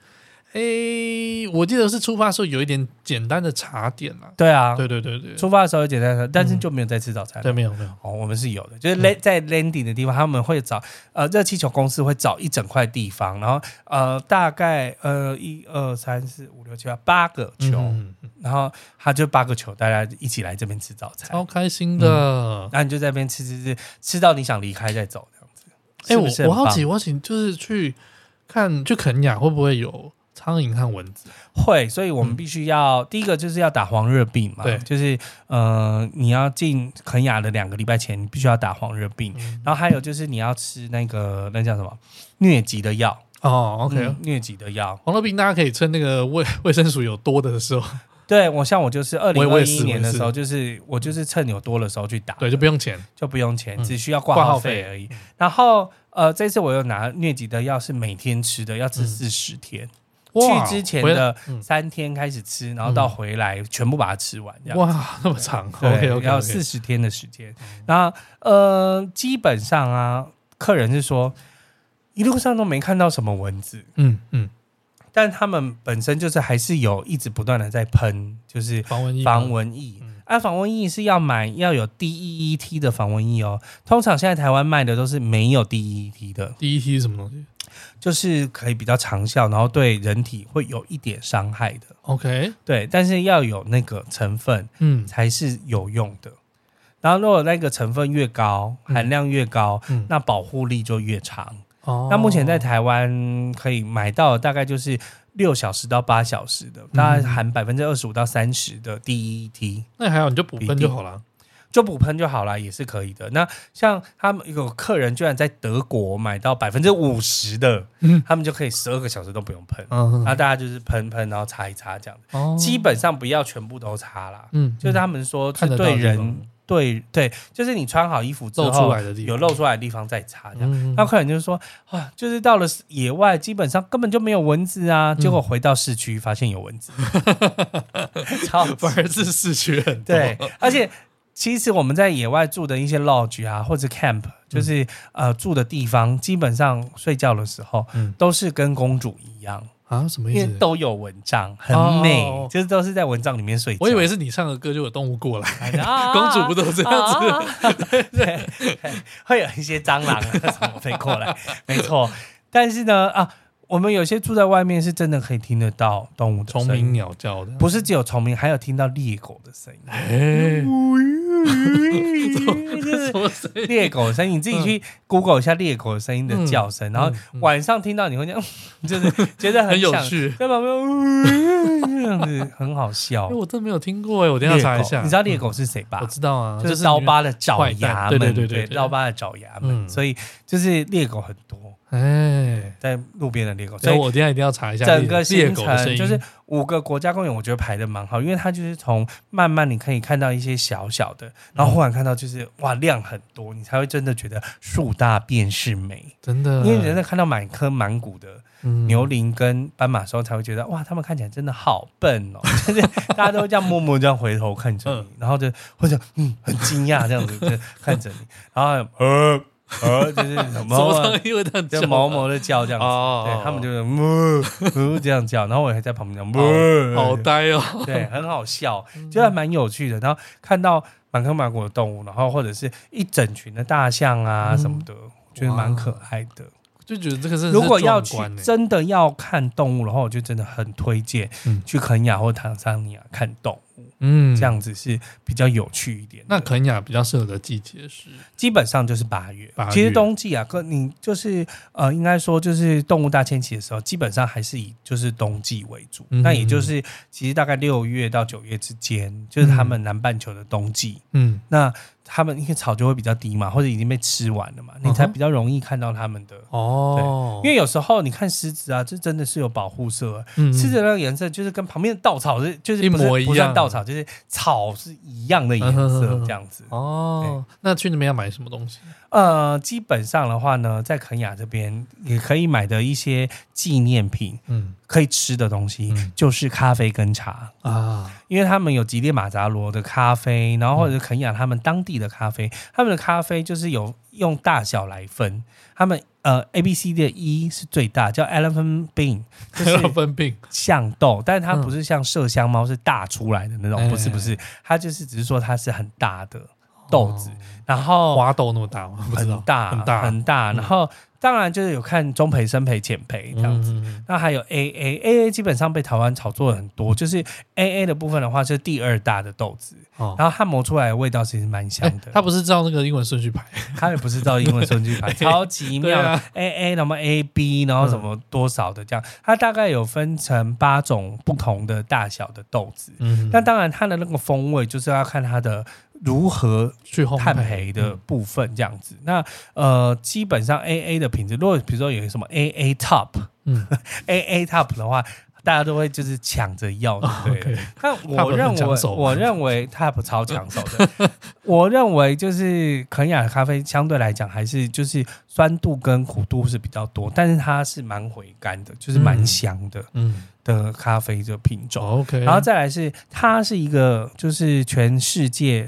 Speaker 1: 诶，我记得是出发的时候有一点简单的茶点啦。
Speaker 2: 对啊，
Speaker 1: 对对对对，
Speaker 2: 出发的时候有简单的，但是就没有在吃早餐。
Speaker 1: 对嗯没有没有，
Speaker 2: 哦，我们是有的，就是 land、在 landing 的地方，他们会找呃热气球公司会找一整块地方，然后呃大概呃一二三四五六七八八个球，
Speaker 1: 嗯嗯嗯
Speaker 2: 然后他就八个球，大家一起来这边吃早餐，
Speaker 1: 超开心的。
Speaker 2: 那你就在那边吃吃吃，吃到你想离开再走这样子。
Speaker 1: 哎，
Speaker 2: 是不
Speaker 1: 我
Speaker 2: 是
Speaker 1: 我
Speaker 2: 很
Speaker 1: 好
Speaker 2: 棒
Speaker 1: 奇，我好奇就是去看去肯雅会不会有苍蝇和蚊子？
Speaker 2: 会，所以我们必须要、第一个就是要打黄热病嘛，
Speaker 1: 嗯对
Speaker 2: 就是呃你要进肯雅的两个礼拜前，你必须要打黄热病，
Speaker 1: 嗯
Speaker 2: 然后还有就是你要吃那个那叫什么疟疾的药
Speaker 1: 哦，OK。
Speaker 2: 嗯疟疾的药。
Speaker 1: 黄热病，大家可以趁那个卫卫生署有多的时候，
Speaker 2: 对我像我就是二
Speaker 1: 也
Speaker 2: 零
Speaker 1: 我
Speaker 2: 二
Speaker 1: 也
Speaker 2: 一
Speaker 1: 是
Speaker 2: 年的时
Speaker 1: 我
Speaker 2: 候，
Speaker 1: 也
Speaker 2: 就是我就是趁有多的时候去打，
Speaker 1: 对，就不用钱，
Speaker 2: 就不用钱，
Speaker 1: 嗯
Speaker 2: 只需要挂
Speaker 1: 挂
Speaker 2: 号
Speaker 1: 号
Speaker 2: 费
Speaker 1: 费嗯
Speaker 2: 而已。然后呃，这次我又拿疟疾的药，是每天吃的，要吃
Speaker 1: 嗯
Speaker 2: 四十天。
Speaker 1: 哇
Speaker 2: 去之前
Speaker 1: 回
Speaker 2: 的
Speaker 1: 嗯
Speaker 2: 三天开始吃，然后到回来全部把它吃完，这样。
Speaker 1: 哇那么长，OK
Speaker 2: 对
Speaker 1: OK，
Speaker 2: 要四十天的时间。
Speaker 1: 嗯
Speaker 2: 那呃，基本上啊，客人是说一路上都没看到什么蚊子，
Speaker 1: 嗯嗯，
Speaker 2: 但他们本身就是还是有一直不断的在喷，就是
Speaker 1: 防蚊疫
Speaker 2: 防蚊液。
Speaker 1: 嗯
Speaker 2: 啊，防蚊液是要买要有 DEET 的防蚊液哦。通常现在台湾卖的都是没有 DEET 的，
Speaker 1: 第一梯是什么东西
Speaker 2: 就是可以比较长效，然后对人体会有一点伤害的。
Speaker 1: ？OK，
Speaker 2: 对，但是要有那个成分，
Speaker 1: 嗯
Speaker 2: 才是有用的。然后，如果那个成分越高，
Speaker 1: 嗯
Speaker 2: 含量越高，
Speaker 1: 嗯，
Speaker 2: 那保护力就越长。
Speaker 1: 哦
Speaker 2: 那目前在台湾可以买到的大概就是六小时到八小时
Speaker 1: 嗯
Speaker 2: 的，大概含百分之二十五到三十的 DET，
Speaker 1: 那还好，你就补
Speaker 2: 比
Speaker 1: 分
Speaker 2: 例
Speaker 1: 就好了。
Speaker 2: 就补喷就好啦，也是可以的。那像他们有客人居然在德国买到百分之五十的，
Speaker 1: 嗯
Speaker 2: 他们就可以十二个小时都不用喷。
Speaker 1: 嗯
Speaker 2: 那大家就是喷喷，然后擦一擦这样，
Speaker 1: 哦
Speaker 2: 基本上不要全部都擦啦。
Speaker 1: 嗯，
Speaker 2: 就是
Speaker 1: 嗯
Speaker 2: 他们说，
Speaker 1: 看
Speaker 2: 是
Speaker 1: 得到
Speaker 2: 对
Speaker 1: 的地
Speaker 2: 人
Speaker 1: 方
Speaker 2: 对对，就是你穿好衣服之后
Speaker 1: 露出来的地方
Speaker 2: 有露出来的地方再擦这样。
Speaker 1: 嗯
Speaker 2: 那客人就说啊，就是到了野外，基本上根本就没有蚊子啊，结
Speaker 1: 嗯
Speaker 2: 果回到市区发现有蚊 子，超
Speaker 1: 反而是市区很多
Speaker 2: 对，而且。其实我们在野外住的一些 lodge 啊，或者 camp，就是、
Speaker 1: 嗯
Speaker 2: 呃住的地方，基本上睡觉的时候
Speaker 1: 嗯
Speaker 2: 都是跟公主一样，
Speaker 1: 啊，什么
Speaker 2: 因
Speaker 1: 意
Speaker 2: 为
Speaker 1: 思？
Speaker 2: 都有蚊帐，很
Speaker 1: 哦
Speaker 2: 美，
Speaker 1: 哦哦
Speaker 2: 就是都是在蚊帐里面睡觉。
Speaker 1: 我以为是你唱的歌就有动物过来，
Speaker 2: 啊
Speaker 1: 公主不都这样
Speaker 2: 哦
Speaker 1: 子？
Speaker 2: 子，对， 会有一些蟑螂啊什么飞过来，没错。但是呢，啊，我们有些住在外面是真的可以听得到动物的
Speaker 1: 虫
Speaker 2: 声音
Speaker 1: 鸣，鸟叫的，
Speaker 2: 不是只有虫鸣，还有听到猎狗的声音。
Speaker 1: 哎，
Speaker 2: 就是
Speaker 1: 什么声音？
Speaker 2: 猎狗的声音，你自己去
Speaker 1: 嗯
Speaker 2: Google 一下猎狗的声音的叫声，然后晚上听到你会这样， 就是觉得
Speaker 1: 很有
Speaker 2: 想
Speaker 1: 趣，
Speaker 2: 在旁边呜 这样子很好笑
Speaker 1: 因为。我真的没有听过哎，我等一下查一下。
Speaker 2: 猎狗你知道猎狗是谁吧？
Speaker 1: 我知道啊，
Speaker 2: 就是
Speaker 1: 是
Speaker 2: 刀疤的爪
Speaker 1: 坏
Speaker 2: 牙
Speaker 1: 蛋
Speaker 2: 们，
Speaker 1: 对对对对对
Speaker 2: 刀疤的爪牙们，
Speaker 1: 嗯
Speaker 2: 所以就是猎狗很多，
Speaker 1: 哎，
Speaker 2: 在路边的猎狗，所
Speaker 1: 所以
Speaker 2: 以
Speaker 1: 我等一下一定要查一下
Speaker 2: 整个
Speaker 1: 猎
Speaker 2: 行
Speaker 1: 猎狗的声
Speaker 2: 程
Speaker 1: 音，
Speaker 2: 就是五个国家公园，我觉得排的蛮好，因为它就是从慢慢你可以看到一些小小的，然后忽然看到就是哇量很多，你才会真的觉得树大便是美，
Speaker 1: 真的，
Speaker 2: 因为你真的看到满坑满谷的
Speaker 1: 嗯
Speaker 2: 牛羚跟斑马的时候，才会觉得哇，他们看起来真的好笨哦， 就是大家都会这样默默这样回头看着
Speaker 1: 嗯
Speaker 2: 你，然后就或者嗯很惊讶这样子就看着你， 然后呃呃就是什
Speaker 1: 什么声
Speaker 2: 么。
Speaker 1: 音会这样
Speaker 2: 就
Speaker 1: 叫
Speaker 2: 毛毛的叫这样子，
Speaker 1: 哦
Speaker 2: 对他们就是呜呜这样叫，然后我还在旁边讲
Speaker 1: 好
Speaker 2: 呜，
Speaker 1: 哦好嗯呆哦，
Speaker 2: 对，很好笑，觉得蛮有趣的。然后看到满坑满谷的动物，然后或者是一整群的大象啊
Speaker 1: 嗯
Speaker 2: 什么的，觉得蛮可爱的。
Speaker 1: 就觉得这个真的是
Speaker 2: 如果要去
Speaker 1: 壮观欸哎
Speaker 2: 真的要看动物的话，我就真的很推荐
Speaker 1: 嗯
Speaker 2: 去肯雅或坦桑尼亚看动物，
Speaker 1: 嗯
Speaker 2: 这样子是比较有趣一点的。
Speaker 1: 那肯雅比较适合的季节是
Speaker 2: 基本上就是八月
Speaker 1: 八，月
Speaker 2: 其实冬季啊，跟你就是呃，应该说就是动物大迁徙的时候，基本上还是以就是冬季为主。
Speaker 1: 嗯
Speaker 2: 那也就是其实大概六月到九月之间，就是他们南半球的冬季。
Speaker 1: 嗯
Speaker 2: 那他们因为草就会比较低嘛，或者已经被吃完了嘛，你才
Speaker 1: 嗯哼
Speaker 2: 比较容易看到他们的。
Speaker 1: 哦，
Speaker 2: 因为有时候你看狮子啊，这真的是有保护色，
Speaker 1: 为
Speaker 2: 狮子的那个颜色就是跟旁边的稻草是就是
Speaker 1: 嗯一
Speaker 2: 不是
Speaker 1: 模一样
Speaker 2: 不算稻草就是草是一样的颜
Speaker 1: 嗯哼
Speaker 2: 色
Speaker 1: 哼哼
Speaker 2: 这样子。
Speaker 1: 哦，那去那边要买什么东西？
Speaker 2: 呃，基本上的话呢，在肯雅这边也可以买的一些纪念品，
Speaker 1: 嗯
Speaker 2: 可以吃的东西、
Speaker 1: 嗯
Speaker 2: 就是咖啡跟茶，
Speaker 1: 啊，
Speaker 2: 因为他们有吉列马扎罗的咖啡，然后或者是肯雅他们当地的咖啡，他们的咖啡就是有用大小来分，他们呃 A B C 的一、是最大，叫 Elephant Bean，就
Speaker 1: 还
Speaker 2: 是
Speaker 1: 有分病
Speaker 2: 象豆，但是它
Speaker 1: 嗯
Speaker 2: 不是像麝香猫是大出来的那种，
Speaker 1: 哎
Speaker 2: 不是不是，它就是只是说它是很大的豆子，然后
Speaker 1: 花豆那么大吗？哦不知道
Speaker 2: 很大
Speaker 1: 很大
Speaker 2: 很大，
Speaker 1: 嗯
Speaker 2: 然后当然就是有看中培、深培、浅培这样子。
Speaker 1: 嗯，嗯嗯
Speaker 2: 那还有 A A A A 基本上被台湾炒作得很多，就是 A A 的部分的话是第二大的豆子，
Speaker 1: 哦
Speaker 2: 然后它磨出来的味道其实蛮香
Speaker 1: 哎
Speaker 2: 的。
Speaker 1: 他不是照那个英文顺序排，
Speaker 2: 它也不是照英文顺序排，超级 妙
Speaker 1: 对
Speaker 2: 的
Speaker 1: 啊嗯
Speaker 2: A A，然后 A B，然后什么多少的这样，它大概有分成八种不同的大小的豆子。
Speaker 1: 嗯
Speaker 2: 那当然，它的那个风味就是要看它的如何
Speaker 1: 去烘
Speaker 2: 碳培的部分这样子。那呃，基 本上 A A 的品质，如果比如说有什么 A A Top、
Speaker 1: 嗯
Speaker 2: A A Top 的话，大家都会就是抢着要，哦对不对
Speaker 1: 哦 OK
Speaker 2: 但我
Speaker 1: Tub
Speaker 2: 认
Speaker 1: 很抢
Speaker 2: 为，
Speaker 1: 手
Speaker 2: 我认为 Tap 超抢手的。 我认为就是肯雅的咖啡相对来讲还是就是酸度跟苦度是比较多，但是它是蛮回甘的，就是蛮
Speaker 1: 嗯
Speaker 2: 香的、
Speaker 1: 嗯
Speaker 2: 的咖啡这个品种。
Speaker 1: 哦，OK，
Speaker 2: 然后再来是它是一个就是全世界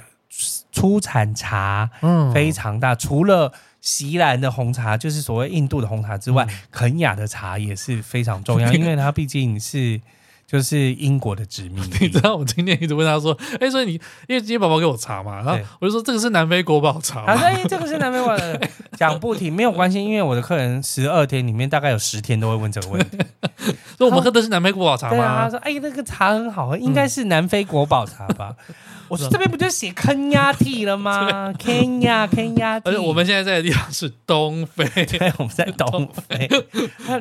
Speaker 2: 出产茶
Speaker 1: 嗯
Speaker 2: 非常大，除了席兰的红茶，就是所谓印度的红茶之外，
Speaker 1: 嗯
Speaker 2: 肯雅的茶也是非常 重要，因为它毕竟是就是英国的殖 民
Speaker 1: 你知
Speaker 2: 地。
Speaker 1: 道我今天一直问他说：“哎、所以你因为今天宝宝给我查嘛，然
Speaker 2: 对
Speaker 1: 后我就说这个是南非国宝茶
Speaker 2: 他
Speaker 1: 嘛，
Speaker 2: 说：“哎、这个是南非话的， 讲不停没有关系，因为我的客人十二天里面大概有十天都会问这个问 题。
Speaker 1: 所以我们喝的是南非国宝茶
Speaker 2: 对啊，
Speaker 1: 吗？”
Speaker 2: 他说：“哎、那个茶很好喝，应该是南非国宝茶 吧？”我说：“这边不就写肯亚 tea 了吗？肯亚肯亚 tea。”
Speaker 1: 而且我们现在在的地方是东 非，
Speaker 2: 对，我们在东 非，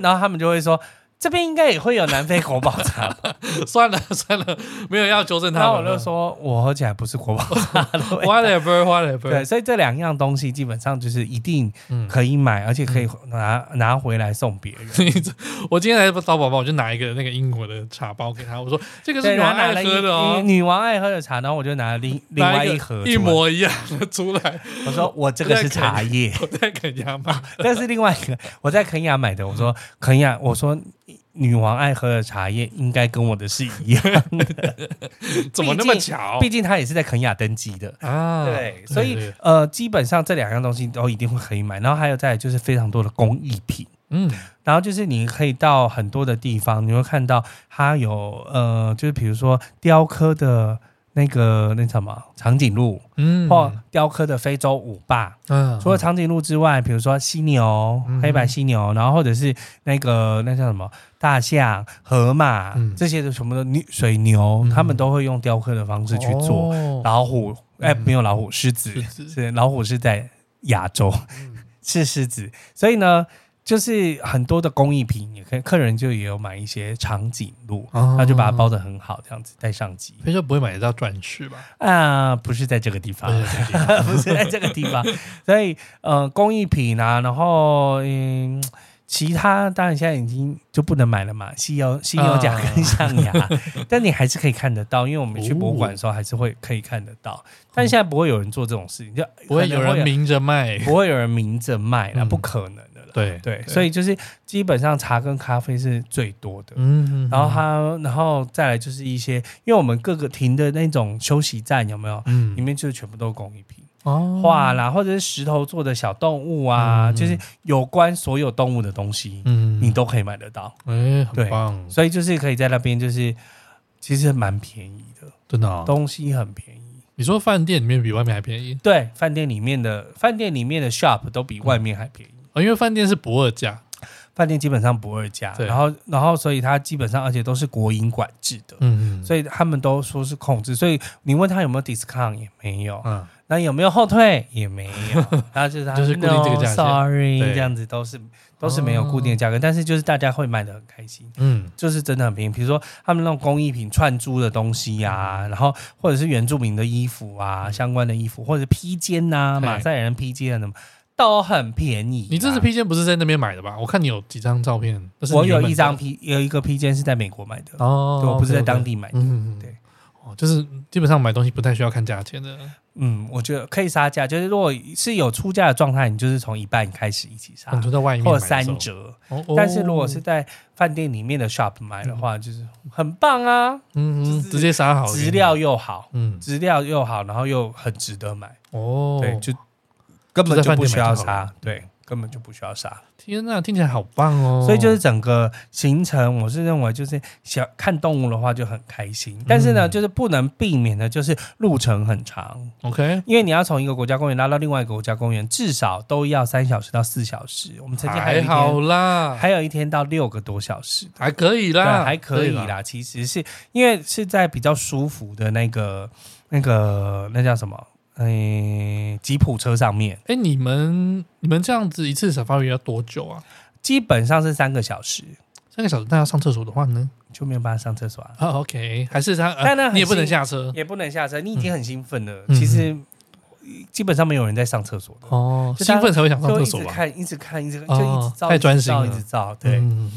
Speaker 2: 然后他们就会说。这边应该也会有南非国宝茶吧，
Speaker 1: 算了算了，没有要纠正
Speaker 2: 然
Speaker 1: 他
Speaker 2: 后我
Speaker 1: 们了。
Speaker 2: 就说，我喝起来不是国宝茶的 味道
Speaker 1: whatever whatever，
Speaker 2: 对，所以这两样东西基本上就是一定
Speaker 1: 嗯
Speaker 2: 可以买，而且可以拿拿回来送别人。
Speaker 1: 我今天来找宝宝，我就拿一个那个英国的茶包给他，我说这个是
Speaker 2: 对，
Speaker 1: 女
Speaker 2: 然
Speaker 1: 王
Speaker 2: 后拿
Speaker 1: 爱
Speaker 2: 了
Speaker 1: 喝的
Speaker 2: 一
Speaker 1: 哦，
Speaker 2: 女王爱喝的茶，然后我就拿了另另
Speaker 1: 拿
Speaker 2: 外
Speaker 1: 一
Speaker 2: 一
Speaker 1: 个
Speaker 2: 盒
Speaker 1: 一
Speaker 2: 出来，
Speaker 1: 模一样的出来，
Speaker 2: 我说我这个 是茶叶，
Speaker 1: 我在给他 买。
Speaker 2: 但是另外一个我在肯雅买的，我说肯雅，我说女王爱喝的茶叶应该跟我的是一样，
Speaker 1: 怎么那么巧
Speaker 2: 毕竟她也是在肯雅登记的。
Speaker 1: 啊？
Speaker 2: 对，所
Speaker 1: 对
Speaker 2: 以
Speaker 1: 对
Speaker 2: 呃，基本上这两样东西都一定会可以买，然后还有再来就是非常多的工艺品，
Speaker 1: 嗯
Speaker 2: 然后就是你可以到很多的地方，你会看到它有呃，就是比如说雕刻的那个那什么长颈鹿，
Speaker 1: 嗯
Speaker 2: 或雕刻的非洲舞霸。
Speaker 1: 嗯
Speaker 2: 除了长颈鹿之外，比如说犀牛、
Speaker 1: 嗯
Speaker 2: 黑白犀牛，然后或者是那个那叫什么大象、河马，
Speaker 1: 嗯
Speaker 2: 这些都全部都牛水牛，
Speaker 1: 嗯
Speaker 2: 他们都会用雕刻的方式去做。
Speaker 1: 哦
Speaker 2: 老虎，哎、
Speaker 1: 嗯
Speaker 2: 没有老虎，狮子
Speaker 1: 狮子
Speaker 2: 是老虎是在亚洲，
Speaker 1: 嗯
Speaker 2: 是狮子，所以呢，就是很多的工艺品，也可以客人就也有买一些长颈鹿，
Speaker 1: 哦
Speaker 2: 他就把它包的很好，这样子带上机
Speaker 1: 非洲不会买得到钻石吧？
Speaker 2: 啊、不是在这个地方， 不是在这个地 方，所以呃，工艺品啊，然后嗯。其他当然现在已经就不能买了嘛，犀牛、犀牛角跟象牙，
Speaker 1: 啊
Speaker 2: 但你还是可以看得到，因为我们去博物馆的时候还是会可以看得到，但现在不会有人做这种事情，就
Speaker 1: 嗯不会有
Speaker 2: 可能
Speaker 1: 人明着卖。
Speaker 2: 不会有人明着卖啦，
Speaker 1: 嗯
Speaker 2: 不可能的啦。
Speaker 1: 对
Speaker 2: 对，所
Speaker 1: 以
Speaker 2: 以就是基本上茶跟咖啡是最多的。
Speaker 1: 嗯，嗯
Speaker 2: 然后它，然后再来就是一些，因为我们各个停的那种休息站有没有？
Speaker 1: 嗯
Speaker 2: 里面就是全部都是工艺品，
Speaker 1: 哦
Speaker 2: 画啦，或者是石头做的小动物啊，
Speaker 1: 嗯
Speaker 2: 就是有关所有动物的东西，
Speaker 1: 嗯
Speaker 2: 你都可以买得到。
Speaker 1: 哎
Speaker 2: 对
Speaker 1: 很棒，
Speaker 2: 所以就是可以在那边，就是其实蛮便宜的，
Speaker 1: 真的哦。
Speaker 2: 东西很便宜。
Speaker 1: 你说饭店里面比外面还便宜
Speaker 2: 对，饭店里面的饭店里面的 shop 都比外面还便宜。
Speaker 1: 啊？因为饭店是不二价。
Speaker 2: 饭店基本上不二价，
Speaker 1: 对
Speaker 2: 然后然后所以它基本上而且都是国营管制的，
Speaker 1: 嗯嗯，
Speaker 2: 所以他们都说是控制，所以你问他有没有 discount 也没有，
Speaker 1: 嗯
Speaker 2: 那有没有后退也没有， 然后就是他
Speaker 1: 就是固定这个价钱
Speaker 2: s o r r y
Speaker 1: 对
Speaker 2: 这样子都是都是没有固定的价格，但是就是大家会买的很开心。
Speaker 1: 嗯
Speaker 2: 就是真的很便宜，比如说他们那种工艺品串珠的东西啊，
Speaker 1: 嗯
Speaker 2: 然后或者是原住民的衣服啊，相关的衣服，或者披肩呐、
Speaker 1: 对
Speaker 2: 马赛人披肩啊，什么都很便宜啊、
Speaker 1: 你这次披肩不是在那边买的吧？我看你有几张照片，那是
Speaker 2: 我
Speaker 1: 你原
Speaker 2: 有
Speaker 1: 本
Speaker 2: 一
Speaker 1: 的
Speaker 2: 张披，有一个披肩是在美国买的，
Speaker 1: 哦
Speaker 2: 对，我不是在当
Speaker 1: 地
Speaker 2: 地买的。
Speaker 1: 嗯，嗯
Speaker 2: 对。
Speaker 1: 哦，就是基本上买东西不太需要看价钱的，
Speaker 2: 嗯，我觉得可以杀价，就是如果是有出价的状态，你就是从一半开始一起杀，
Speaker 1: 你说在外面
Speaker 2: 或
Speaker 1: 买的
Speaker 2: 者
Speaker 1: 时候
Speaker 2: 三，折。
Speaker 1: 哦哦
Speaker 2: 但是如果是在饭店里面的 shop 买的话，就是很棒啊，
Speaker 1: 嗯嗯
Speaker 2: 就是
Speaker 1: 直接杀好
Speaker 2: 质量，又好，
Speaker 1: 嗯
Speaker 2: 质量又好，然后又很值得买。
Speaker 1: 哦，
Speaker 2: 对，就根本
Speaker 1: 就在
Speaker 2: 就
Speaker 1: 饭
Speaker 2: 不
Speaker 1: 店
Speaker 2: 需要
Speaker 1: 买就好了
Speaker 2: 杀，对，根本就不需要杀。
Speaker 1: 天呐，听起来好棒哦！
Speaker 2: 所以就是整个行程，我是认为就是想看动物的话就很开心，但是呢，
Speaker 1: 嗯
Speaker 2: 就是不能避免的就是路程很长，
Speaker 1: OK，
Speaker 2: 因为你要从一个国家公园拉到另外一个国家公园，至少都要三小时到四小时。我们曾经还有
Speaker 1: 还
Speaker 2: 一
Speaker 1: 好
Speaker 2: 天，
Speaker 1: 啦，
Speaker 2: 还有一天到六个多小时。
Speaker 1: 还可以
Speaker 2: 对，
Speaker 1: 啦，
Speaker 2: 还可以
Speaker 1: 啦。
Speaker 2: 啦。其实是因为是在比较舒服的那个、那个、那叫什么？诶、吉普车上面，
Speaker 1: 哎，你们你们这样子一次 safari 要多久啊？
Speaker 2: 基本上是三个小时，
Speaker 1: 三个小时，那要上厕所的话呢？
Speaker 2: 就没有办法上厕所啊，
Speaker 1: 啊，OK，还是他，
Speaker 2: 但那
Speaker 1: 呃
Speaker 2: 很
Speaker 1: 你也不能
Speaker 2: 幸
Speaker 1: 下车
Speaker 2: 也不能下车。你已经很兴奋了，
Speaker 1: 嗯
Speaker 2: 其实基本上没有人在上厕所的。
Speaker 1: 哦，
Speaker 2: 就大
Speaker 1: 兴
Speaker 2: 家
Speaker 1: 奋才会想上
Speaker 2: 就
Speaker 1: 厕
Speaker 2: 一
Speaker 1: 所
Speaker 2: 直
Speaker 1: 吧？
Speaker 2: 看，一直看，一直看，
Speaker 1: 哦
Speaker 2: 就一直照，
Speaker 1: 太专心嗯
Speaker 2: 一
Speaker 1: 了
Speaker 2: 直照一直照。对，
Speaker 1: 嗯，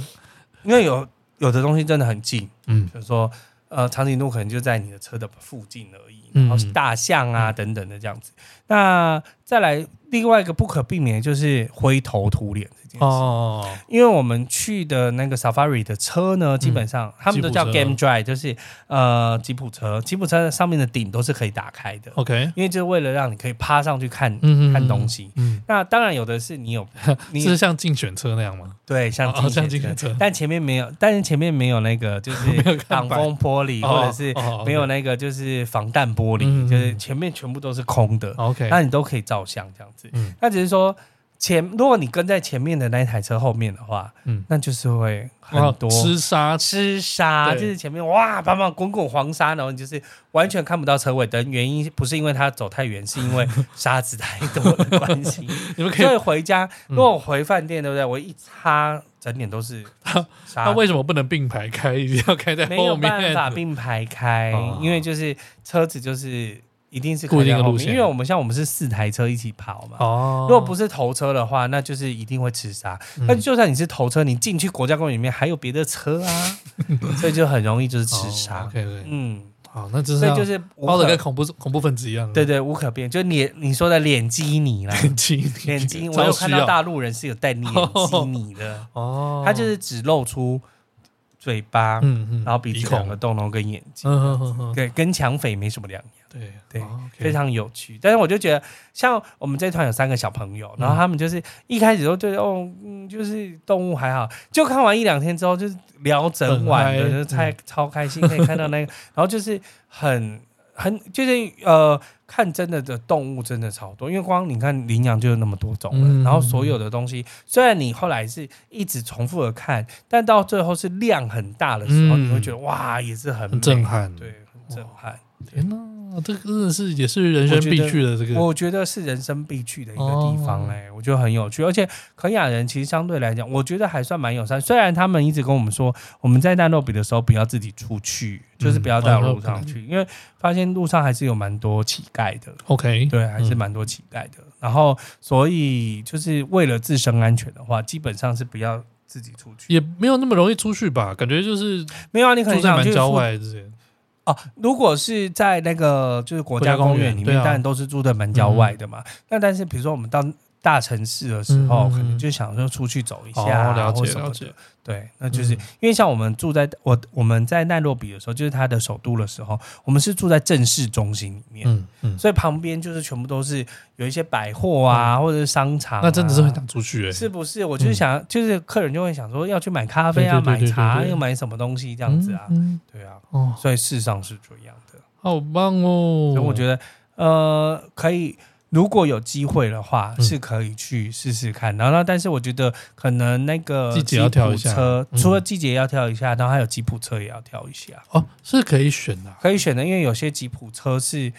Speaker 2: 因为有有的东西真的很近，
Speaker 1: 嗯
Speaker 2: 比如说呃长颈鹿可能就在你的车的附近而已，
Speaker 1: 嗯
Speaker 2: 然后是大象啊、等等的这样子。那再来另外一个不可避免的就是灰头土脸这件事。
Speaker 1: 哦，
Speaker 2: 因为我们去的那个 Safari 的车呢，基本上他们都叫
Speaker 1: 嗯吉普车
Speaker 2: Game Drive，就是呃吉普车，吉普车上面的顶都是可以打开的，
Speaker 1: OK，
Speaker 2: 因为就是为了让你可以趴上去看
Speaker 1: 哦嗯
Speaker 2: 看东，西。
Speaker 1: 嗯，
Speaker 2: 那当然有的 是你有你
Speaker 1: 是像竞选车那样吗？
Speaker 2: 对像
Speaker 1: 哦像
Speaker 2: 竞选
Speaker 1: 竞选车
Speaker 2: 但前面没有，但是前面没有那个就
Speaker 1: 没有
Speaker 2: 是
Speaker 1: 看板
Speaker 2: 挡风玻璃，或者是
Speaker 1: 哦
Speaker 2: 没有那个就是防弹玻
Speaker 1: 嗯
Speaker 2: 璃，就是前面全部都是空的，
Speaker 1: OK，
Speaker 2: 那你都可以照相这样子。
Speaker 1: 嗯
Speaker 2: 那只是说前，如果你跟在前面的那一台车后面的话，
Speaker 1: 嗯，
Speaker 2: 那就是会很
Speaker 1: 哇
Speaker 2: 多
Speaker 1: 吃沙
Speaker 2: 吃沙，
Speaker 1: 对
Speaker 2: 就是前面哇，棒棒滚滚黄沙，然后你就是完全看不到车尾灯。原因不是因为它走太远，是因为沙子太多的关系。
Speaker 1: 你 们可
Speaker 2: 所
Speaker 1: 以，
Speaker 2: 以回家，如果我回饭店，对不对？我一擦，整脸都 是沙
Speaker 1: 那。为什么不能并排开，一定要开在
Speaker 2: 没有
Speaker 1: 后
Speaker 2: 办
Speaker 1: 面？
Speaker 2: 法并排开
Speaker 1: 哦，
Speaker 2: 因为就是车子就是一定是
Speaker 1: 固定的
Speaker 2: 开在后面
Speaker 1: 路线
Speaker 2: 因为我们像我们是四台车一起跑嘛，
Speaker 1: 哦
Speaker 2: 如果不是头车的话，那就是一定会吃沙。
Speaker 1: 嗯
Speaker 2: 那、就算你是头车，你进去国家公园里面还有别的 车啊，所以就很容易就是吃沙。
Speaker 1: OK OK，
Speaker 2: 嗯，
Speaker 1: 哦好，那真
Speaker 2: 所
Speaker 1: 是
Speaker 2: 以就
Speaker 1: 要
Speaker 2: 是无
Speaker 1: 包的跟
Speaker 2: 可
Speaker 1: 恐怖恐怖分子一样，
Speaker 2: 对，对无可辩，就脸你说的脸基尼 啦，
Speaker 1: 很近，
Speaker 2: 脸基，我
Speaker 1: 超
Speaker 2: 有
Speaker 1: 需
Speaker 2: 看
Speaker 1: 要
Speaker 2: 到大陆人是有戴脸基尼的，
Speaker 1: 哦，
Speaker 2: 他就是只露出嘴巴，
Speaker 1: 嗯嗯，
Speaker 2: 然后鼻子
Speaker 1: 孔
Speaker 2: 两个洞，然后跟眼睛，
Speaker 1: 嗯嗯嗯嗯，
Speaker 2: 对，跟抢匪没什么两样。
Speaker 1: 对
Speaker 2: 对
Speaker 1: 哦，OK
Speaker 2: 非常有趣。但是我就觉得，像我们这团有三个小朋友，
Speaker 1: 嗯
Speaker 2: 然后他们就是一开始都觉得哦，嗯，就是动物还好，就看完一两天之后，就是聊整晚的，
Speaker 1: 很嗨嗯
Speaker 2: 就是太超开心，可以看到那个，然后就是很很就是呃，看真的的动物真的超多，因为光你看羚羊就有那么多种了，
Speaker 1: 嗯
Speaker 2: 然后所有的东西，虽然你后来是一直重复的看，但到最后是量很大的时候，
Speaker 1: 嗯
Speaker 2: 你会觉得哇，也是很
Speaker 1: 很
Speaker 2: 美
Speaker 1: 震，撼，
Speaker 2: 对，，很震撼。
Speaker 1: 天哪，这个真的是也是人生必去的这个，
Speaker 2: 我觉得是人生必去的一个地方
Speaker 1: 哦
Speaker 2: 哎、我觉得很有趣，而且肯雅人其实相对来讲，我觉得还算蛮友善。虽然他们一直跟我们说，我们在大洛比的时候不要自己出去，
Speaker 1: 嗯
Speaker 2: 就是不要到路上去，因为发现路上还是有蛮多乞丐的，
Speaker 1: OK，
Speaker 2: 对，还是蛮多乞丐
Speaker 1: 嗯
Speaker 2: 的。然后，所以就是为了自身安全的话，基本上是不要自己出去。
Speaker 1: 也没有那么容易出去吧，感觉就是住
Speaker 2: 没有啊，你可能
Speaker 1: 在
Speaker 2: 想
Speaker 1: 蛮
Speaker 2: 去
Speaker 1: 郊
Speaker 2: 附
Speaker 1: 外之前，
Speaker 2: 哦，如果是在那个就是国家公园
Speaker 1: 国家公园
Speaker 2: 里
Speaker 1: 对
Speaker 2: 面，
Speaker 1: 啊
Speaker 2: 当然都是住在蛮郊外的嘛。那但是比如说我们到大城市的时候，
Speaker 1: 嗯
Speaker 2: 可能就想说出去走一下、啊
Speaker 1: 哦，了
Speaker 2: 或
Speaker 1: 解
Speaker 2: 什么
Speaker 1: 了
Speaker 2: 的
Speaker 1: 解，
Speaker 2: 对，那就是、
Speaker 1: 嗯
Speaker 2: 因为像我们住在我我们在奈洛比的时候，就是它的首都的时候，我们是住在正市中心里面，
Speaker 1: 嗯嗯，
Speaker 2: 所以旁边就是全部都是有一些百货啊，或者是商场啊、
Speaker 1: 嗯那真的是很想出去哎，
Speaker 2: 是不是？我就是想，就是客人就会想说要去买咖啡啊，
Speaker 1: 对嗯对对对
Speaker 2: 买茶啊，
Speaker 1: 对对
Speaker 2: 又买什么东西这
Speaker 1: 这
Speaker 2: 样子啊，
Speaker 1: 嗯，
Speaker 2: 对啊，
Speaker 1: 嗯哦，
Speaker 2: 所以事实上是这样的。
Speaker 1: 好棒哦，
Speaker 2: 所以我觉得，呃，可以，如果有机会的话，
Speaker 1: 嗯
Speaker 2: 是可以去试试看。然后呢，但是我觉得可能那个
Speaker 1: 季节要跳一下
Speaker 2: 吉普车
Speaker 1: 嗯
Speaker 2: 除了季节要跳一下，然后还有吉普车也要跳一下，
Speaker 1: 哦是可以选的啊，
Speaker 2: 可以选的，因为有些吉普车是。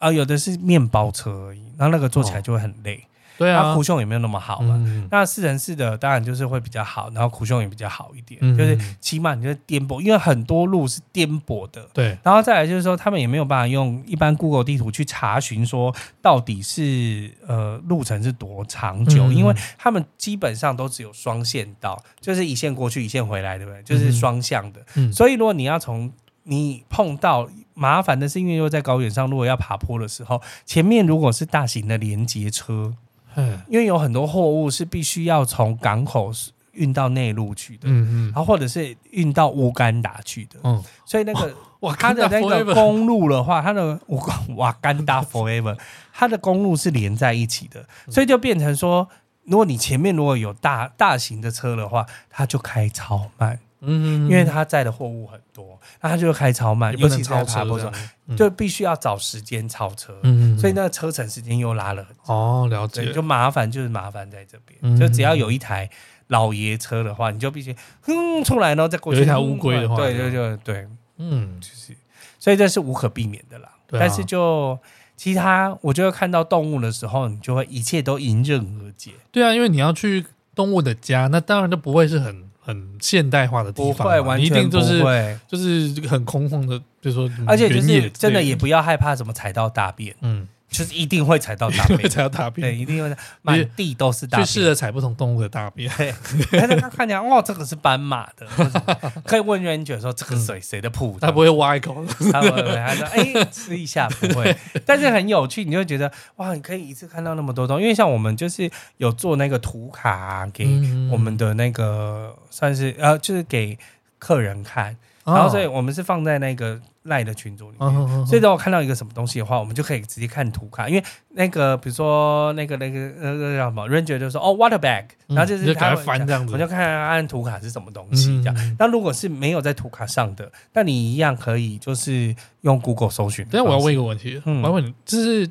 Speaker 2: 啊、有的是面包车而已，然后那个坐起来就会很累。
Speaker 1: 哦对
Speaker 2: 它、
Speaker 1: 啊
Speaker 2: 苦，胸也没有那么好嘛。
Speaker 1: 嗯，
Speaker 2: 那四人四的当然就是会比较好，然后苦胸也比较好一点，
Speaker 1: 嗯
Speaker 2: 就是起码你就是颠簸，因为很多路是颠簸的，
Speaker 1: 对，
Speaker 2: 然后再来就是说，他们也没有办法用一般 Google 地图去查询说到底是呃路程是多长久，
Speaker 1: 嗯
Speaker 2: 因为他们基本上都只有双线道，就是一线过去一线回来，对不对？就是双向的。
Speaker 1: 嗯
Speaker 2: 所以如果你要从你碰到麻烦的是，因为又在高原上，如果要爬坡的时候，前面如果是大型的连接车，
Speaker 1: 嗯
Speaker 2: 因为有很多货物是必须要从港口运到内陆去的，
Speaker 1: 嗯
Speaker 2: 然后或者是运到乌干达去的，
Speaker 1: 嗯，
Speaker 2: 所以那个。
Speaker 1: 哇，
Speaker 2: 它的那
Speaker 1: Forever
Speaker 2: 个公路的话，它的我瓦干达 forever，它的公路是连在一起的，所以就变成说，如果你前面如果有大大型的车的话，它就开超慢，
Speaker 1: 嗯，
Speaker 2: 因为它载的货物很多，那它就开啊超慢，
Speaker 1: 也
Speaker 2: 尤
Speaker 1: 不能
Speaker 2: 其
Speaker 1: 超
Speaker 2: 在
Speaker 1: 车
Speaker 2: 爬坡的
Speaker 1: 这
Speaker 2: 时候，
Speaker 1: 样，嗯
Speaker 2: 就必须要找时间超车，
Speaker 1: 嗯，嗯嗯
Speaker 2: 所以那个车程时间又拉了很久，
Speaker 1: 哦了
Speaker 2: 所以
Speaker 1: 解
Speaker 2: 就，麻烦就是麻烦在这
Speaker 1: 嗯
Speaker 2: 边，就只要有一台。老爷车的话，你就必须哼出来，然后再过去。
Speaker 1: 有一台乌龟的话
Speaker 2: 嗯对对对对，
Speaker 1: 嗯
Speaker 2: 就是，所以这是无可避免的啦。
Speaker 1: 对啊
Speaker 2: 但是就其他，我觉得看到动物的时候，你就会一切都迎刃而解，
Speaker 1: 对啊，因为你要去动物的家，那当然就不会是很很现代化的地
Speaker 2: 不
Speaker 1: 方
Speaker 2: 会
Speaker 1: 嘛，
Speaker 2: 完
Speaker 1: 啊你一
Speaker 2: 全
Speaker 1: 定
Speaker 2: 不
Speaker 1: 就是
Speaker 2: 会，
Speaker 1: 就是很空旷的，比如说
Speaker 2: 而且就
Speaker 1: 原野之类
Speaker 2: 是真的也不要害怕什么踩到大便，
Speaker 1: 嗯
Speaker 2: 就是一定会踩到 大便，
Speaker 1: 才要大
Speaker 2: 对，
Speaker 1: 便，
Speaker 2: 一定会踩满地都是大
Speaker 1: 去
Speaker 2: 便。
Speaker 1: 试着踩不同动物的大便。
Speaker 2: 对，但是他看起来哦，这个是斑马的，或者可以问冤姐说这个谁谁的铺，
Speaker 1: 它嗯不会挖一口，
Speaker 2: 他不会，他说哎吃一下不会，但是很有趣，你就会觉得哇，你可以一次看到那么多东西，因为像我们就是有做那个图卡、 啊给
Speaker 1: 嗯
Speaker 2: 我们的那个算是呃，就是给客人看，然后所以我们是放在那个赖的群组里面。
Speaker 1: 哦，
Speaker 2: 所以，
Speaker 1: 以
Speaker 2: 当我看到一个什么东西的话，我们就可以直接看图卡，因为那个，比如说那个那个那个叫什么 ranger 就说哦 water bag，然后就是
Speaker 1: 嗯就
Speaker 2: 他
Speaker 1: 赶
Speaker 2: 会
Speaker 1: 快翻这样
Speaker 2: 我
Speaker 1: 子，
Speaker 2: 就看看按图卡是什么东西这样。
Speaker 1: 嗯
Speaker 2: 那如果是没有在图卡上的，那你一样可以就是用 Google 搜寻。
Speaker 1: 啊但我要问，一个问题，
Speaker 2: 嗯
Speaker 1: 我要问你，就是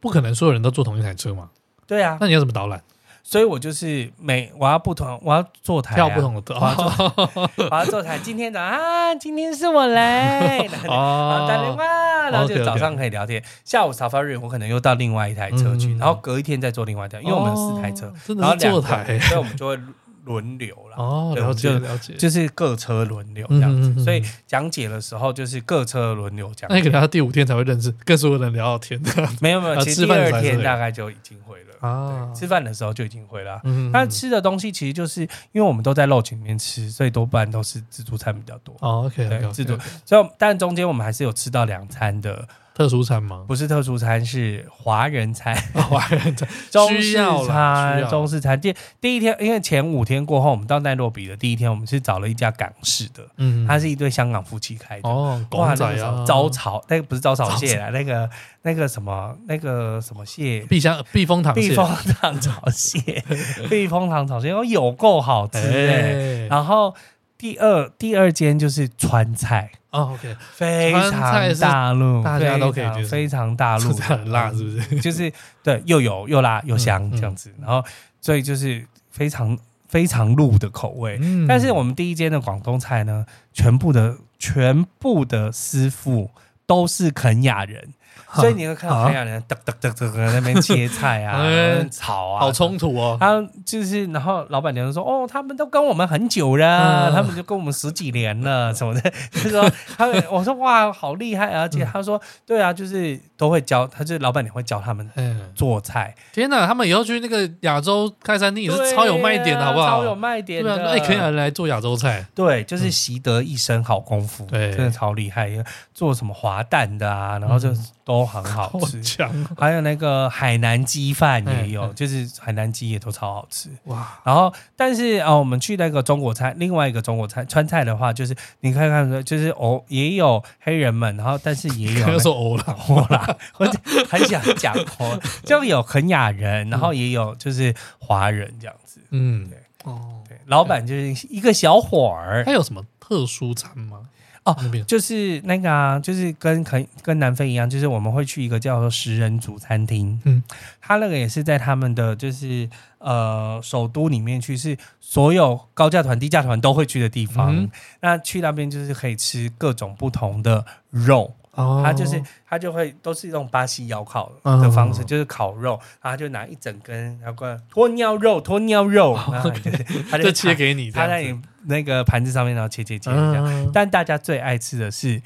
Speaker 1: 不可能所有人都坐同一台车嘛？
Speaker 2: 对啊，
Speaker 1: 那你要怎么导览？
Speaker 2: 所以我就是每我要不同，我要坐台、啊，
Speaker 1: 跳不，同的哦
Speaker 2: 哇 我要坐台。今天早上啊，今天是我来， 然后然后打电
Speaker 1: 哦，
Speaker 2: 话，然后
Speaker 1: OK，OK
Speaker 2: 就早上可以聊天，下午 safari 我可能又到另外一台车去，
Speaker 1: 嗯
Speaker 2: 然后隔一天再坐另外一台，因为我们有四台车
Speaker 1: 哦，，真
Speaker 2: 然后
Speaker 1: 的是
Speaker 2: 两
Speaker 1: 坐
Speaker 2: 个
Speaker 1: 台
Speaker 2: 所以我们就会轮流啦。
Speaker 1: 哦，
Speaker 2: 对
Speaker 1: 了解
Speaker 2: 我们
Speaker 1: 了解，
Speaker 2: 就是各车轮流这样
Speaker 1: 嗯嗯嗯
Speaker 2: 子，
Speaker 1: 嗯
Speaker 2: 所以讲解的时候就是各车轮流讲解。
Speaker 1: 那你可能他第五天才会认识，跟所有人聊到天
Speaker 2: 没有没有，
Speaker 1: 啊
Speaker 2: 其
Speaker 1: 吃
Speaker 2: 实第
Speaker 1: 饭的时候
Speaker 2: 二
Speaker 1: 还是
Speaker 2: 天
Speaker 1: 会
Speaker 2: 大概就已经会了。
Speaker 1: 啊
Speaker 2: 对，吃饭的时候就已经会了。
Speaker 1: 嗯
Speaker 2: 那吃的东西其实就是因为我们都在肉群里面吃，所以多半都是自助餐比较多。
Speaker 1: 哦，OK，
Speaker 2: 对，自助，所以但中间我们还是有吃到两餐的，
Speaker 1: 特殊餐吗？
Speaker 2: 不是特殊餐，是华人 餐、
Speaker 1: 华人餐
Speaker 2: 中
Speaker 1: 需
Speaker 2: 式
Speaker 1: 要啦需
Speaker 2: 餐、
Speaker 1: 要
Speaker 2: 中式餐。第第一天，因为前五天过后，我们到奈洛比的第一天，我们是找了一家港式的，
Speaker 1: 嗯
Speaker 2: 它是一对香港夫妻开的。
Speaker 1: 哦，
Speaker 2: 哇
Speaker 1: 公仔
Speaker 2: 那个什
Speaker 1: 啊
Speaker 2: 么，招潮，那个不是招潮
Speaker 1: 招
Speaker 2: 蟹啦，那个那个什么那个什么 蟹，
Speaker 1: 避香避风塘蟹，
Speaker 2: 避风塘 炒蟹，避风塘炒蟹，哦，有够好吃哎、
Speaker 1: 哎，
Speaker 2: 然后第二第二间就是川菜，
Speaker 1: 哦，OK，
Speaker 2: 非
Speaker 1: 川菜
Speaker 2: 常
Speaker 1: 是
Speaker 2: 大陆，
Speaker 1: 大家都可以
Speaker 2: 非常
Speaker 1: 接受
Speaker 2: 非常大陆
Speaker 1: 吃起来很辣是不是？
Speaker 2: 就是对，又油又辣又香
Speaker 1: 嗯嗯
Speaker 2: 这样子。然后所以就是非常非常陆的口味。
Speaker 1: 嗯
Speaker 2: 但是我们第一间的广东菜呢，全部的全部的师傅都是肯雅人，
Speaker 1: 哈
Speaker 2: 所以你会看到
Speaker 1: 啊
Speaker 2: 肯雅人噔噔噔噔噔在那边切菜啊
Speaker 1: 哎、
Speaker 2: 炒啊，
Speaker 1: 好冲突哦，
Speaker 2: 他就是，然后老板娘就说：“哦，他们都跟我们很久了，
Speaker 1: 嗯
Speaker 2: 他们就跟我们十几年了，什么的。”就说他们，我说哇，好厉害啊！而
Speaker 1: 嗯
Speaker 2: 且他说，对啊，就是都会教，他就是老板娘会教他们
Speaker 1: 嗯，
Speaker 2: 做菜，
Speaker 1: 天哪，他们以后去那个亚洲开餐厅也是超有卖点
Speaker 2: 对
Speaker 1: 的，
Speaker 2: 啊
Speaker 1: 好不
Speaker 2: 超有
Speaker 1: 好？
Speaker 2: 卖点
Speaker 1: 对
Speaker 2: 的，
Speaker 1: 啊，那肯雅人来做亚洲菜，
Speaker 2: 对，就是习得一身好功夫，
Speaker 1: 对
Speaker 2: 真的超厉害。做什么滑蛋的啊，然后就都很好
Speaker 1: 嗯好
Speaker 2: 吃，
Speaker 1: 强哦
Speaker 2: 还有那个海南鸡饭也
Speaker 1: 嗯
Speaker 2: 有，
Speaker 1: 嗯
Speaker 2: 就是海南鸡也都超好吃。
Speaker 1: 哇，
Speaker 2: 然后，但是啊、呃我们去那个中国菜，另外一个中国菜川菜的话，就是你看看，就是哦，也有黑人们，然后但是也有
Speaker 1: 可 以说欧了，
Speaker 2: 火啦，我很想讲哦，就有肯雅人，然后也有就是华人这样子。
Speaker 1: 嗯
Speaker 2: 对，
Speaker 1: 哦，
Speaker 2: 对，老板就是一个小伙儿
Speaker 1: 它，有什么特殊餐吗？
Speaker 2: 哦
Speaker 1: 那边
Speaker 2: 就是那个啊，就是跟肯跟南非一样，就是我们会去一个叫做食人族餐厅，
Speaker 1: 嗯
Speaker 2: 嗯，他那个也是在他们的就是呃首都里面去，是所有高价团、低价团都会去的地方。
Speaker 1: 嗯
Speaker 2: 那去那边就是可以吃各种不同的肉，
Speaker 1: 哦
Speaker 2: 它就是它就会都是用巴西窑烤的方式，
Speaker 1: 嗯
Speaker 2: 就是烤肉，然后它就拿一整根，然后过来鸵鸟肉、鸵鸟肉，然后你就是它
Speaker 1: 哦就切给
Speaker 2: 给
Speaker 1: 你这
Speaker 2: 它
Speaker 1: 样子，
Speaker 2: 在你那个盘子上面，然后切切切这样。
Speaker 1: 嗯，
Speaker 2: 但大家最爱吃的是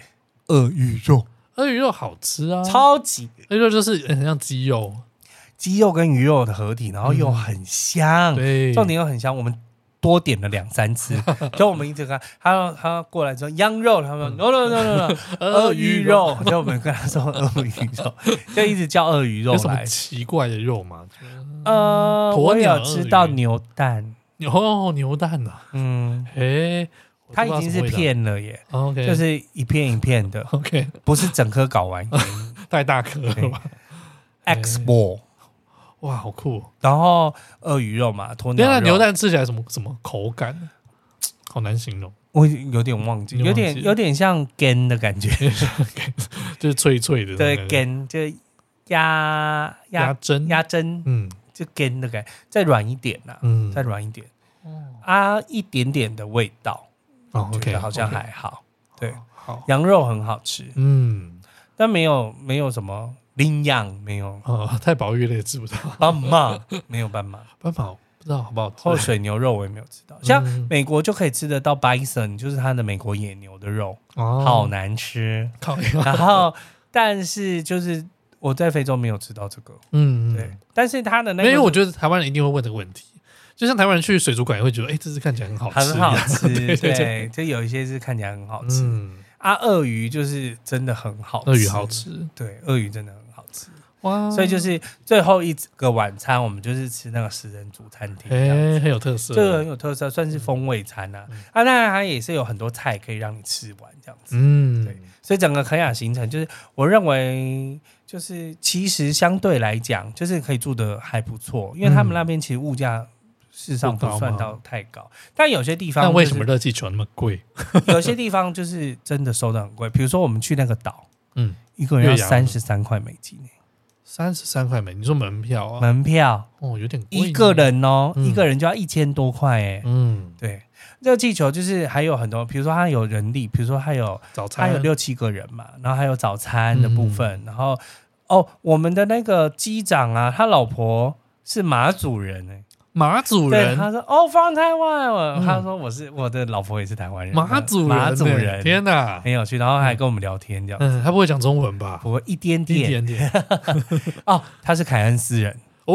Speaker 2: 鳄鱼肉，
Speaker 1: 鳄鱼肉好吃啊，
Speaker 2: 超级
Speaker 1: 鳄鱼肉就是很像鸡肉，
Speaker 2: 鸡肉跟鱼肉的合体，然后又很香，
Speaker 1: 对，
Speaker 2: 嗯重点又很香。我们多点了两 三次，就我们一直看他，他过来说羊肉，他
Speaker 1: 嗯
Speaker 2: 们说 no no no no no，鳄鱼肉， 就我们跟他说鳄鱼肉， 就一直叫鳄鱼肉
Speaker 1: 有什么
Speaker 2: 来。
Speaker 1: 奇怪的肉吗？
Speaker 2: 呃，
Speaker 1: 鸵
Speaker 2: 我
Speaker 1: 鸟
Speaker 2: 有
Speaker 1: 鳄鱼
Speaker 2: 吃到牛蛋，
Speaker 1: 哦，牛蛋啊，
Speaker 2: 嗯，
Speaker 1: 哎，我
Speaker 2: 它
Speaker 1: 不知道
Speaker 2: 已经
Speaker 1: 什
Speaker 2: 是
Speaker 1: 么味道
Speaker 2: 片了耶，
Speaker 1: ，OK，
Speaker 2: 就是一片一片的，
Speaker 1: OK，
Speaker 2: 不是整颗搞完。
Speaker 1: 太大颗了吧？
Speaker 2: X ball。
Speaker 1: 哇，好酷哦！
Speaker 2: 然后鳄鱼肉嘛，鸵
Speaker 1: 那
Speaker 2: 鸟肉
Speaker 1: 牛蛋吃起来什么什么口感？好难形容，
Speaker 2: 我有点忘记，
Speaker 1: 你忘
Speaker 2: 有
Speaker 1: 记
Speaker 2: 点有点像根的感觉，
Speaker 1: 就是脆脆的，
Speaker 2: 对，根就是压
Speaker 1: 鸭
Speaker 2: 压
Speaker 1: 胗，
Speaker 2: 压针
Speaker 1: 嗯
Speaker 2: 就根的感觉，再软一点呐、
Speaker 1: 嗯，
Speaker 2: 再软一点啊，一点点的味道，
Speaker 1: 哦
Speaker 2: 觉
Speaker 1: ，OK，
Speaker 2: 得好像
Speaker 1: OK，
Speaker 2: 还好。对，
Speaker 1: 好，
Speaker 2: 羊肉很好吃，
Speaker 1: 嗯，
Speaker 2: 但没有没有什么羚羊，没有
Speaker 1: 哦， 太保育类吃不到，
Speaker 2: 斑马，没有斑马，
Speaker 1: 斑马不知道好不好吃，
Speaker 2: 或水牛肉我也没有吃到，像
Speaker 1: 嗯
Speaker 2: 美国就可以吃得到 bison，就是它的美国野牛的肉，
Speaker 1: 哦
Speaker 2: 好难吃。
Speaker 1: 靠，
Speaker 2: 然后，但是就是我在非洲没有吃到这个，
Speaker 1: 嗯，
Speaker 2: 对，但是它的那
Speaker 1: 没有，
Speaker 2: 个，
Speaker 1: 因为我觉得台湾人一定会问这个问题，就像台湾人去水族馆也会觉得，哎、这只看起来很好吃，
Speaker 2: 很好吃，啊
Speaker 1: 对对对，
Speaker 2: 对，就有一些是看起来很好吃。
Speaker 1: 嗯，
Speaker 2: 啊，鳄鱼就是真的很好吃，
Speaker 1: 鳄鱼好，吃
Speaker 2: 对，鳄鱼真的很好吃。
Speaker 1: 哇，
Speaker 2: 所以就是最后一个晚餐，我们就是吃那个食人族餐厅
Speaker 1: 哎、嗯
Speaker 2: 这样子。
Speaker 1: 很有特色，
Speaker 2: 这个很有特色，算是风味餐啊。啊，当然它也是有很多菜可以让你吃完这样子。
Speaker 1: 嗯，
Speaker 2: 对所以整个肯雅行程，就是我认为，就是其实相对来讲，就是可以住的还不错，因为他们那边其实物价事实上不算到太高，但有些地方、
Speaker 1: 那
Speaker 2: 就是，
Speaker 1: 为什么热气球那么贵？
Speaker 2: 有些地方就是真的收的很贵？比如说我们去那个岛，
Speaker 1: 嗯，
Speaker 2: 一个人要
Speaker 1: 岳阳岛
Speaker 2: 三十三块美金、
Speaker 1: 三十三块美，你说门票啊？
Speaker 2: 门票
Speaker 1: 哦，有点贵呢
Speaker 2: 嗯一个，人哦，
Speaker 1: 嗯
Speaker 2: 一个人就要一千多块哎、
Speaker 1: 嗯，
Speaker 2: 对，热气球就是还有很多，比如说它有人力，比如说它有
Speaker 1: 早餐
Speaker 2: 它有六七个人嘛，然后还有早餐的部分，
Speaker 1: 嗯
Speaker 2: 然后哦，我们的那个机长啊，他老婆是马祖人哎、
Speaker 1: 马祖
Speaker 2: 对，
Speaker 1: 人，
Speaker 2: 他说哦，from 台湾，我
Speaker 1: 嗯
Speaker 2: 他说我是我的老婆也是台湾人，
Speaker 1: 马祖人呢，
Speaker 2: 马祖人，
Speaker 1: 天哪，
Speaker 2: 很有趣，然后还跟我们聊天这样，
Speaker 1: 嗯，他不会讲中文吧？
Speaker 2: 不过一点
Speaker 1: 一
Speaker 2: 点
Speaker 1: 点点
Speaker 2: 哦，他是凯恩斯人，
Speaker 1: 哦，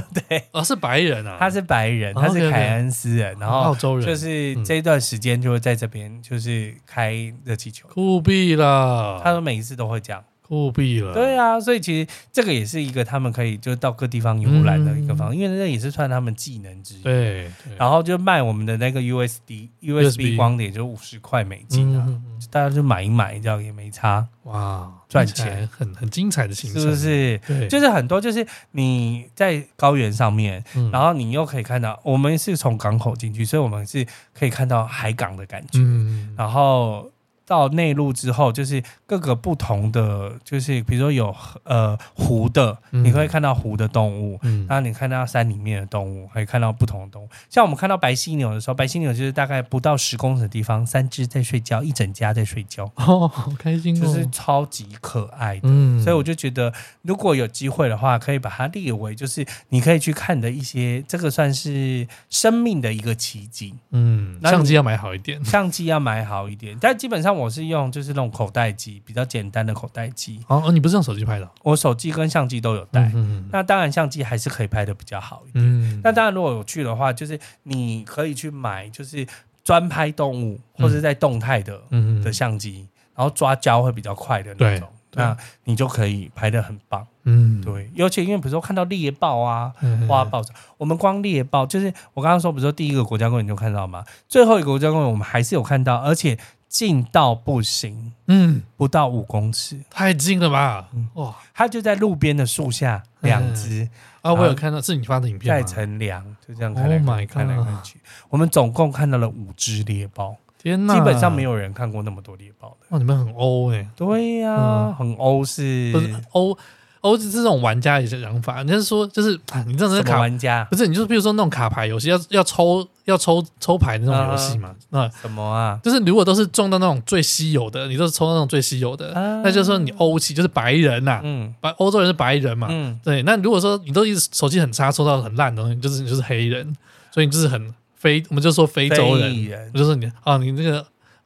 Speaker 2: 对，
Speaker 1: 啊，是白人啊，
Speaker 2: 他是白人，
Speaker 1: 哦
Speaker 2: 他是
Speaker 1: OK，OK
Speaker 2: 凯恩斯人，然后
Speaker 1: 澳洲人，嗯
Speaker 2: 就是这一段时间就会在这边就是开热气球。
Speaker 1: 酷毙了，
Speaker 2: 他说每一次都会这样，
Speaker 1: 酷毙了，
Speaker 2: 对啊，所以其实这个也是一个他们可以就到各地方游览的一个方，因为那也是算他们技能之
Speaker 1: 嗯
Speaker 2: 一。
Speaker 1: 对对，
Speaker 2: 然后就卖我们的那个 USD USB 光碟，就五十块美金啊，
Speaker 1: 嗯嗯嗯
Speaker 2: 大家就买一买，这样也没差，
Speaker 1: 哇，
Speaker 2: 赚
Speaker 1: 听起来
Speaker 2: 钱
Speaker 1: 很很精彩的行
Speaker 2: 是
Speaker 1: 程，
Speaker 2: 不？是？
Speaker 1: 对，
Speaker 2: 就是是很多，就是你在高原上面，
Speaker 1: 嗯
Speaker 2: 然后你又可以看到，我们是从港口进去，所以我们是可以看到海港的感觉。
Speaker 1: 嗯，
Speaker 2: 然后到内陆之后，就是各个不同的，就是比如说有呃湖的，
Speaker 1: 嗯
Speaker 2: 你会看到湖的动物。
Speaker 1: 嗯
Speaker 2: 然后你看到山里面的动物，可以看到不同的动物。像我们看到白犀牛的时候，白犀牛就是大概不到十公尺的地方，三只在睡觉，一整家在睡觉，
Speaker 1: 哦，好开心哦，
Speaker 2: 就是超级可爱的。
Speaker 1: 嗯，
Speaker 2: 所以我就觉得，如果有机会的话，可以把它列为就是你可以去看的一些，这个算是生命的一个奇迹。
Speaker 1: 嗯，
Speaker 2: 那你
Speaker 1: 相机要买好一点，
Speaker 2: 相机要买好一点，但基本上我是用就是那种口袋机，比较简单的口袋机。
Speaker 1: 哦哦，你不是用手机拍的哦，
Speaker 2: 我手机跟相机都有带，
Speaker 1: 嗯
Speaker 2: 那当然相机还是可以拍的比较好一点。
Speaker 1: 嗯，
Speaker 2: 那当然如果有去的话，就是你可以去买就是专拍动物或者在动态的、
Speaker 1: 嗯
Speaker 2: 的相机，然后抓焦会比较快的那种。
Speaker 1: 对对
Speaker 2: 那你就可以拍的很棒，
Speaker 1: 嗯，
Speaker 2: 对，尤其因为比如说看到猎豹啊、
Speaker 1: 嗯，
Speaker 2: 花豹，我们光猎豹就是我刚刚说，比如说第一个国家公园就看到嘛，最后一个国家公园我们还是有看到，而且近到不行，
Speaker 1: 嗯，
Speaker 2: 不到五公尺，
Speaker 1: 太近了吧
Speaker 2: 嗯，
Speaker 1: 哇
Speaker 2: 它就在路边的树下，
Speaker 1: 嗯
Speaker 2: 两只
Speaker 1: 啊，我有看到是你发的影
Speaker 2: 在
Speaker 1: 片吗？
Speaker 2: 乘凉，就这样看来
Speaker 1: Oh
Speaker 2: 看
Speaker 1: my
Speaker 2: 去看来
Speaker 1: God
Speaker 2: 看去，我们总共看到了五只猎豹，
Speaker 1: 天哪，
Speaker 2: 基本上没有人看过那么多猎豹的。
Speaker 1: 哇，你们很欧哎，
Speaker 2: 对呀、
Speaker 1: 嗯
Speaker 2: 很欧式，
Speaker 1: 不是欧欧是这种玩家也是想法，人家说就是啊你这种
Speaker 2: 什
Speaker 1: 人
Speaker 2: 么
Speaker 1: 卡
Speaker 2: 玩家？
Speaker 1: 不是，你就是比如说那种卡牌游戏，要要抽要抽抽牌的那
Speaker 2: 啊
Speaker 1: 种游戏嘛，那、
Speaker 2: 什么啊？
Speaker 1: 就是如果都是中到那种最稀有的，你都是抽到那种最稀有的，
Speaker 2: 啊
Speaker 1: 那就是说你欧气就是白人呐、
Speaker 2: 嗯
Speaker 1: 白欧洲人是白人嘛，
Speaker 2: 嗯，
Speaker 1: 对。那如果说你都一直手气很差，抽到很烂的东西，就是你就是黑人，所以你就是很非，我们就说非洲
Speaker 2: 非
Speaker 1: 人，
Speaker 2: 裔人
Speaker 1: 我，就说你啊，你那个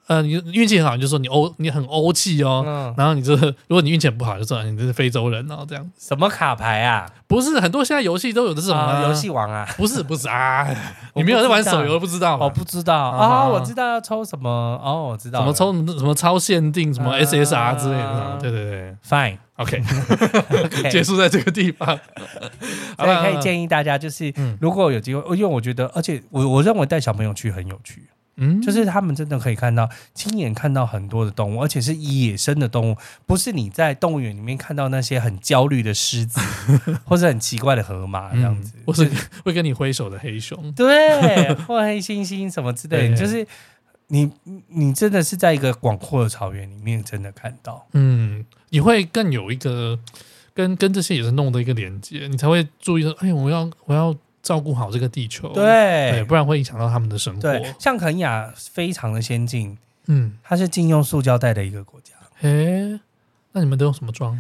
Speaker 1: 呃，你运气很好，你就说你欧你很欧气哦。
Speaker 2: 嗯，
Speaker 1: 然后你就是，如果你运气很不好，就说啊你这是非洲人哦，这样
Speaker 2: 什么卡牌啊？
Speaker 1: 不是很多现在游戏都有这种啊
Speaker 2: 啊游戏王啊？
Speaker 1: 不是不是 啊，你
Speaker 2: 我
Speaker 1: 没有在玩
Speaker 2: 不知道
Speaker 1: 手游不知道
Speaker 2: 我
Speaker 1: 吗？
Speaker 2: 哦不知道啊，我知道要抽什么哦，我知道
Speaker 1: 怎么
Speaker 2: 了
Speaker 1: 抽什么超限定什么
Speaker 2: 啊
Speaker 1: SSR 之类的，对对对
Speaker 2: ？Fine，
Speaker 1: ，OK，
Speaker 2: OK
Speaker 1: 结束在这个地 方。好
Speaker 2: 所以
Speaker 1: 了，
Speaker 2: 可以建议大家，就是
Speaker 1: 嗯
Speaker 2: 如果有机会，因为我觉得，而且我我认为带小朋友去很有趣，
Speaker 1: 嗯，
Speaker 2: 就是他们真的可以看到亲眼看到很多的动物，而且是野生的动物，不是你在动物园里面看到那些很焦虑的 狮子或者很奇怪的河马这样子
Speaker 1: 嗯，或是会跟你挥手的黑熊，
Speaker 2: 对，或黑猩猩什么之类的，
Speaker 1: 对
Speaker 2: 就是你你你真的是在一个广阔的草原里面真的看到，
Speaker 1: 嗯，你会更有一个跟跟这些野生动物的一个连接，你才会注意说，哎，我要我要照顾好这个地球，哦对，
Speaker 2: 对
Speaker 1: 不然会影响到他们的生
Speaker 2: 对
Speaker 1: 活，。
Speaker 2: 像肯雅非常的先进，
Speaker 1: 嗯，
Speaker 2: 它是禁用塑胶袋的一个国家。
Speaker 1: 诶，那你们都用什么装？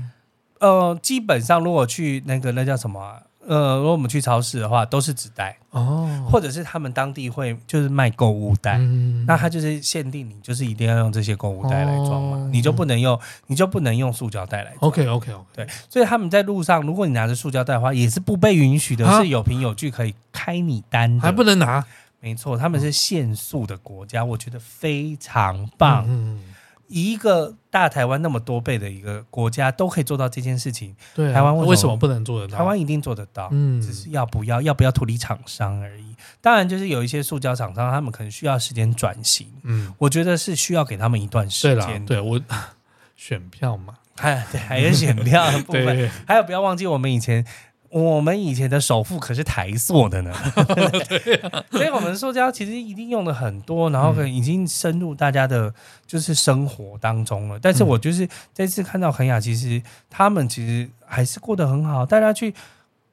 Speaker 2: 呃，基本上如果去那个那叫什么啊、呃，如果我们去超市的话，都是纸袋，
Speaker 1: 哦，
Speaker 2: 或者是他们当地会就是卖购物袋。
Speaker 1: 嗯
Speaker 2: 那它就是限定你，就是一定要用这些购物袋来装嘛，
Speaker 1: 哦
Speaker 2: 你就不能用，你就不能用塑胶袋来装。
Speaker 1: OK OK OK，
Speaker 2: 对，所以他们在路上，如果你拿着塑胶袋的话，也是不被允许的，
Speaker 1: 啊
Speaker 2: 是有凭有据可以开你单的。
Speaker 1: 还不能嗯拿，
Speaker 2: 没错，他们是限速的国家，我觉得非常棒。
Speaker 1: 嗯，嗯嗯
Speaker 2: 一个大台湾那么多倍的一个国家都可以做到这件事情，
Speaker 1: 对啊，
Speaker 2: 台湾为什么
Speaker 1: 为什么不能做得到？
Speaker 2: 台湾一定做得到。
Speaker 1: 嗯，
Speaker 2: 只是要不要，要不要脱离厂商而已。当然，就是有一些塑胶厂商，他们可能需要时间转型，
Speaker 1: 嗯，
Speaker 2: 我觉得是需要给他们一段时
Speaker 1: 对啦，
Speaker 2: 间。
Speaker 1: 对我 选票嘛，
Speaker 2: 哎，对，还有选料的部分，
Speaker 1: 对，
Speaker 2: 还有不要忘记我们以前。我们以前的首富可是台塑的 呢，
Speaker 1: 啊
Speaker 2: 所以我们塑胶其实一定用的很多，然
Speaker 1: 嗯
Speaker 2: 后可能已经深入大家的就是生活当中了。但是我就是这次看到恒雅，其实他们其实还是过得很好，大家去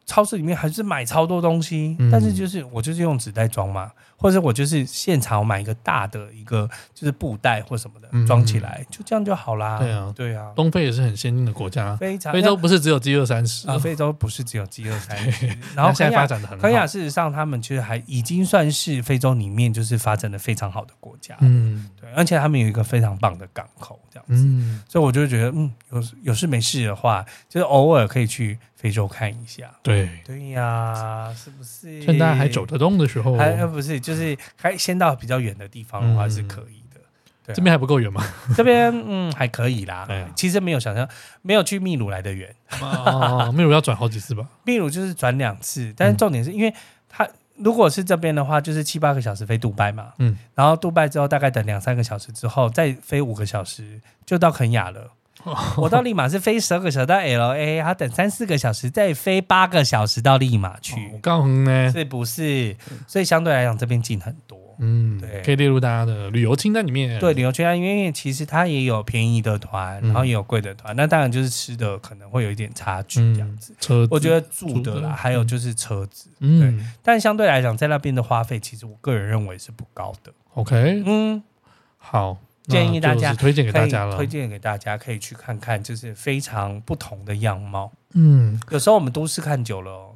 Speaker 2: 超市里面还是买超多东西，
Speaker 1: 嗯
Speaker 2: 但是就是我就是用纸袋装嘛，或者我就是现场买一个大的一个就是布袋或什么
Speaker 1: 嗯
Speaker 2: 的装起来，就这样就好啦。
Speaker 1: 对啊
Speaker 2: 对啊，
Speaker 1: 东非也是很先进的国家，
Speaker 2: 非常
Speaker 1: 非洲不是只有 G 二三十
Speaker 2: 啊，，非洲不是只有 G 二三十，然
Speaker 1: 然
Speaker 2: 后
Speaker 1: 后现
Speaker 2: 肯
Speaker 1: 在发
Speaker 2: 亚，
Speaker 1: 展的很好
Speaker 2: 肯，亚事实上他们其实还已经算是非洲里面就是发展的非常好的国家，
Speaker 1: 嗯
Speaker 2: 对，而且他们有一个非常棒的港口，这样子，
Speaker 1: 嗯，
Speaker 2: 所以我就觉得，嗯，有有事没事的话，就是偶尔可以去非洲看一下。
Speaker 1: 对，
Speaker 2: 对呀、是不是？
Speaker 1: 趁大家还走得动的时候，
Speaker 2: 还呃不是，就是还先到比较远的地方的话
Speaker 1: 嗯
Speaker 2: 是可以的。对啊
Speaker 1: 这边还不够远吗？
Speaker 2: 这边嗯还可以啦
Speaker 1: 对啊，
Speaker 2: 其实没有想象，没有去秘鲁来的远。啊
Speaker 1: 哦，秘鲁要转好几次吧？
Speaker 2: 秘鲁就是转两次，
Speaker 1: 嗯
Speaker 2: 但是重点是因为它如果是这边的话，就是七八个小时飞杜拜嘛，
Speaker 1: 嗯，
Speaker 2: 然后杜拜之后大概等两三个小时之后，再飞五个小时就到肯雅了。
Speaker 1: 哦
Speaker 2: 我到利马是飞十二个小时到 L A，还要等三四个小时，再飞八个小时到利马
Speaker 1: 哦我
Speaker 2: 去，
Speaker 1: 告诉你呢，
Speaker 2: 是不是？所以相对来讲，这边近很多。
Speaker 1: 嗯
Speaker 2: 对，
Speaker 1: 可以列入大家的旅游清单里面。
Speaker 2: 对，旅游圈，因为其实它也有便宜的团，
Speaker 1: 嗯
Speaker 2: 然后也有贵的团，那当然就是吃的可能会有一点差距这样子。
Speaker 1: 嗯，车子，
Speaker 2: 我觉得住
Speaker 1: 住
Speaker 2: 的
Speaker 1: 的
Speaker 2: 啦，还有就是车子，
Speaker 1: 嗯
Speaker 2: 但相对来讲，在那边的花费，其实我个人认为是不高的。
Speaker 1: ，OK，
Speaker 2: 嗯，
Speaker 1: 好，
Speaker 2: 建议大家
Speaker 1: 那就是推荐给
Speaker 2: 可
Speaker 1: 大
Speaker 2: 以
Speaker 1: 家了。
Speaker 2: 推荐给大家可以去看看，就是非常不同的样貌。
Speaker 1: 嗯，
Speaker 2: 有时候我们都市看久了、哦，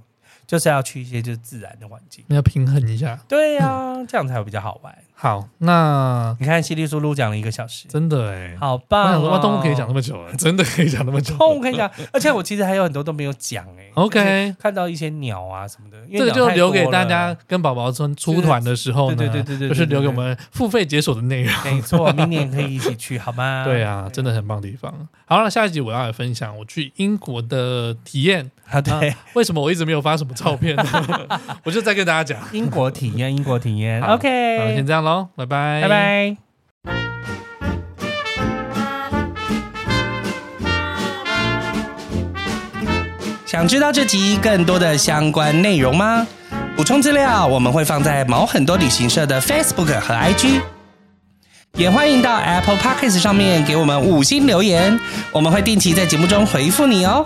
Speaker 2: 就是要去一些就是自然的环境。
Speaker 1: 要平衡一下。
Speaker 2: 对呀、
Speaker 1: 嗯
Speaker 2: 这样才会比较好玩。
Speaker 1: 好，那
Speaker 2: 你看犀利叔叔讲了一个小时，
Speaker 1: 真的哎，
Speaker 2: 好
Speaker 1: 我
Speaker 2: 棒、
Speaker 1: 想
Speaker 2: 哦！
Speaker 1: 说，哇，动物可以讲那么久了，真的可以讲那么久。
Speaker 2: 动物可以讲，而且我其实还有很多都没有讲哎、就是
Speaker 1: OK，
Speaker 2: 看到一些鸟啊什么的，因为
Speaker 1: 这个
Speaker 2: 鸟
Speaker 1: 就
Speaker 2: 太
Speaker 1: 留给
Speaker 2: 多
Speaker 1: 大
Speaker 2: 了
Speaker 1: 家跟宝宝出出团的时候呢，
Speaker 2: 对对对对对对
Speaker 1: 就是留给我们付费解锁的内容。
Speaker 2: 没错，明年可以一起去好 吗？
Speaker 1: 对啊，真的很棒的地方。好了，下一集我要来分享我去英国的体验。
Speaker 2: 啊，对，
Speaker 1: 为什么我一直没有发什么照片呢？ 我就再跟大家讲。
Speaker 2: 英国体验，英国体验
Speaker 1: 好好，
Speaker 2: ，OK，
Speaker 1: 先这样喽，拜拜，
Speaker 2: 拜。拜。想知道这集更多的相关内容吗？补充资料我们会放在毛很多旅行社的 Facebook 和 IG，也欢迎到 Apple Podcast 上面给我们五星留言，我们会定期在节目中回复你哦。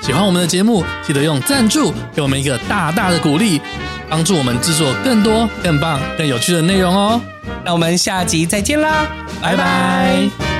Speaker 1: 喜欢我们的节目，记得用赞助给我们一个大大的鼓励，帮助我们制作更多、更棒、更有趣的内容哦。
Speaker 2: 那我们下集再见啦，拜拜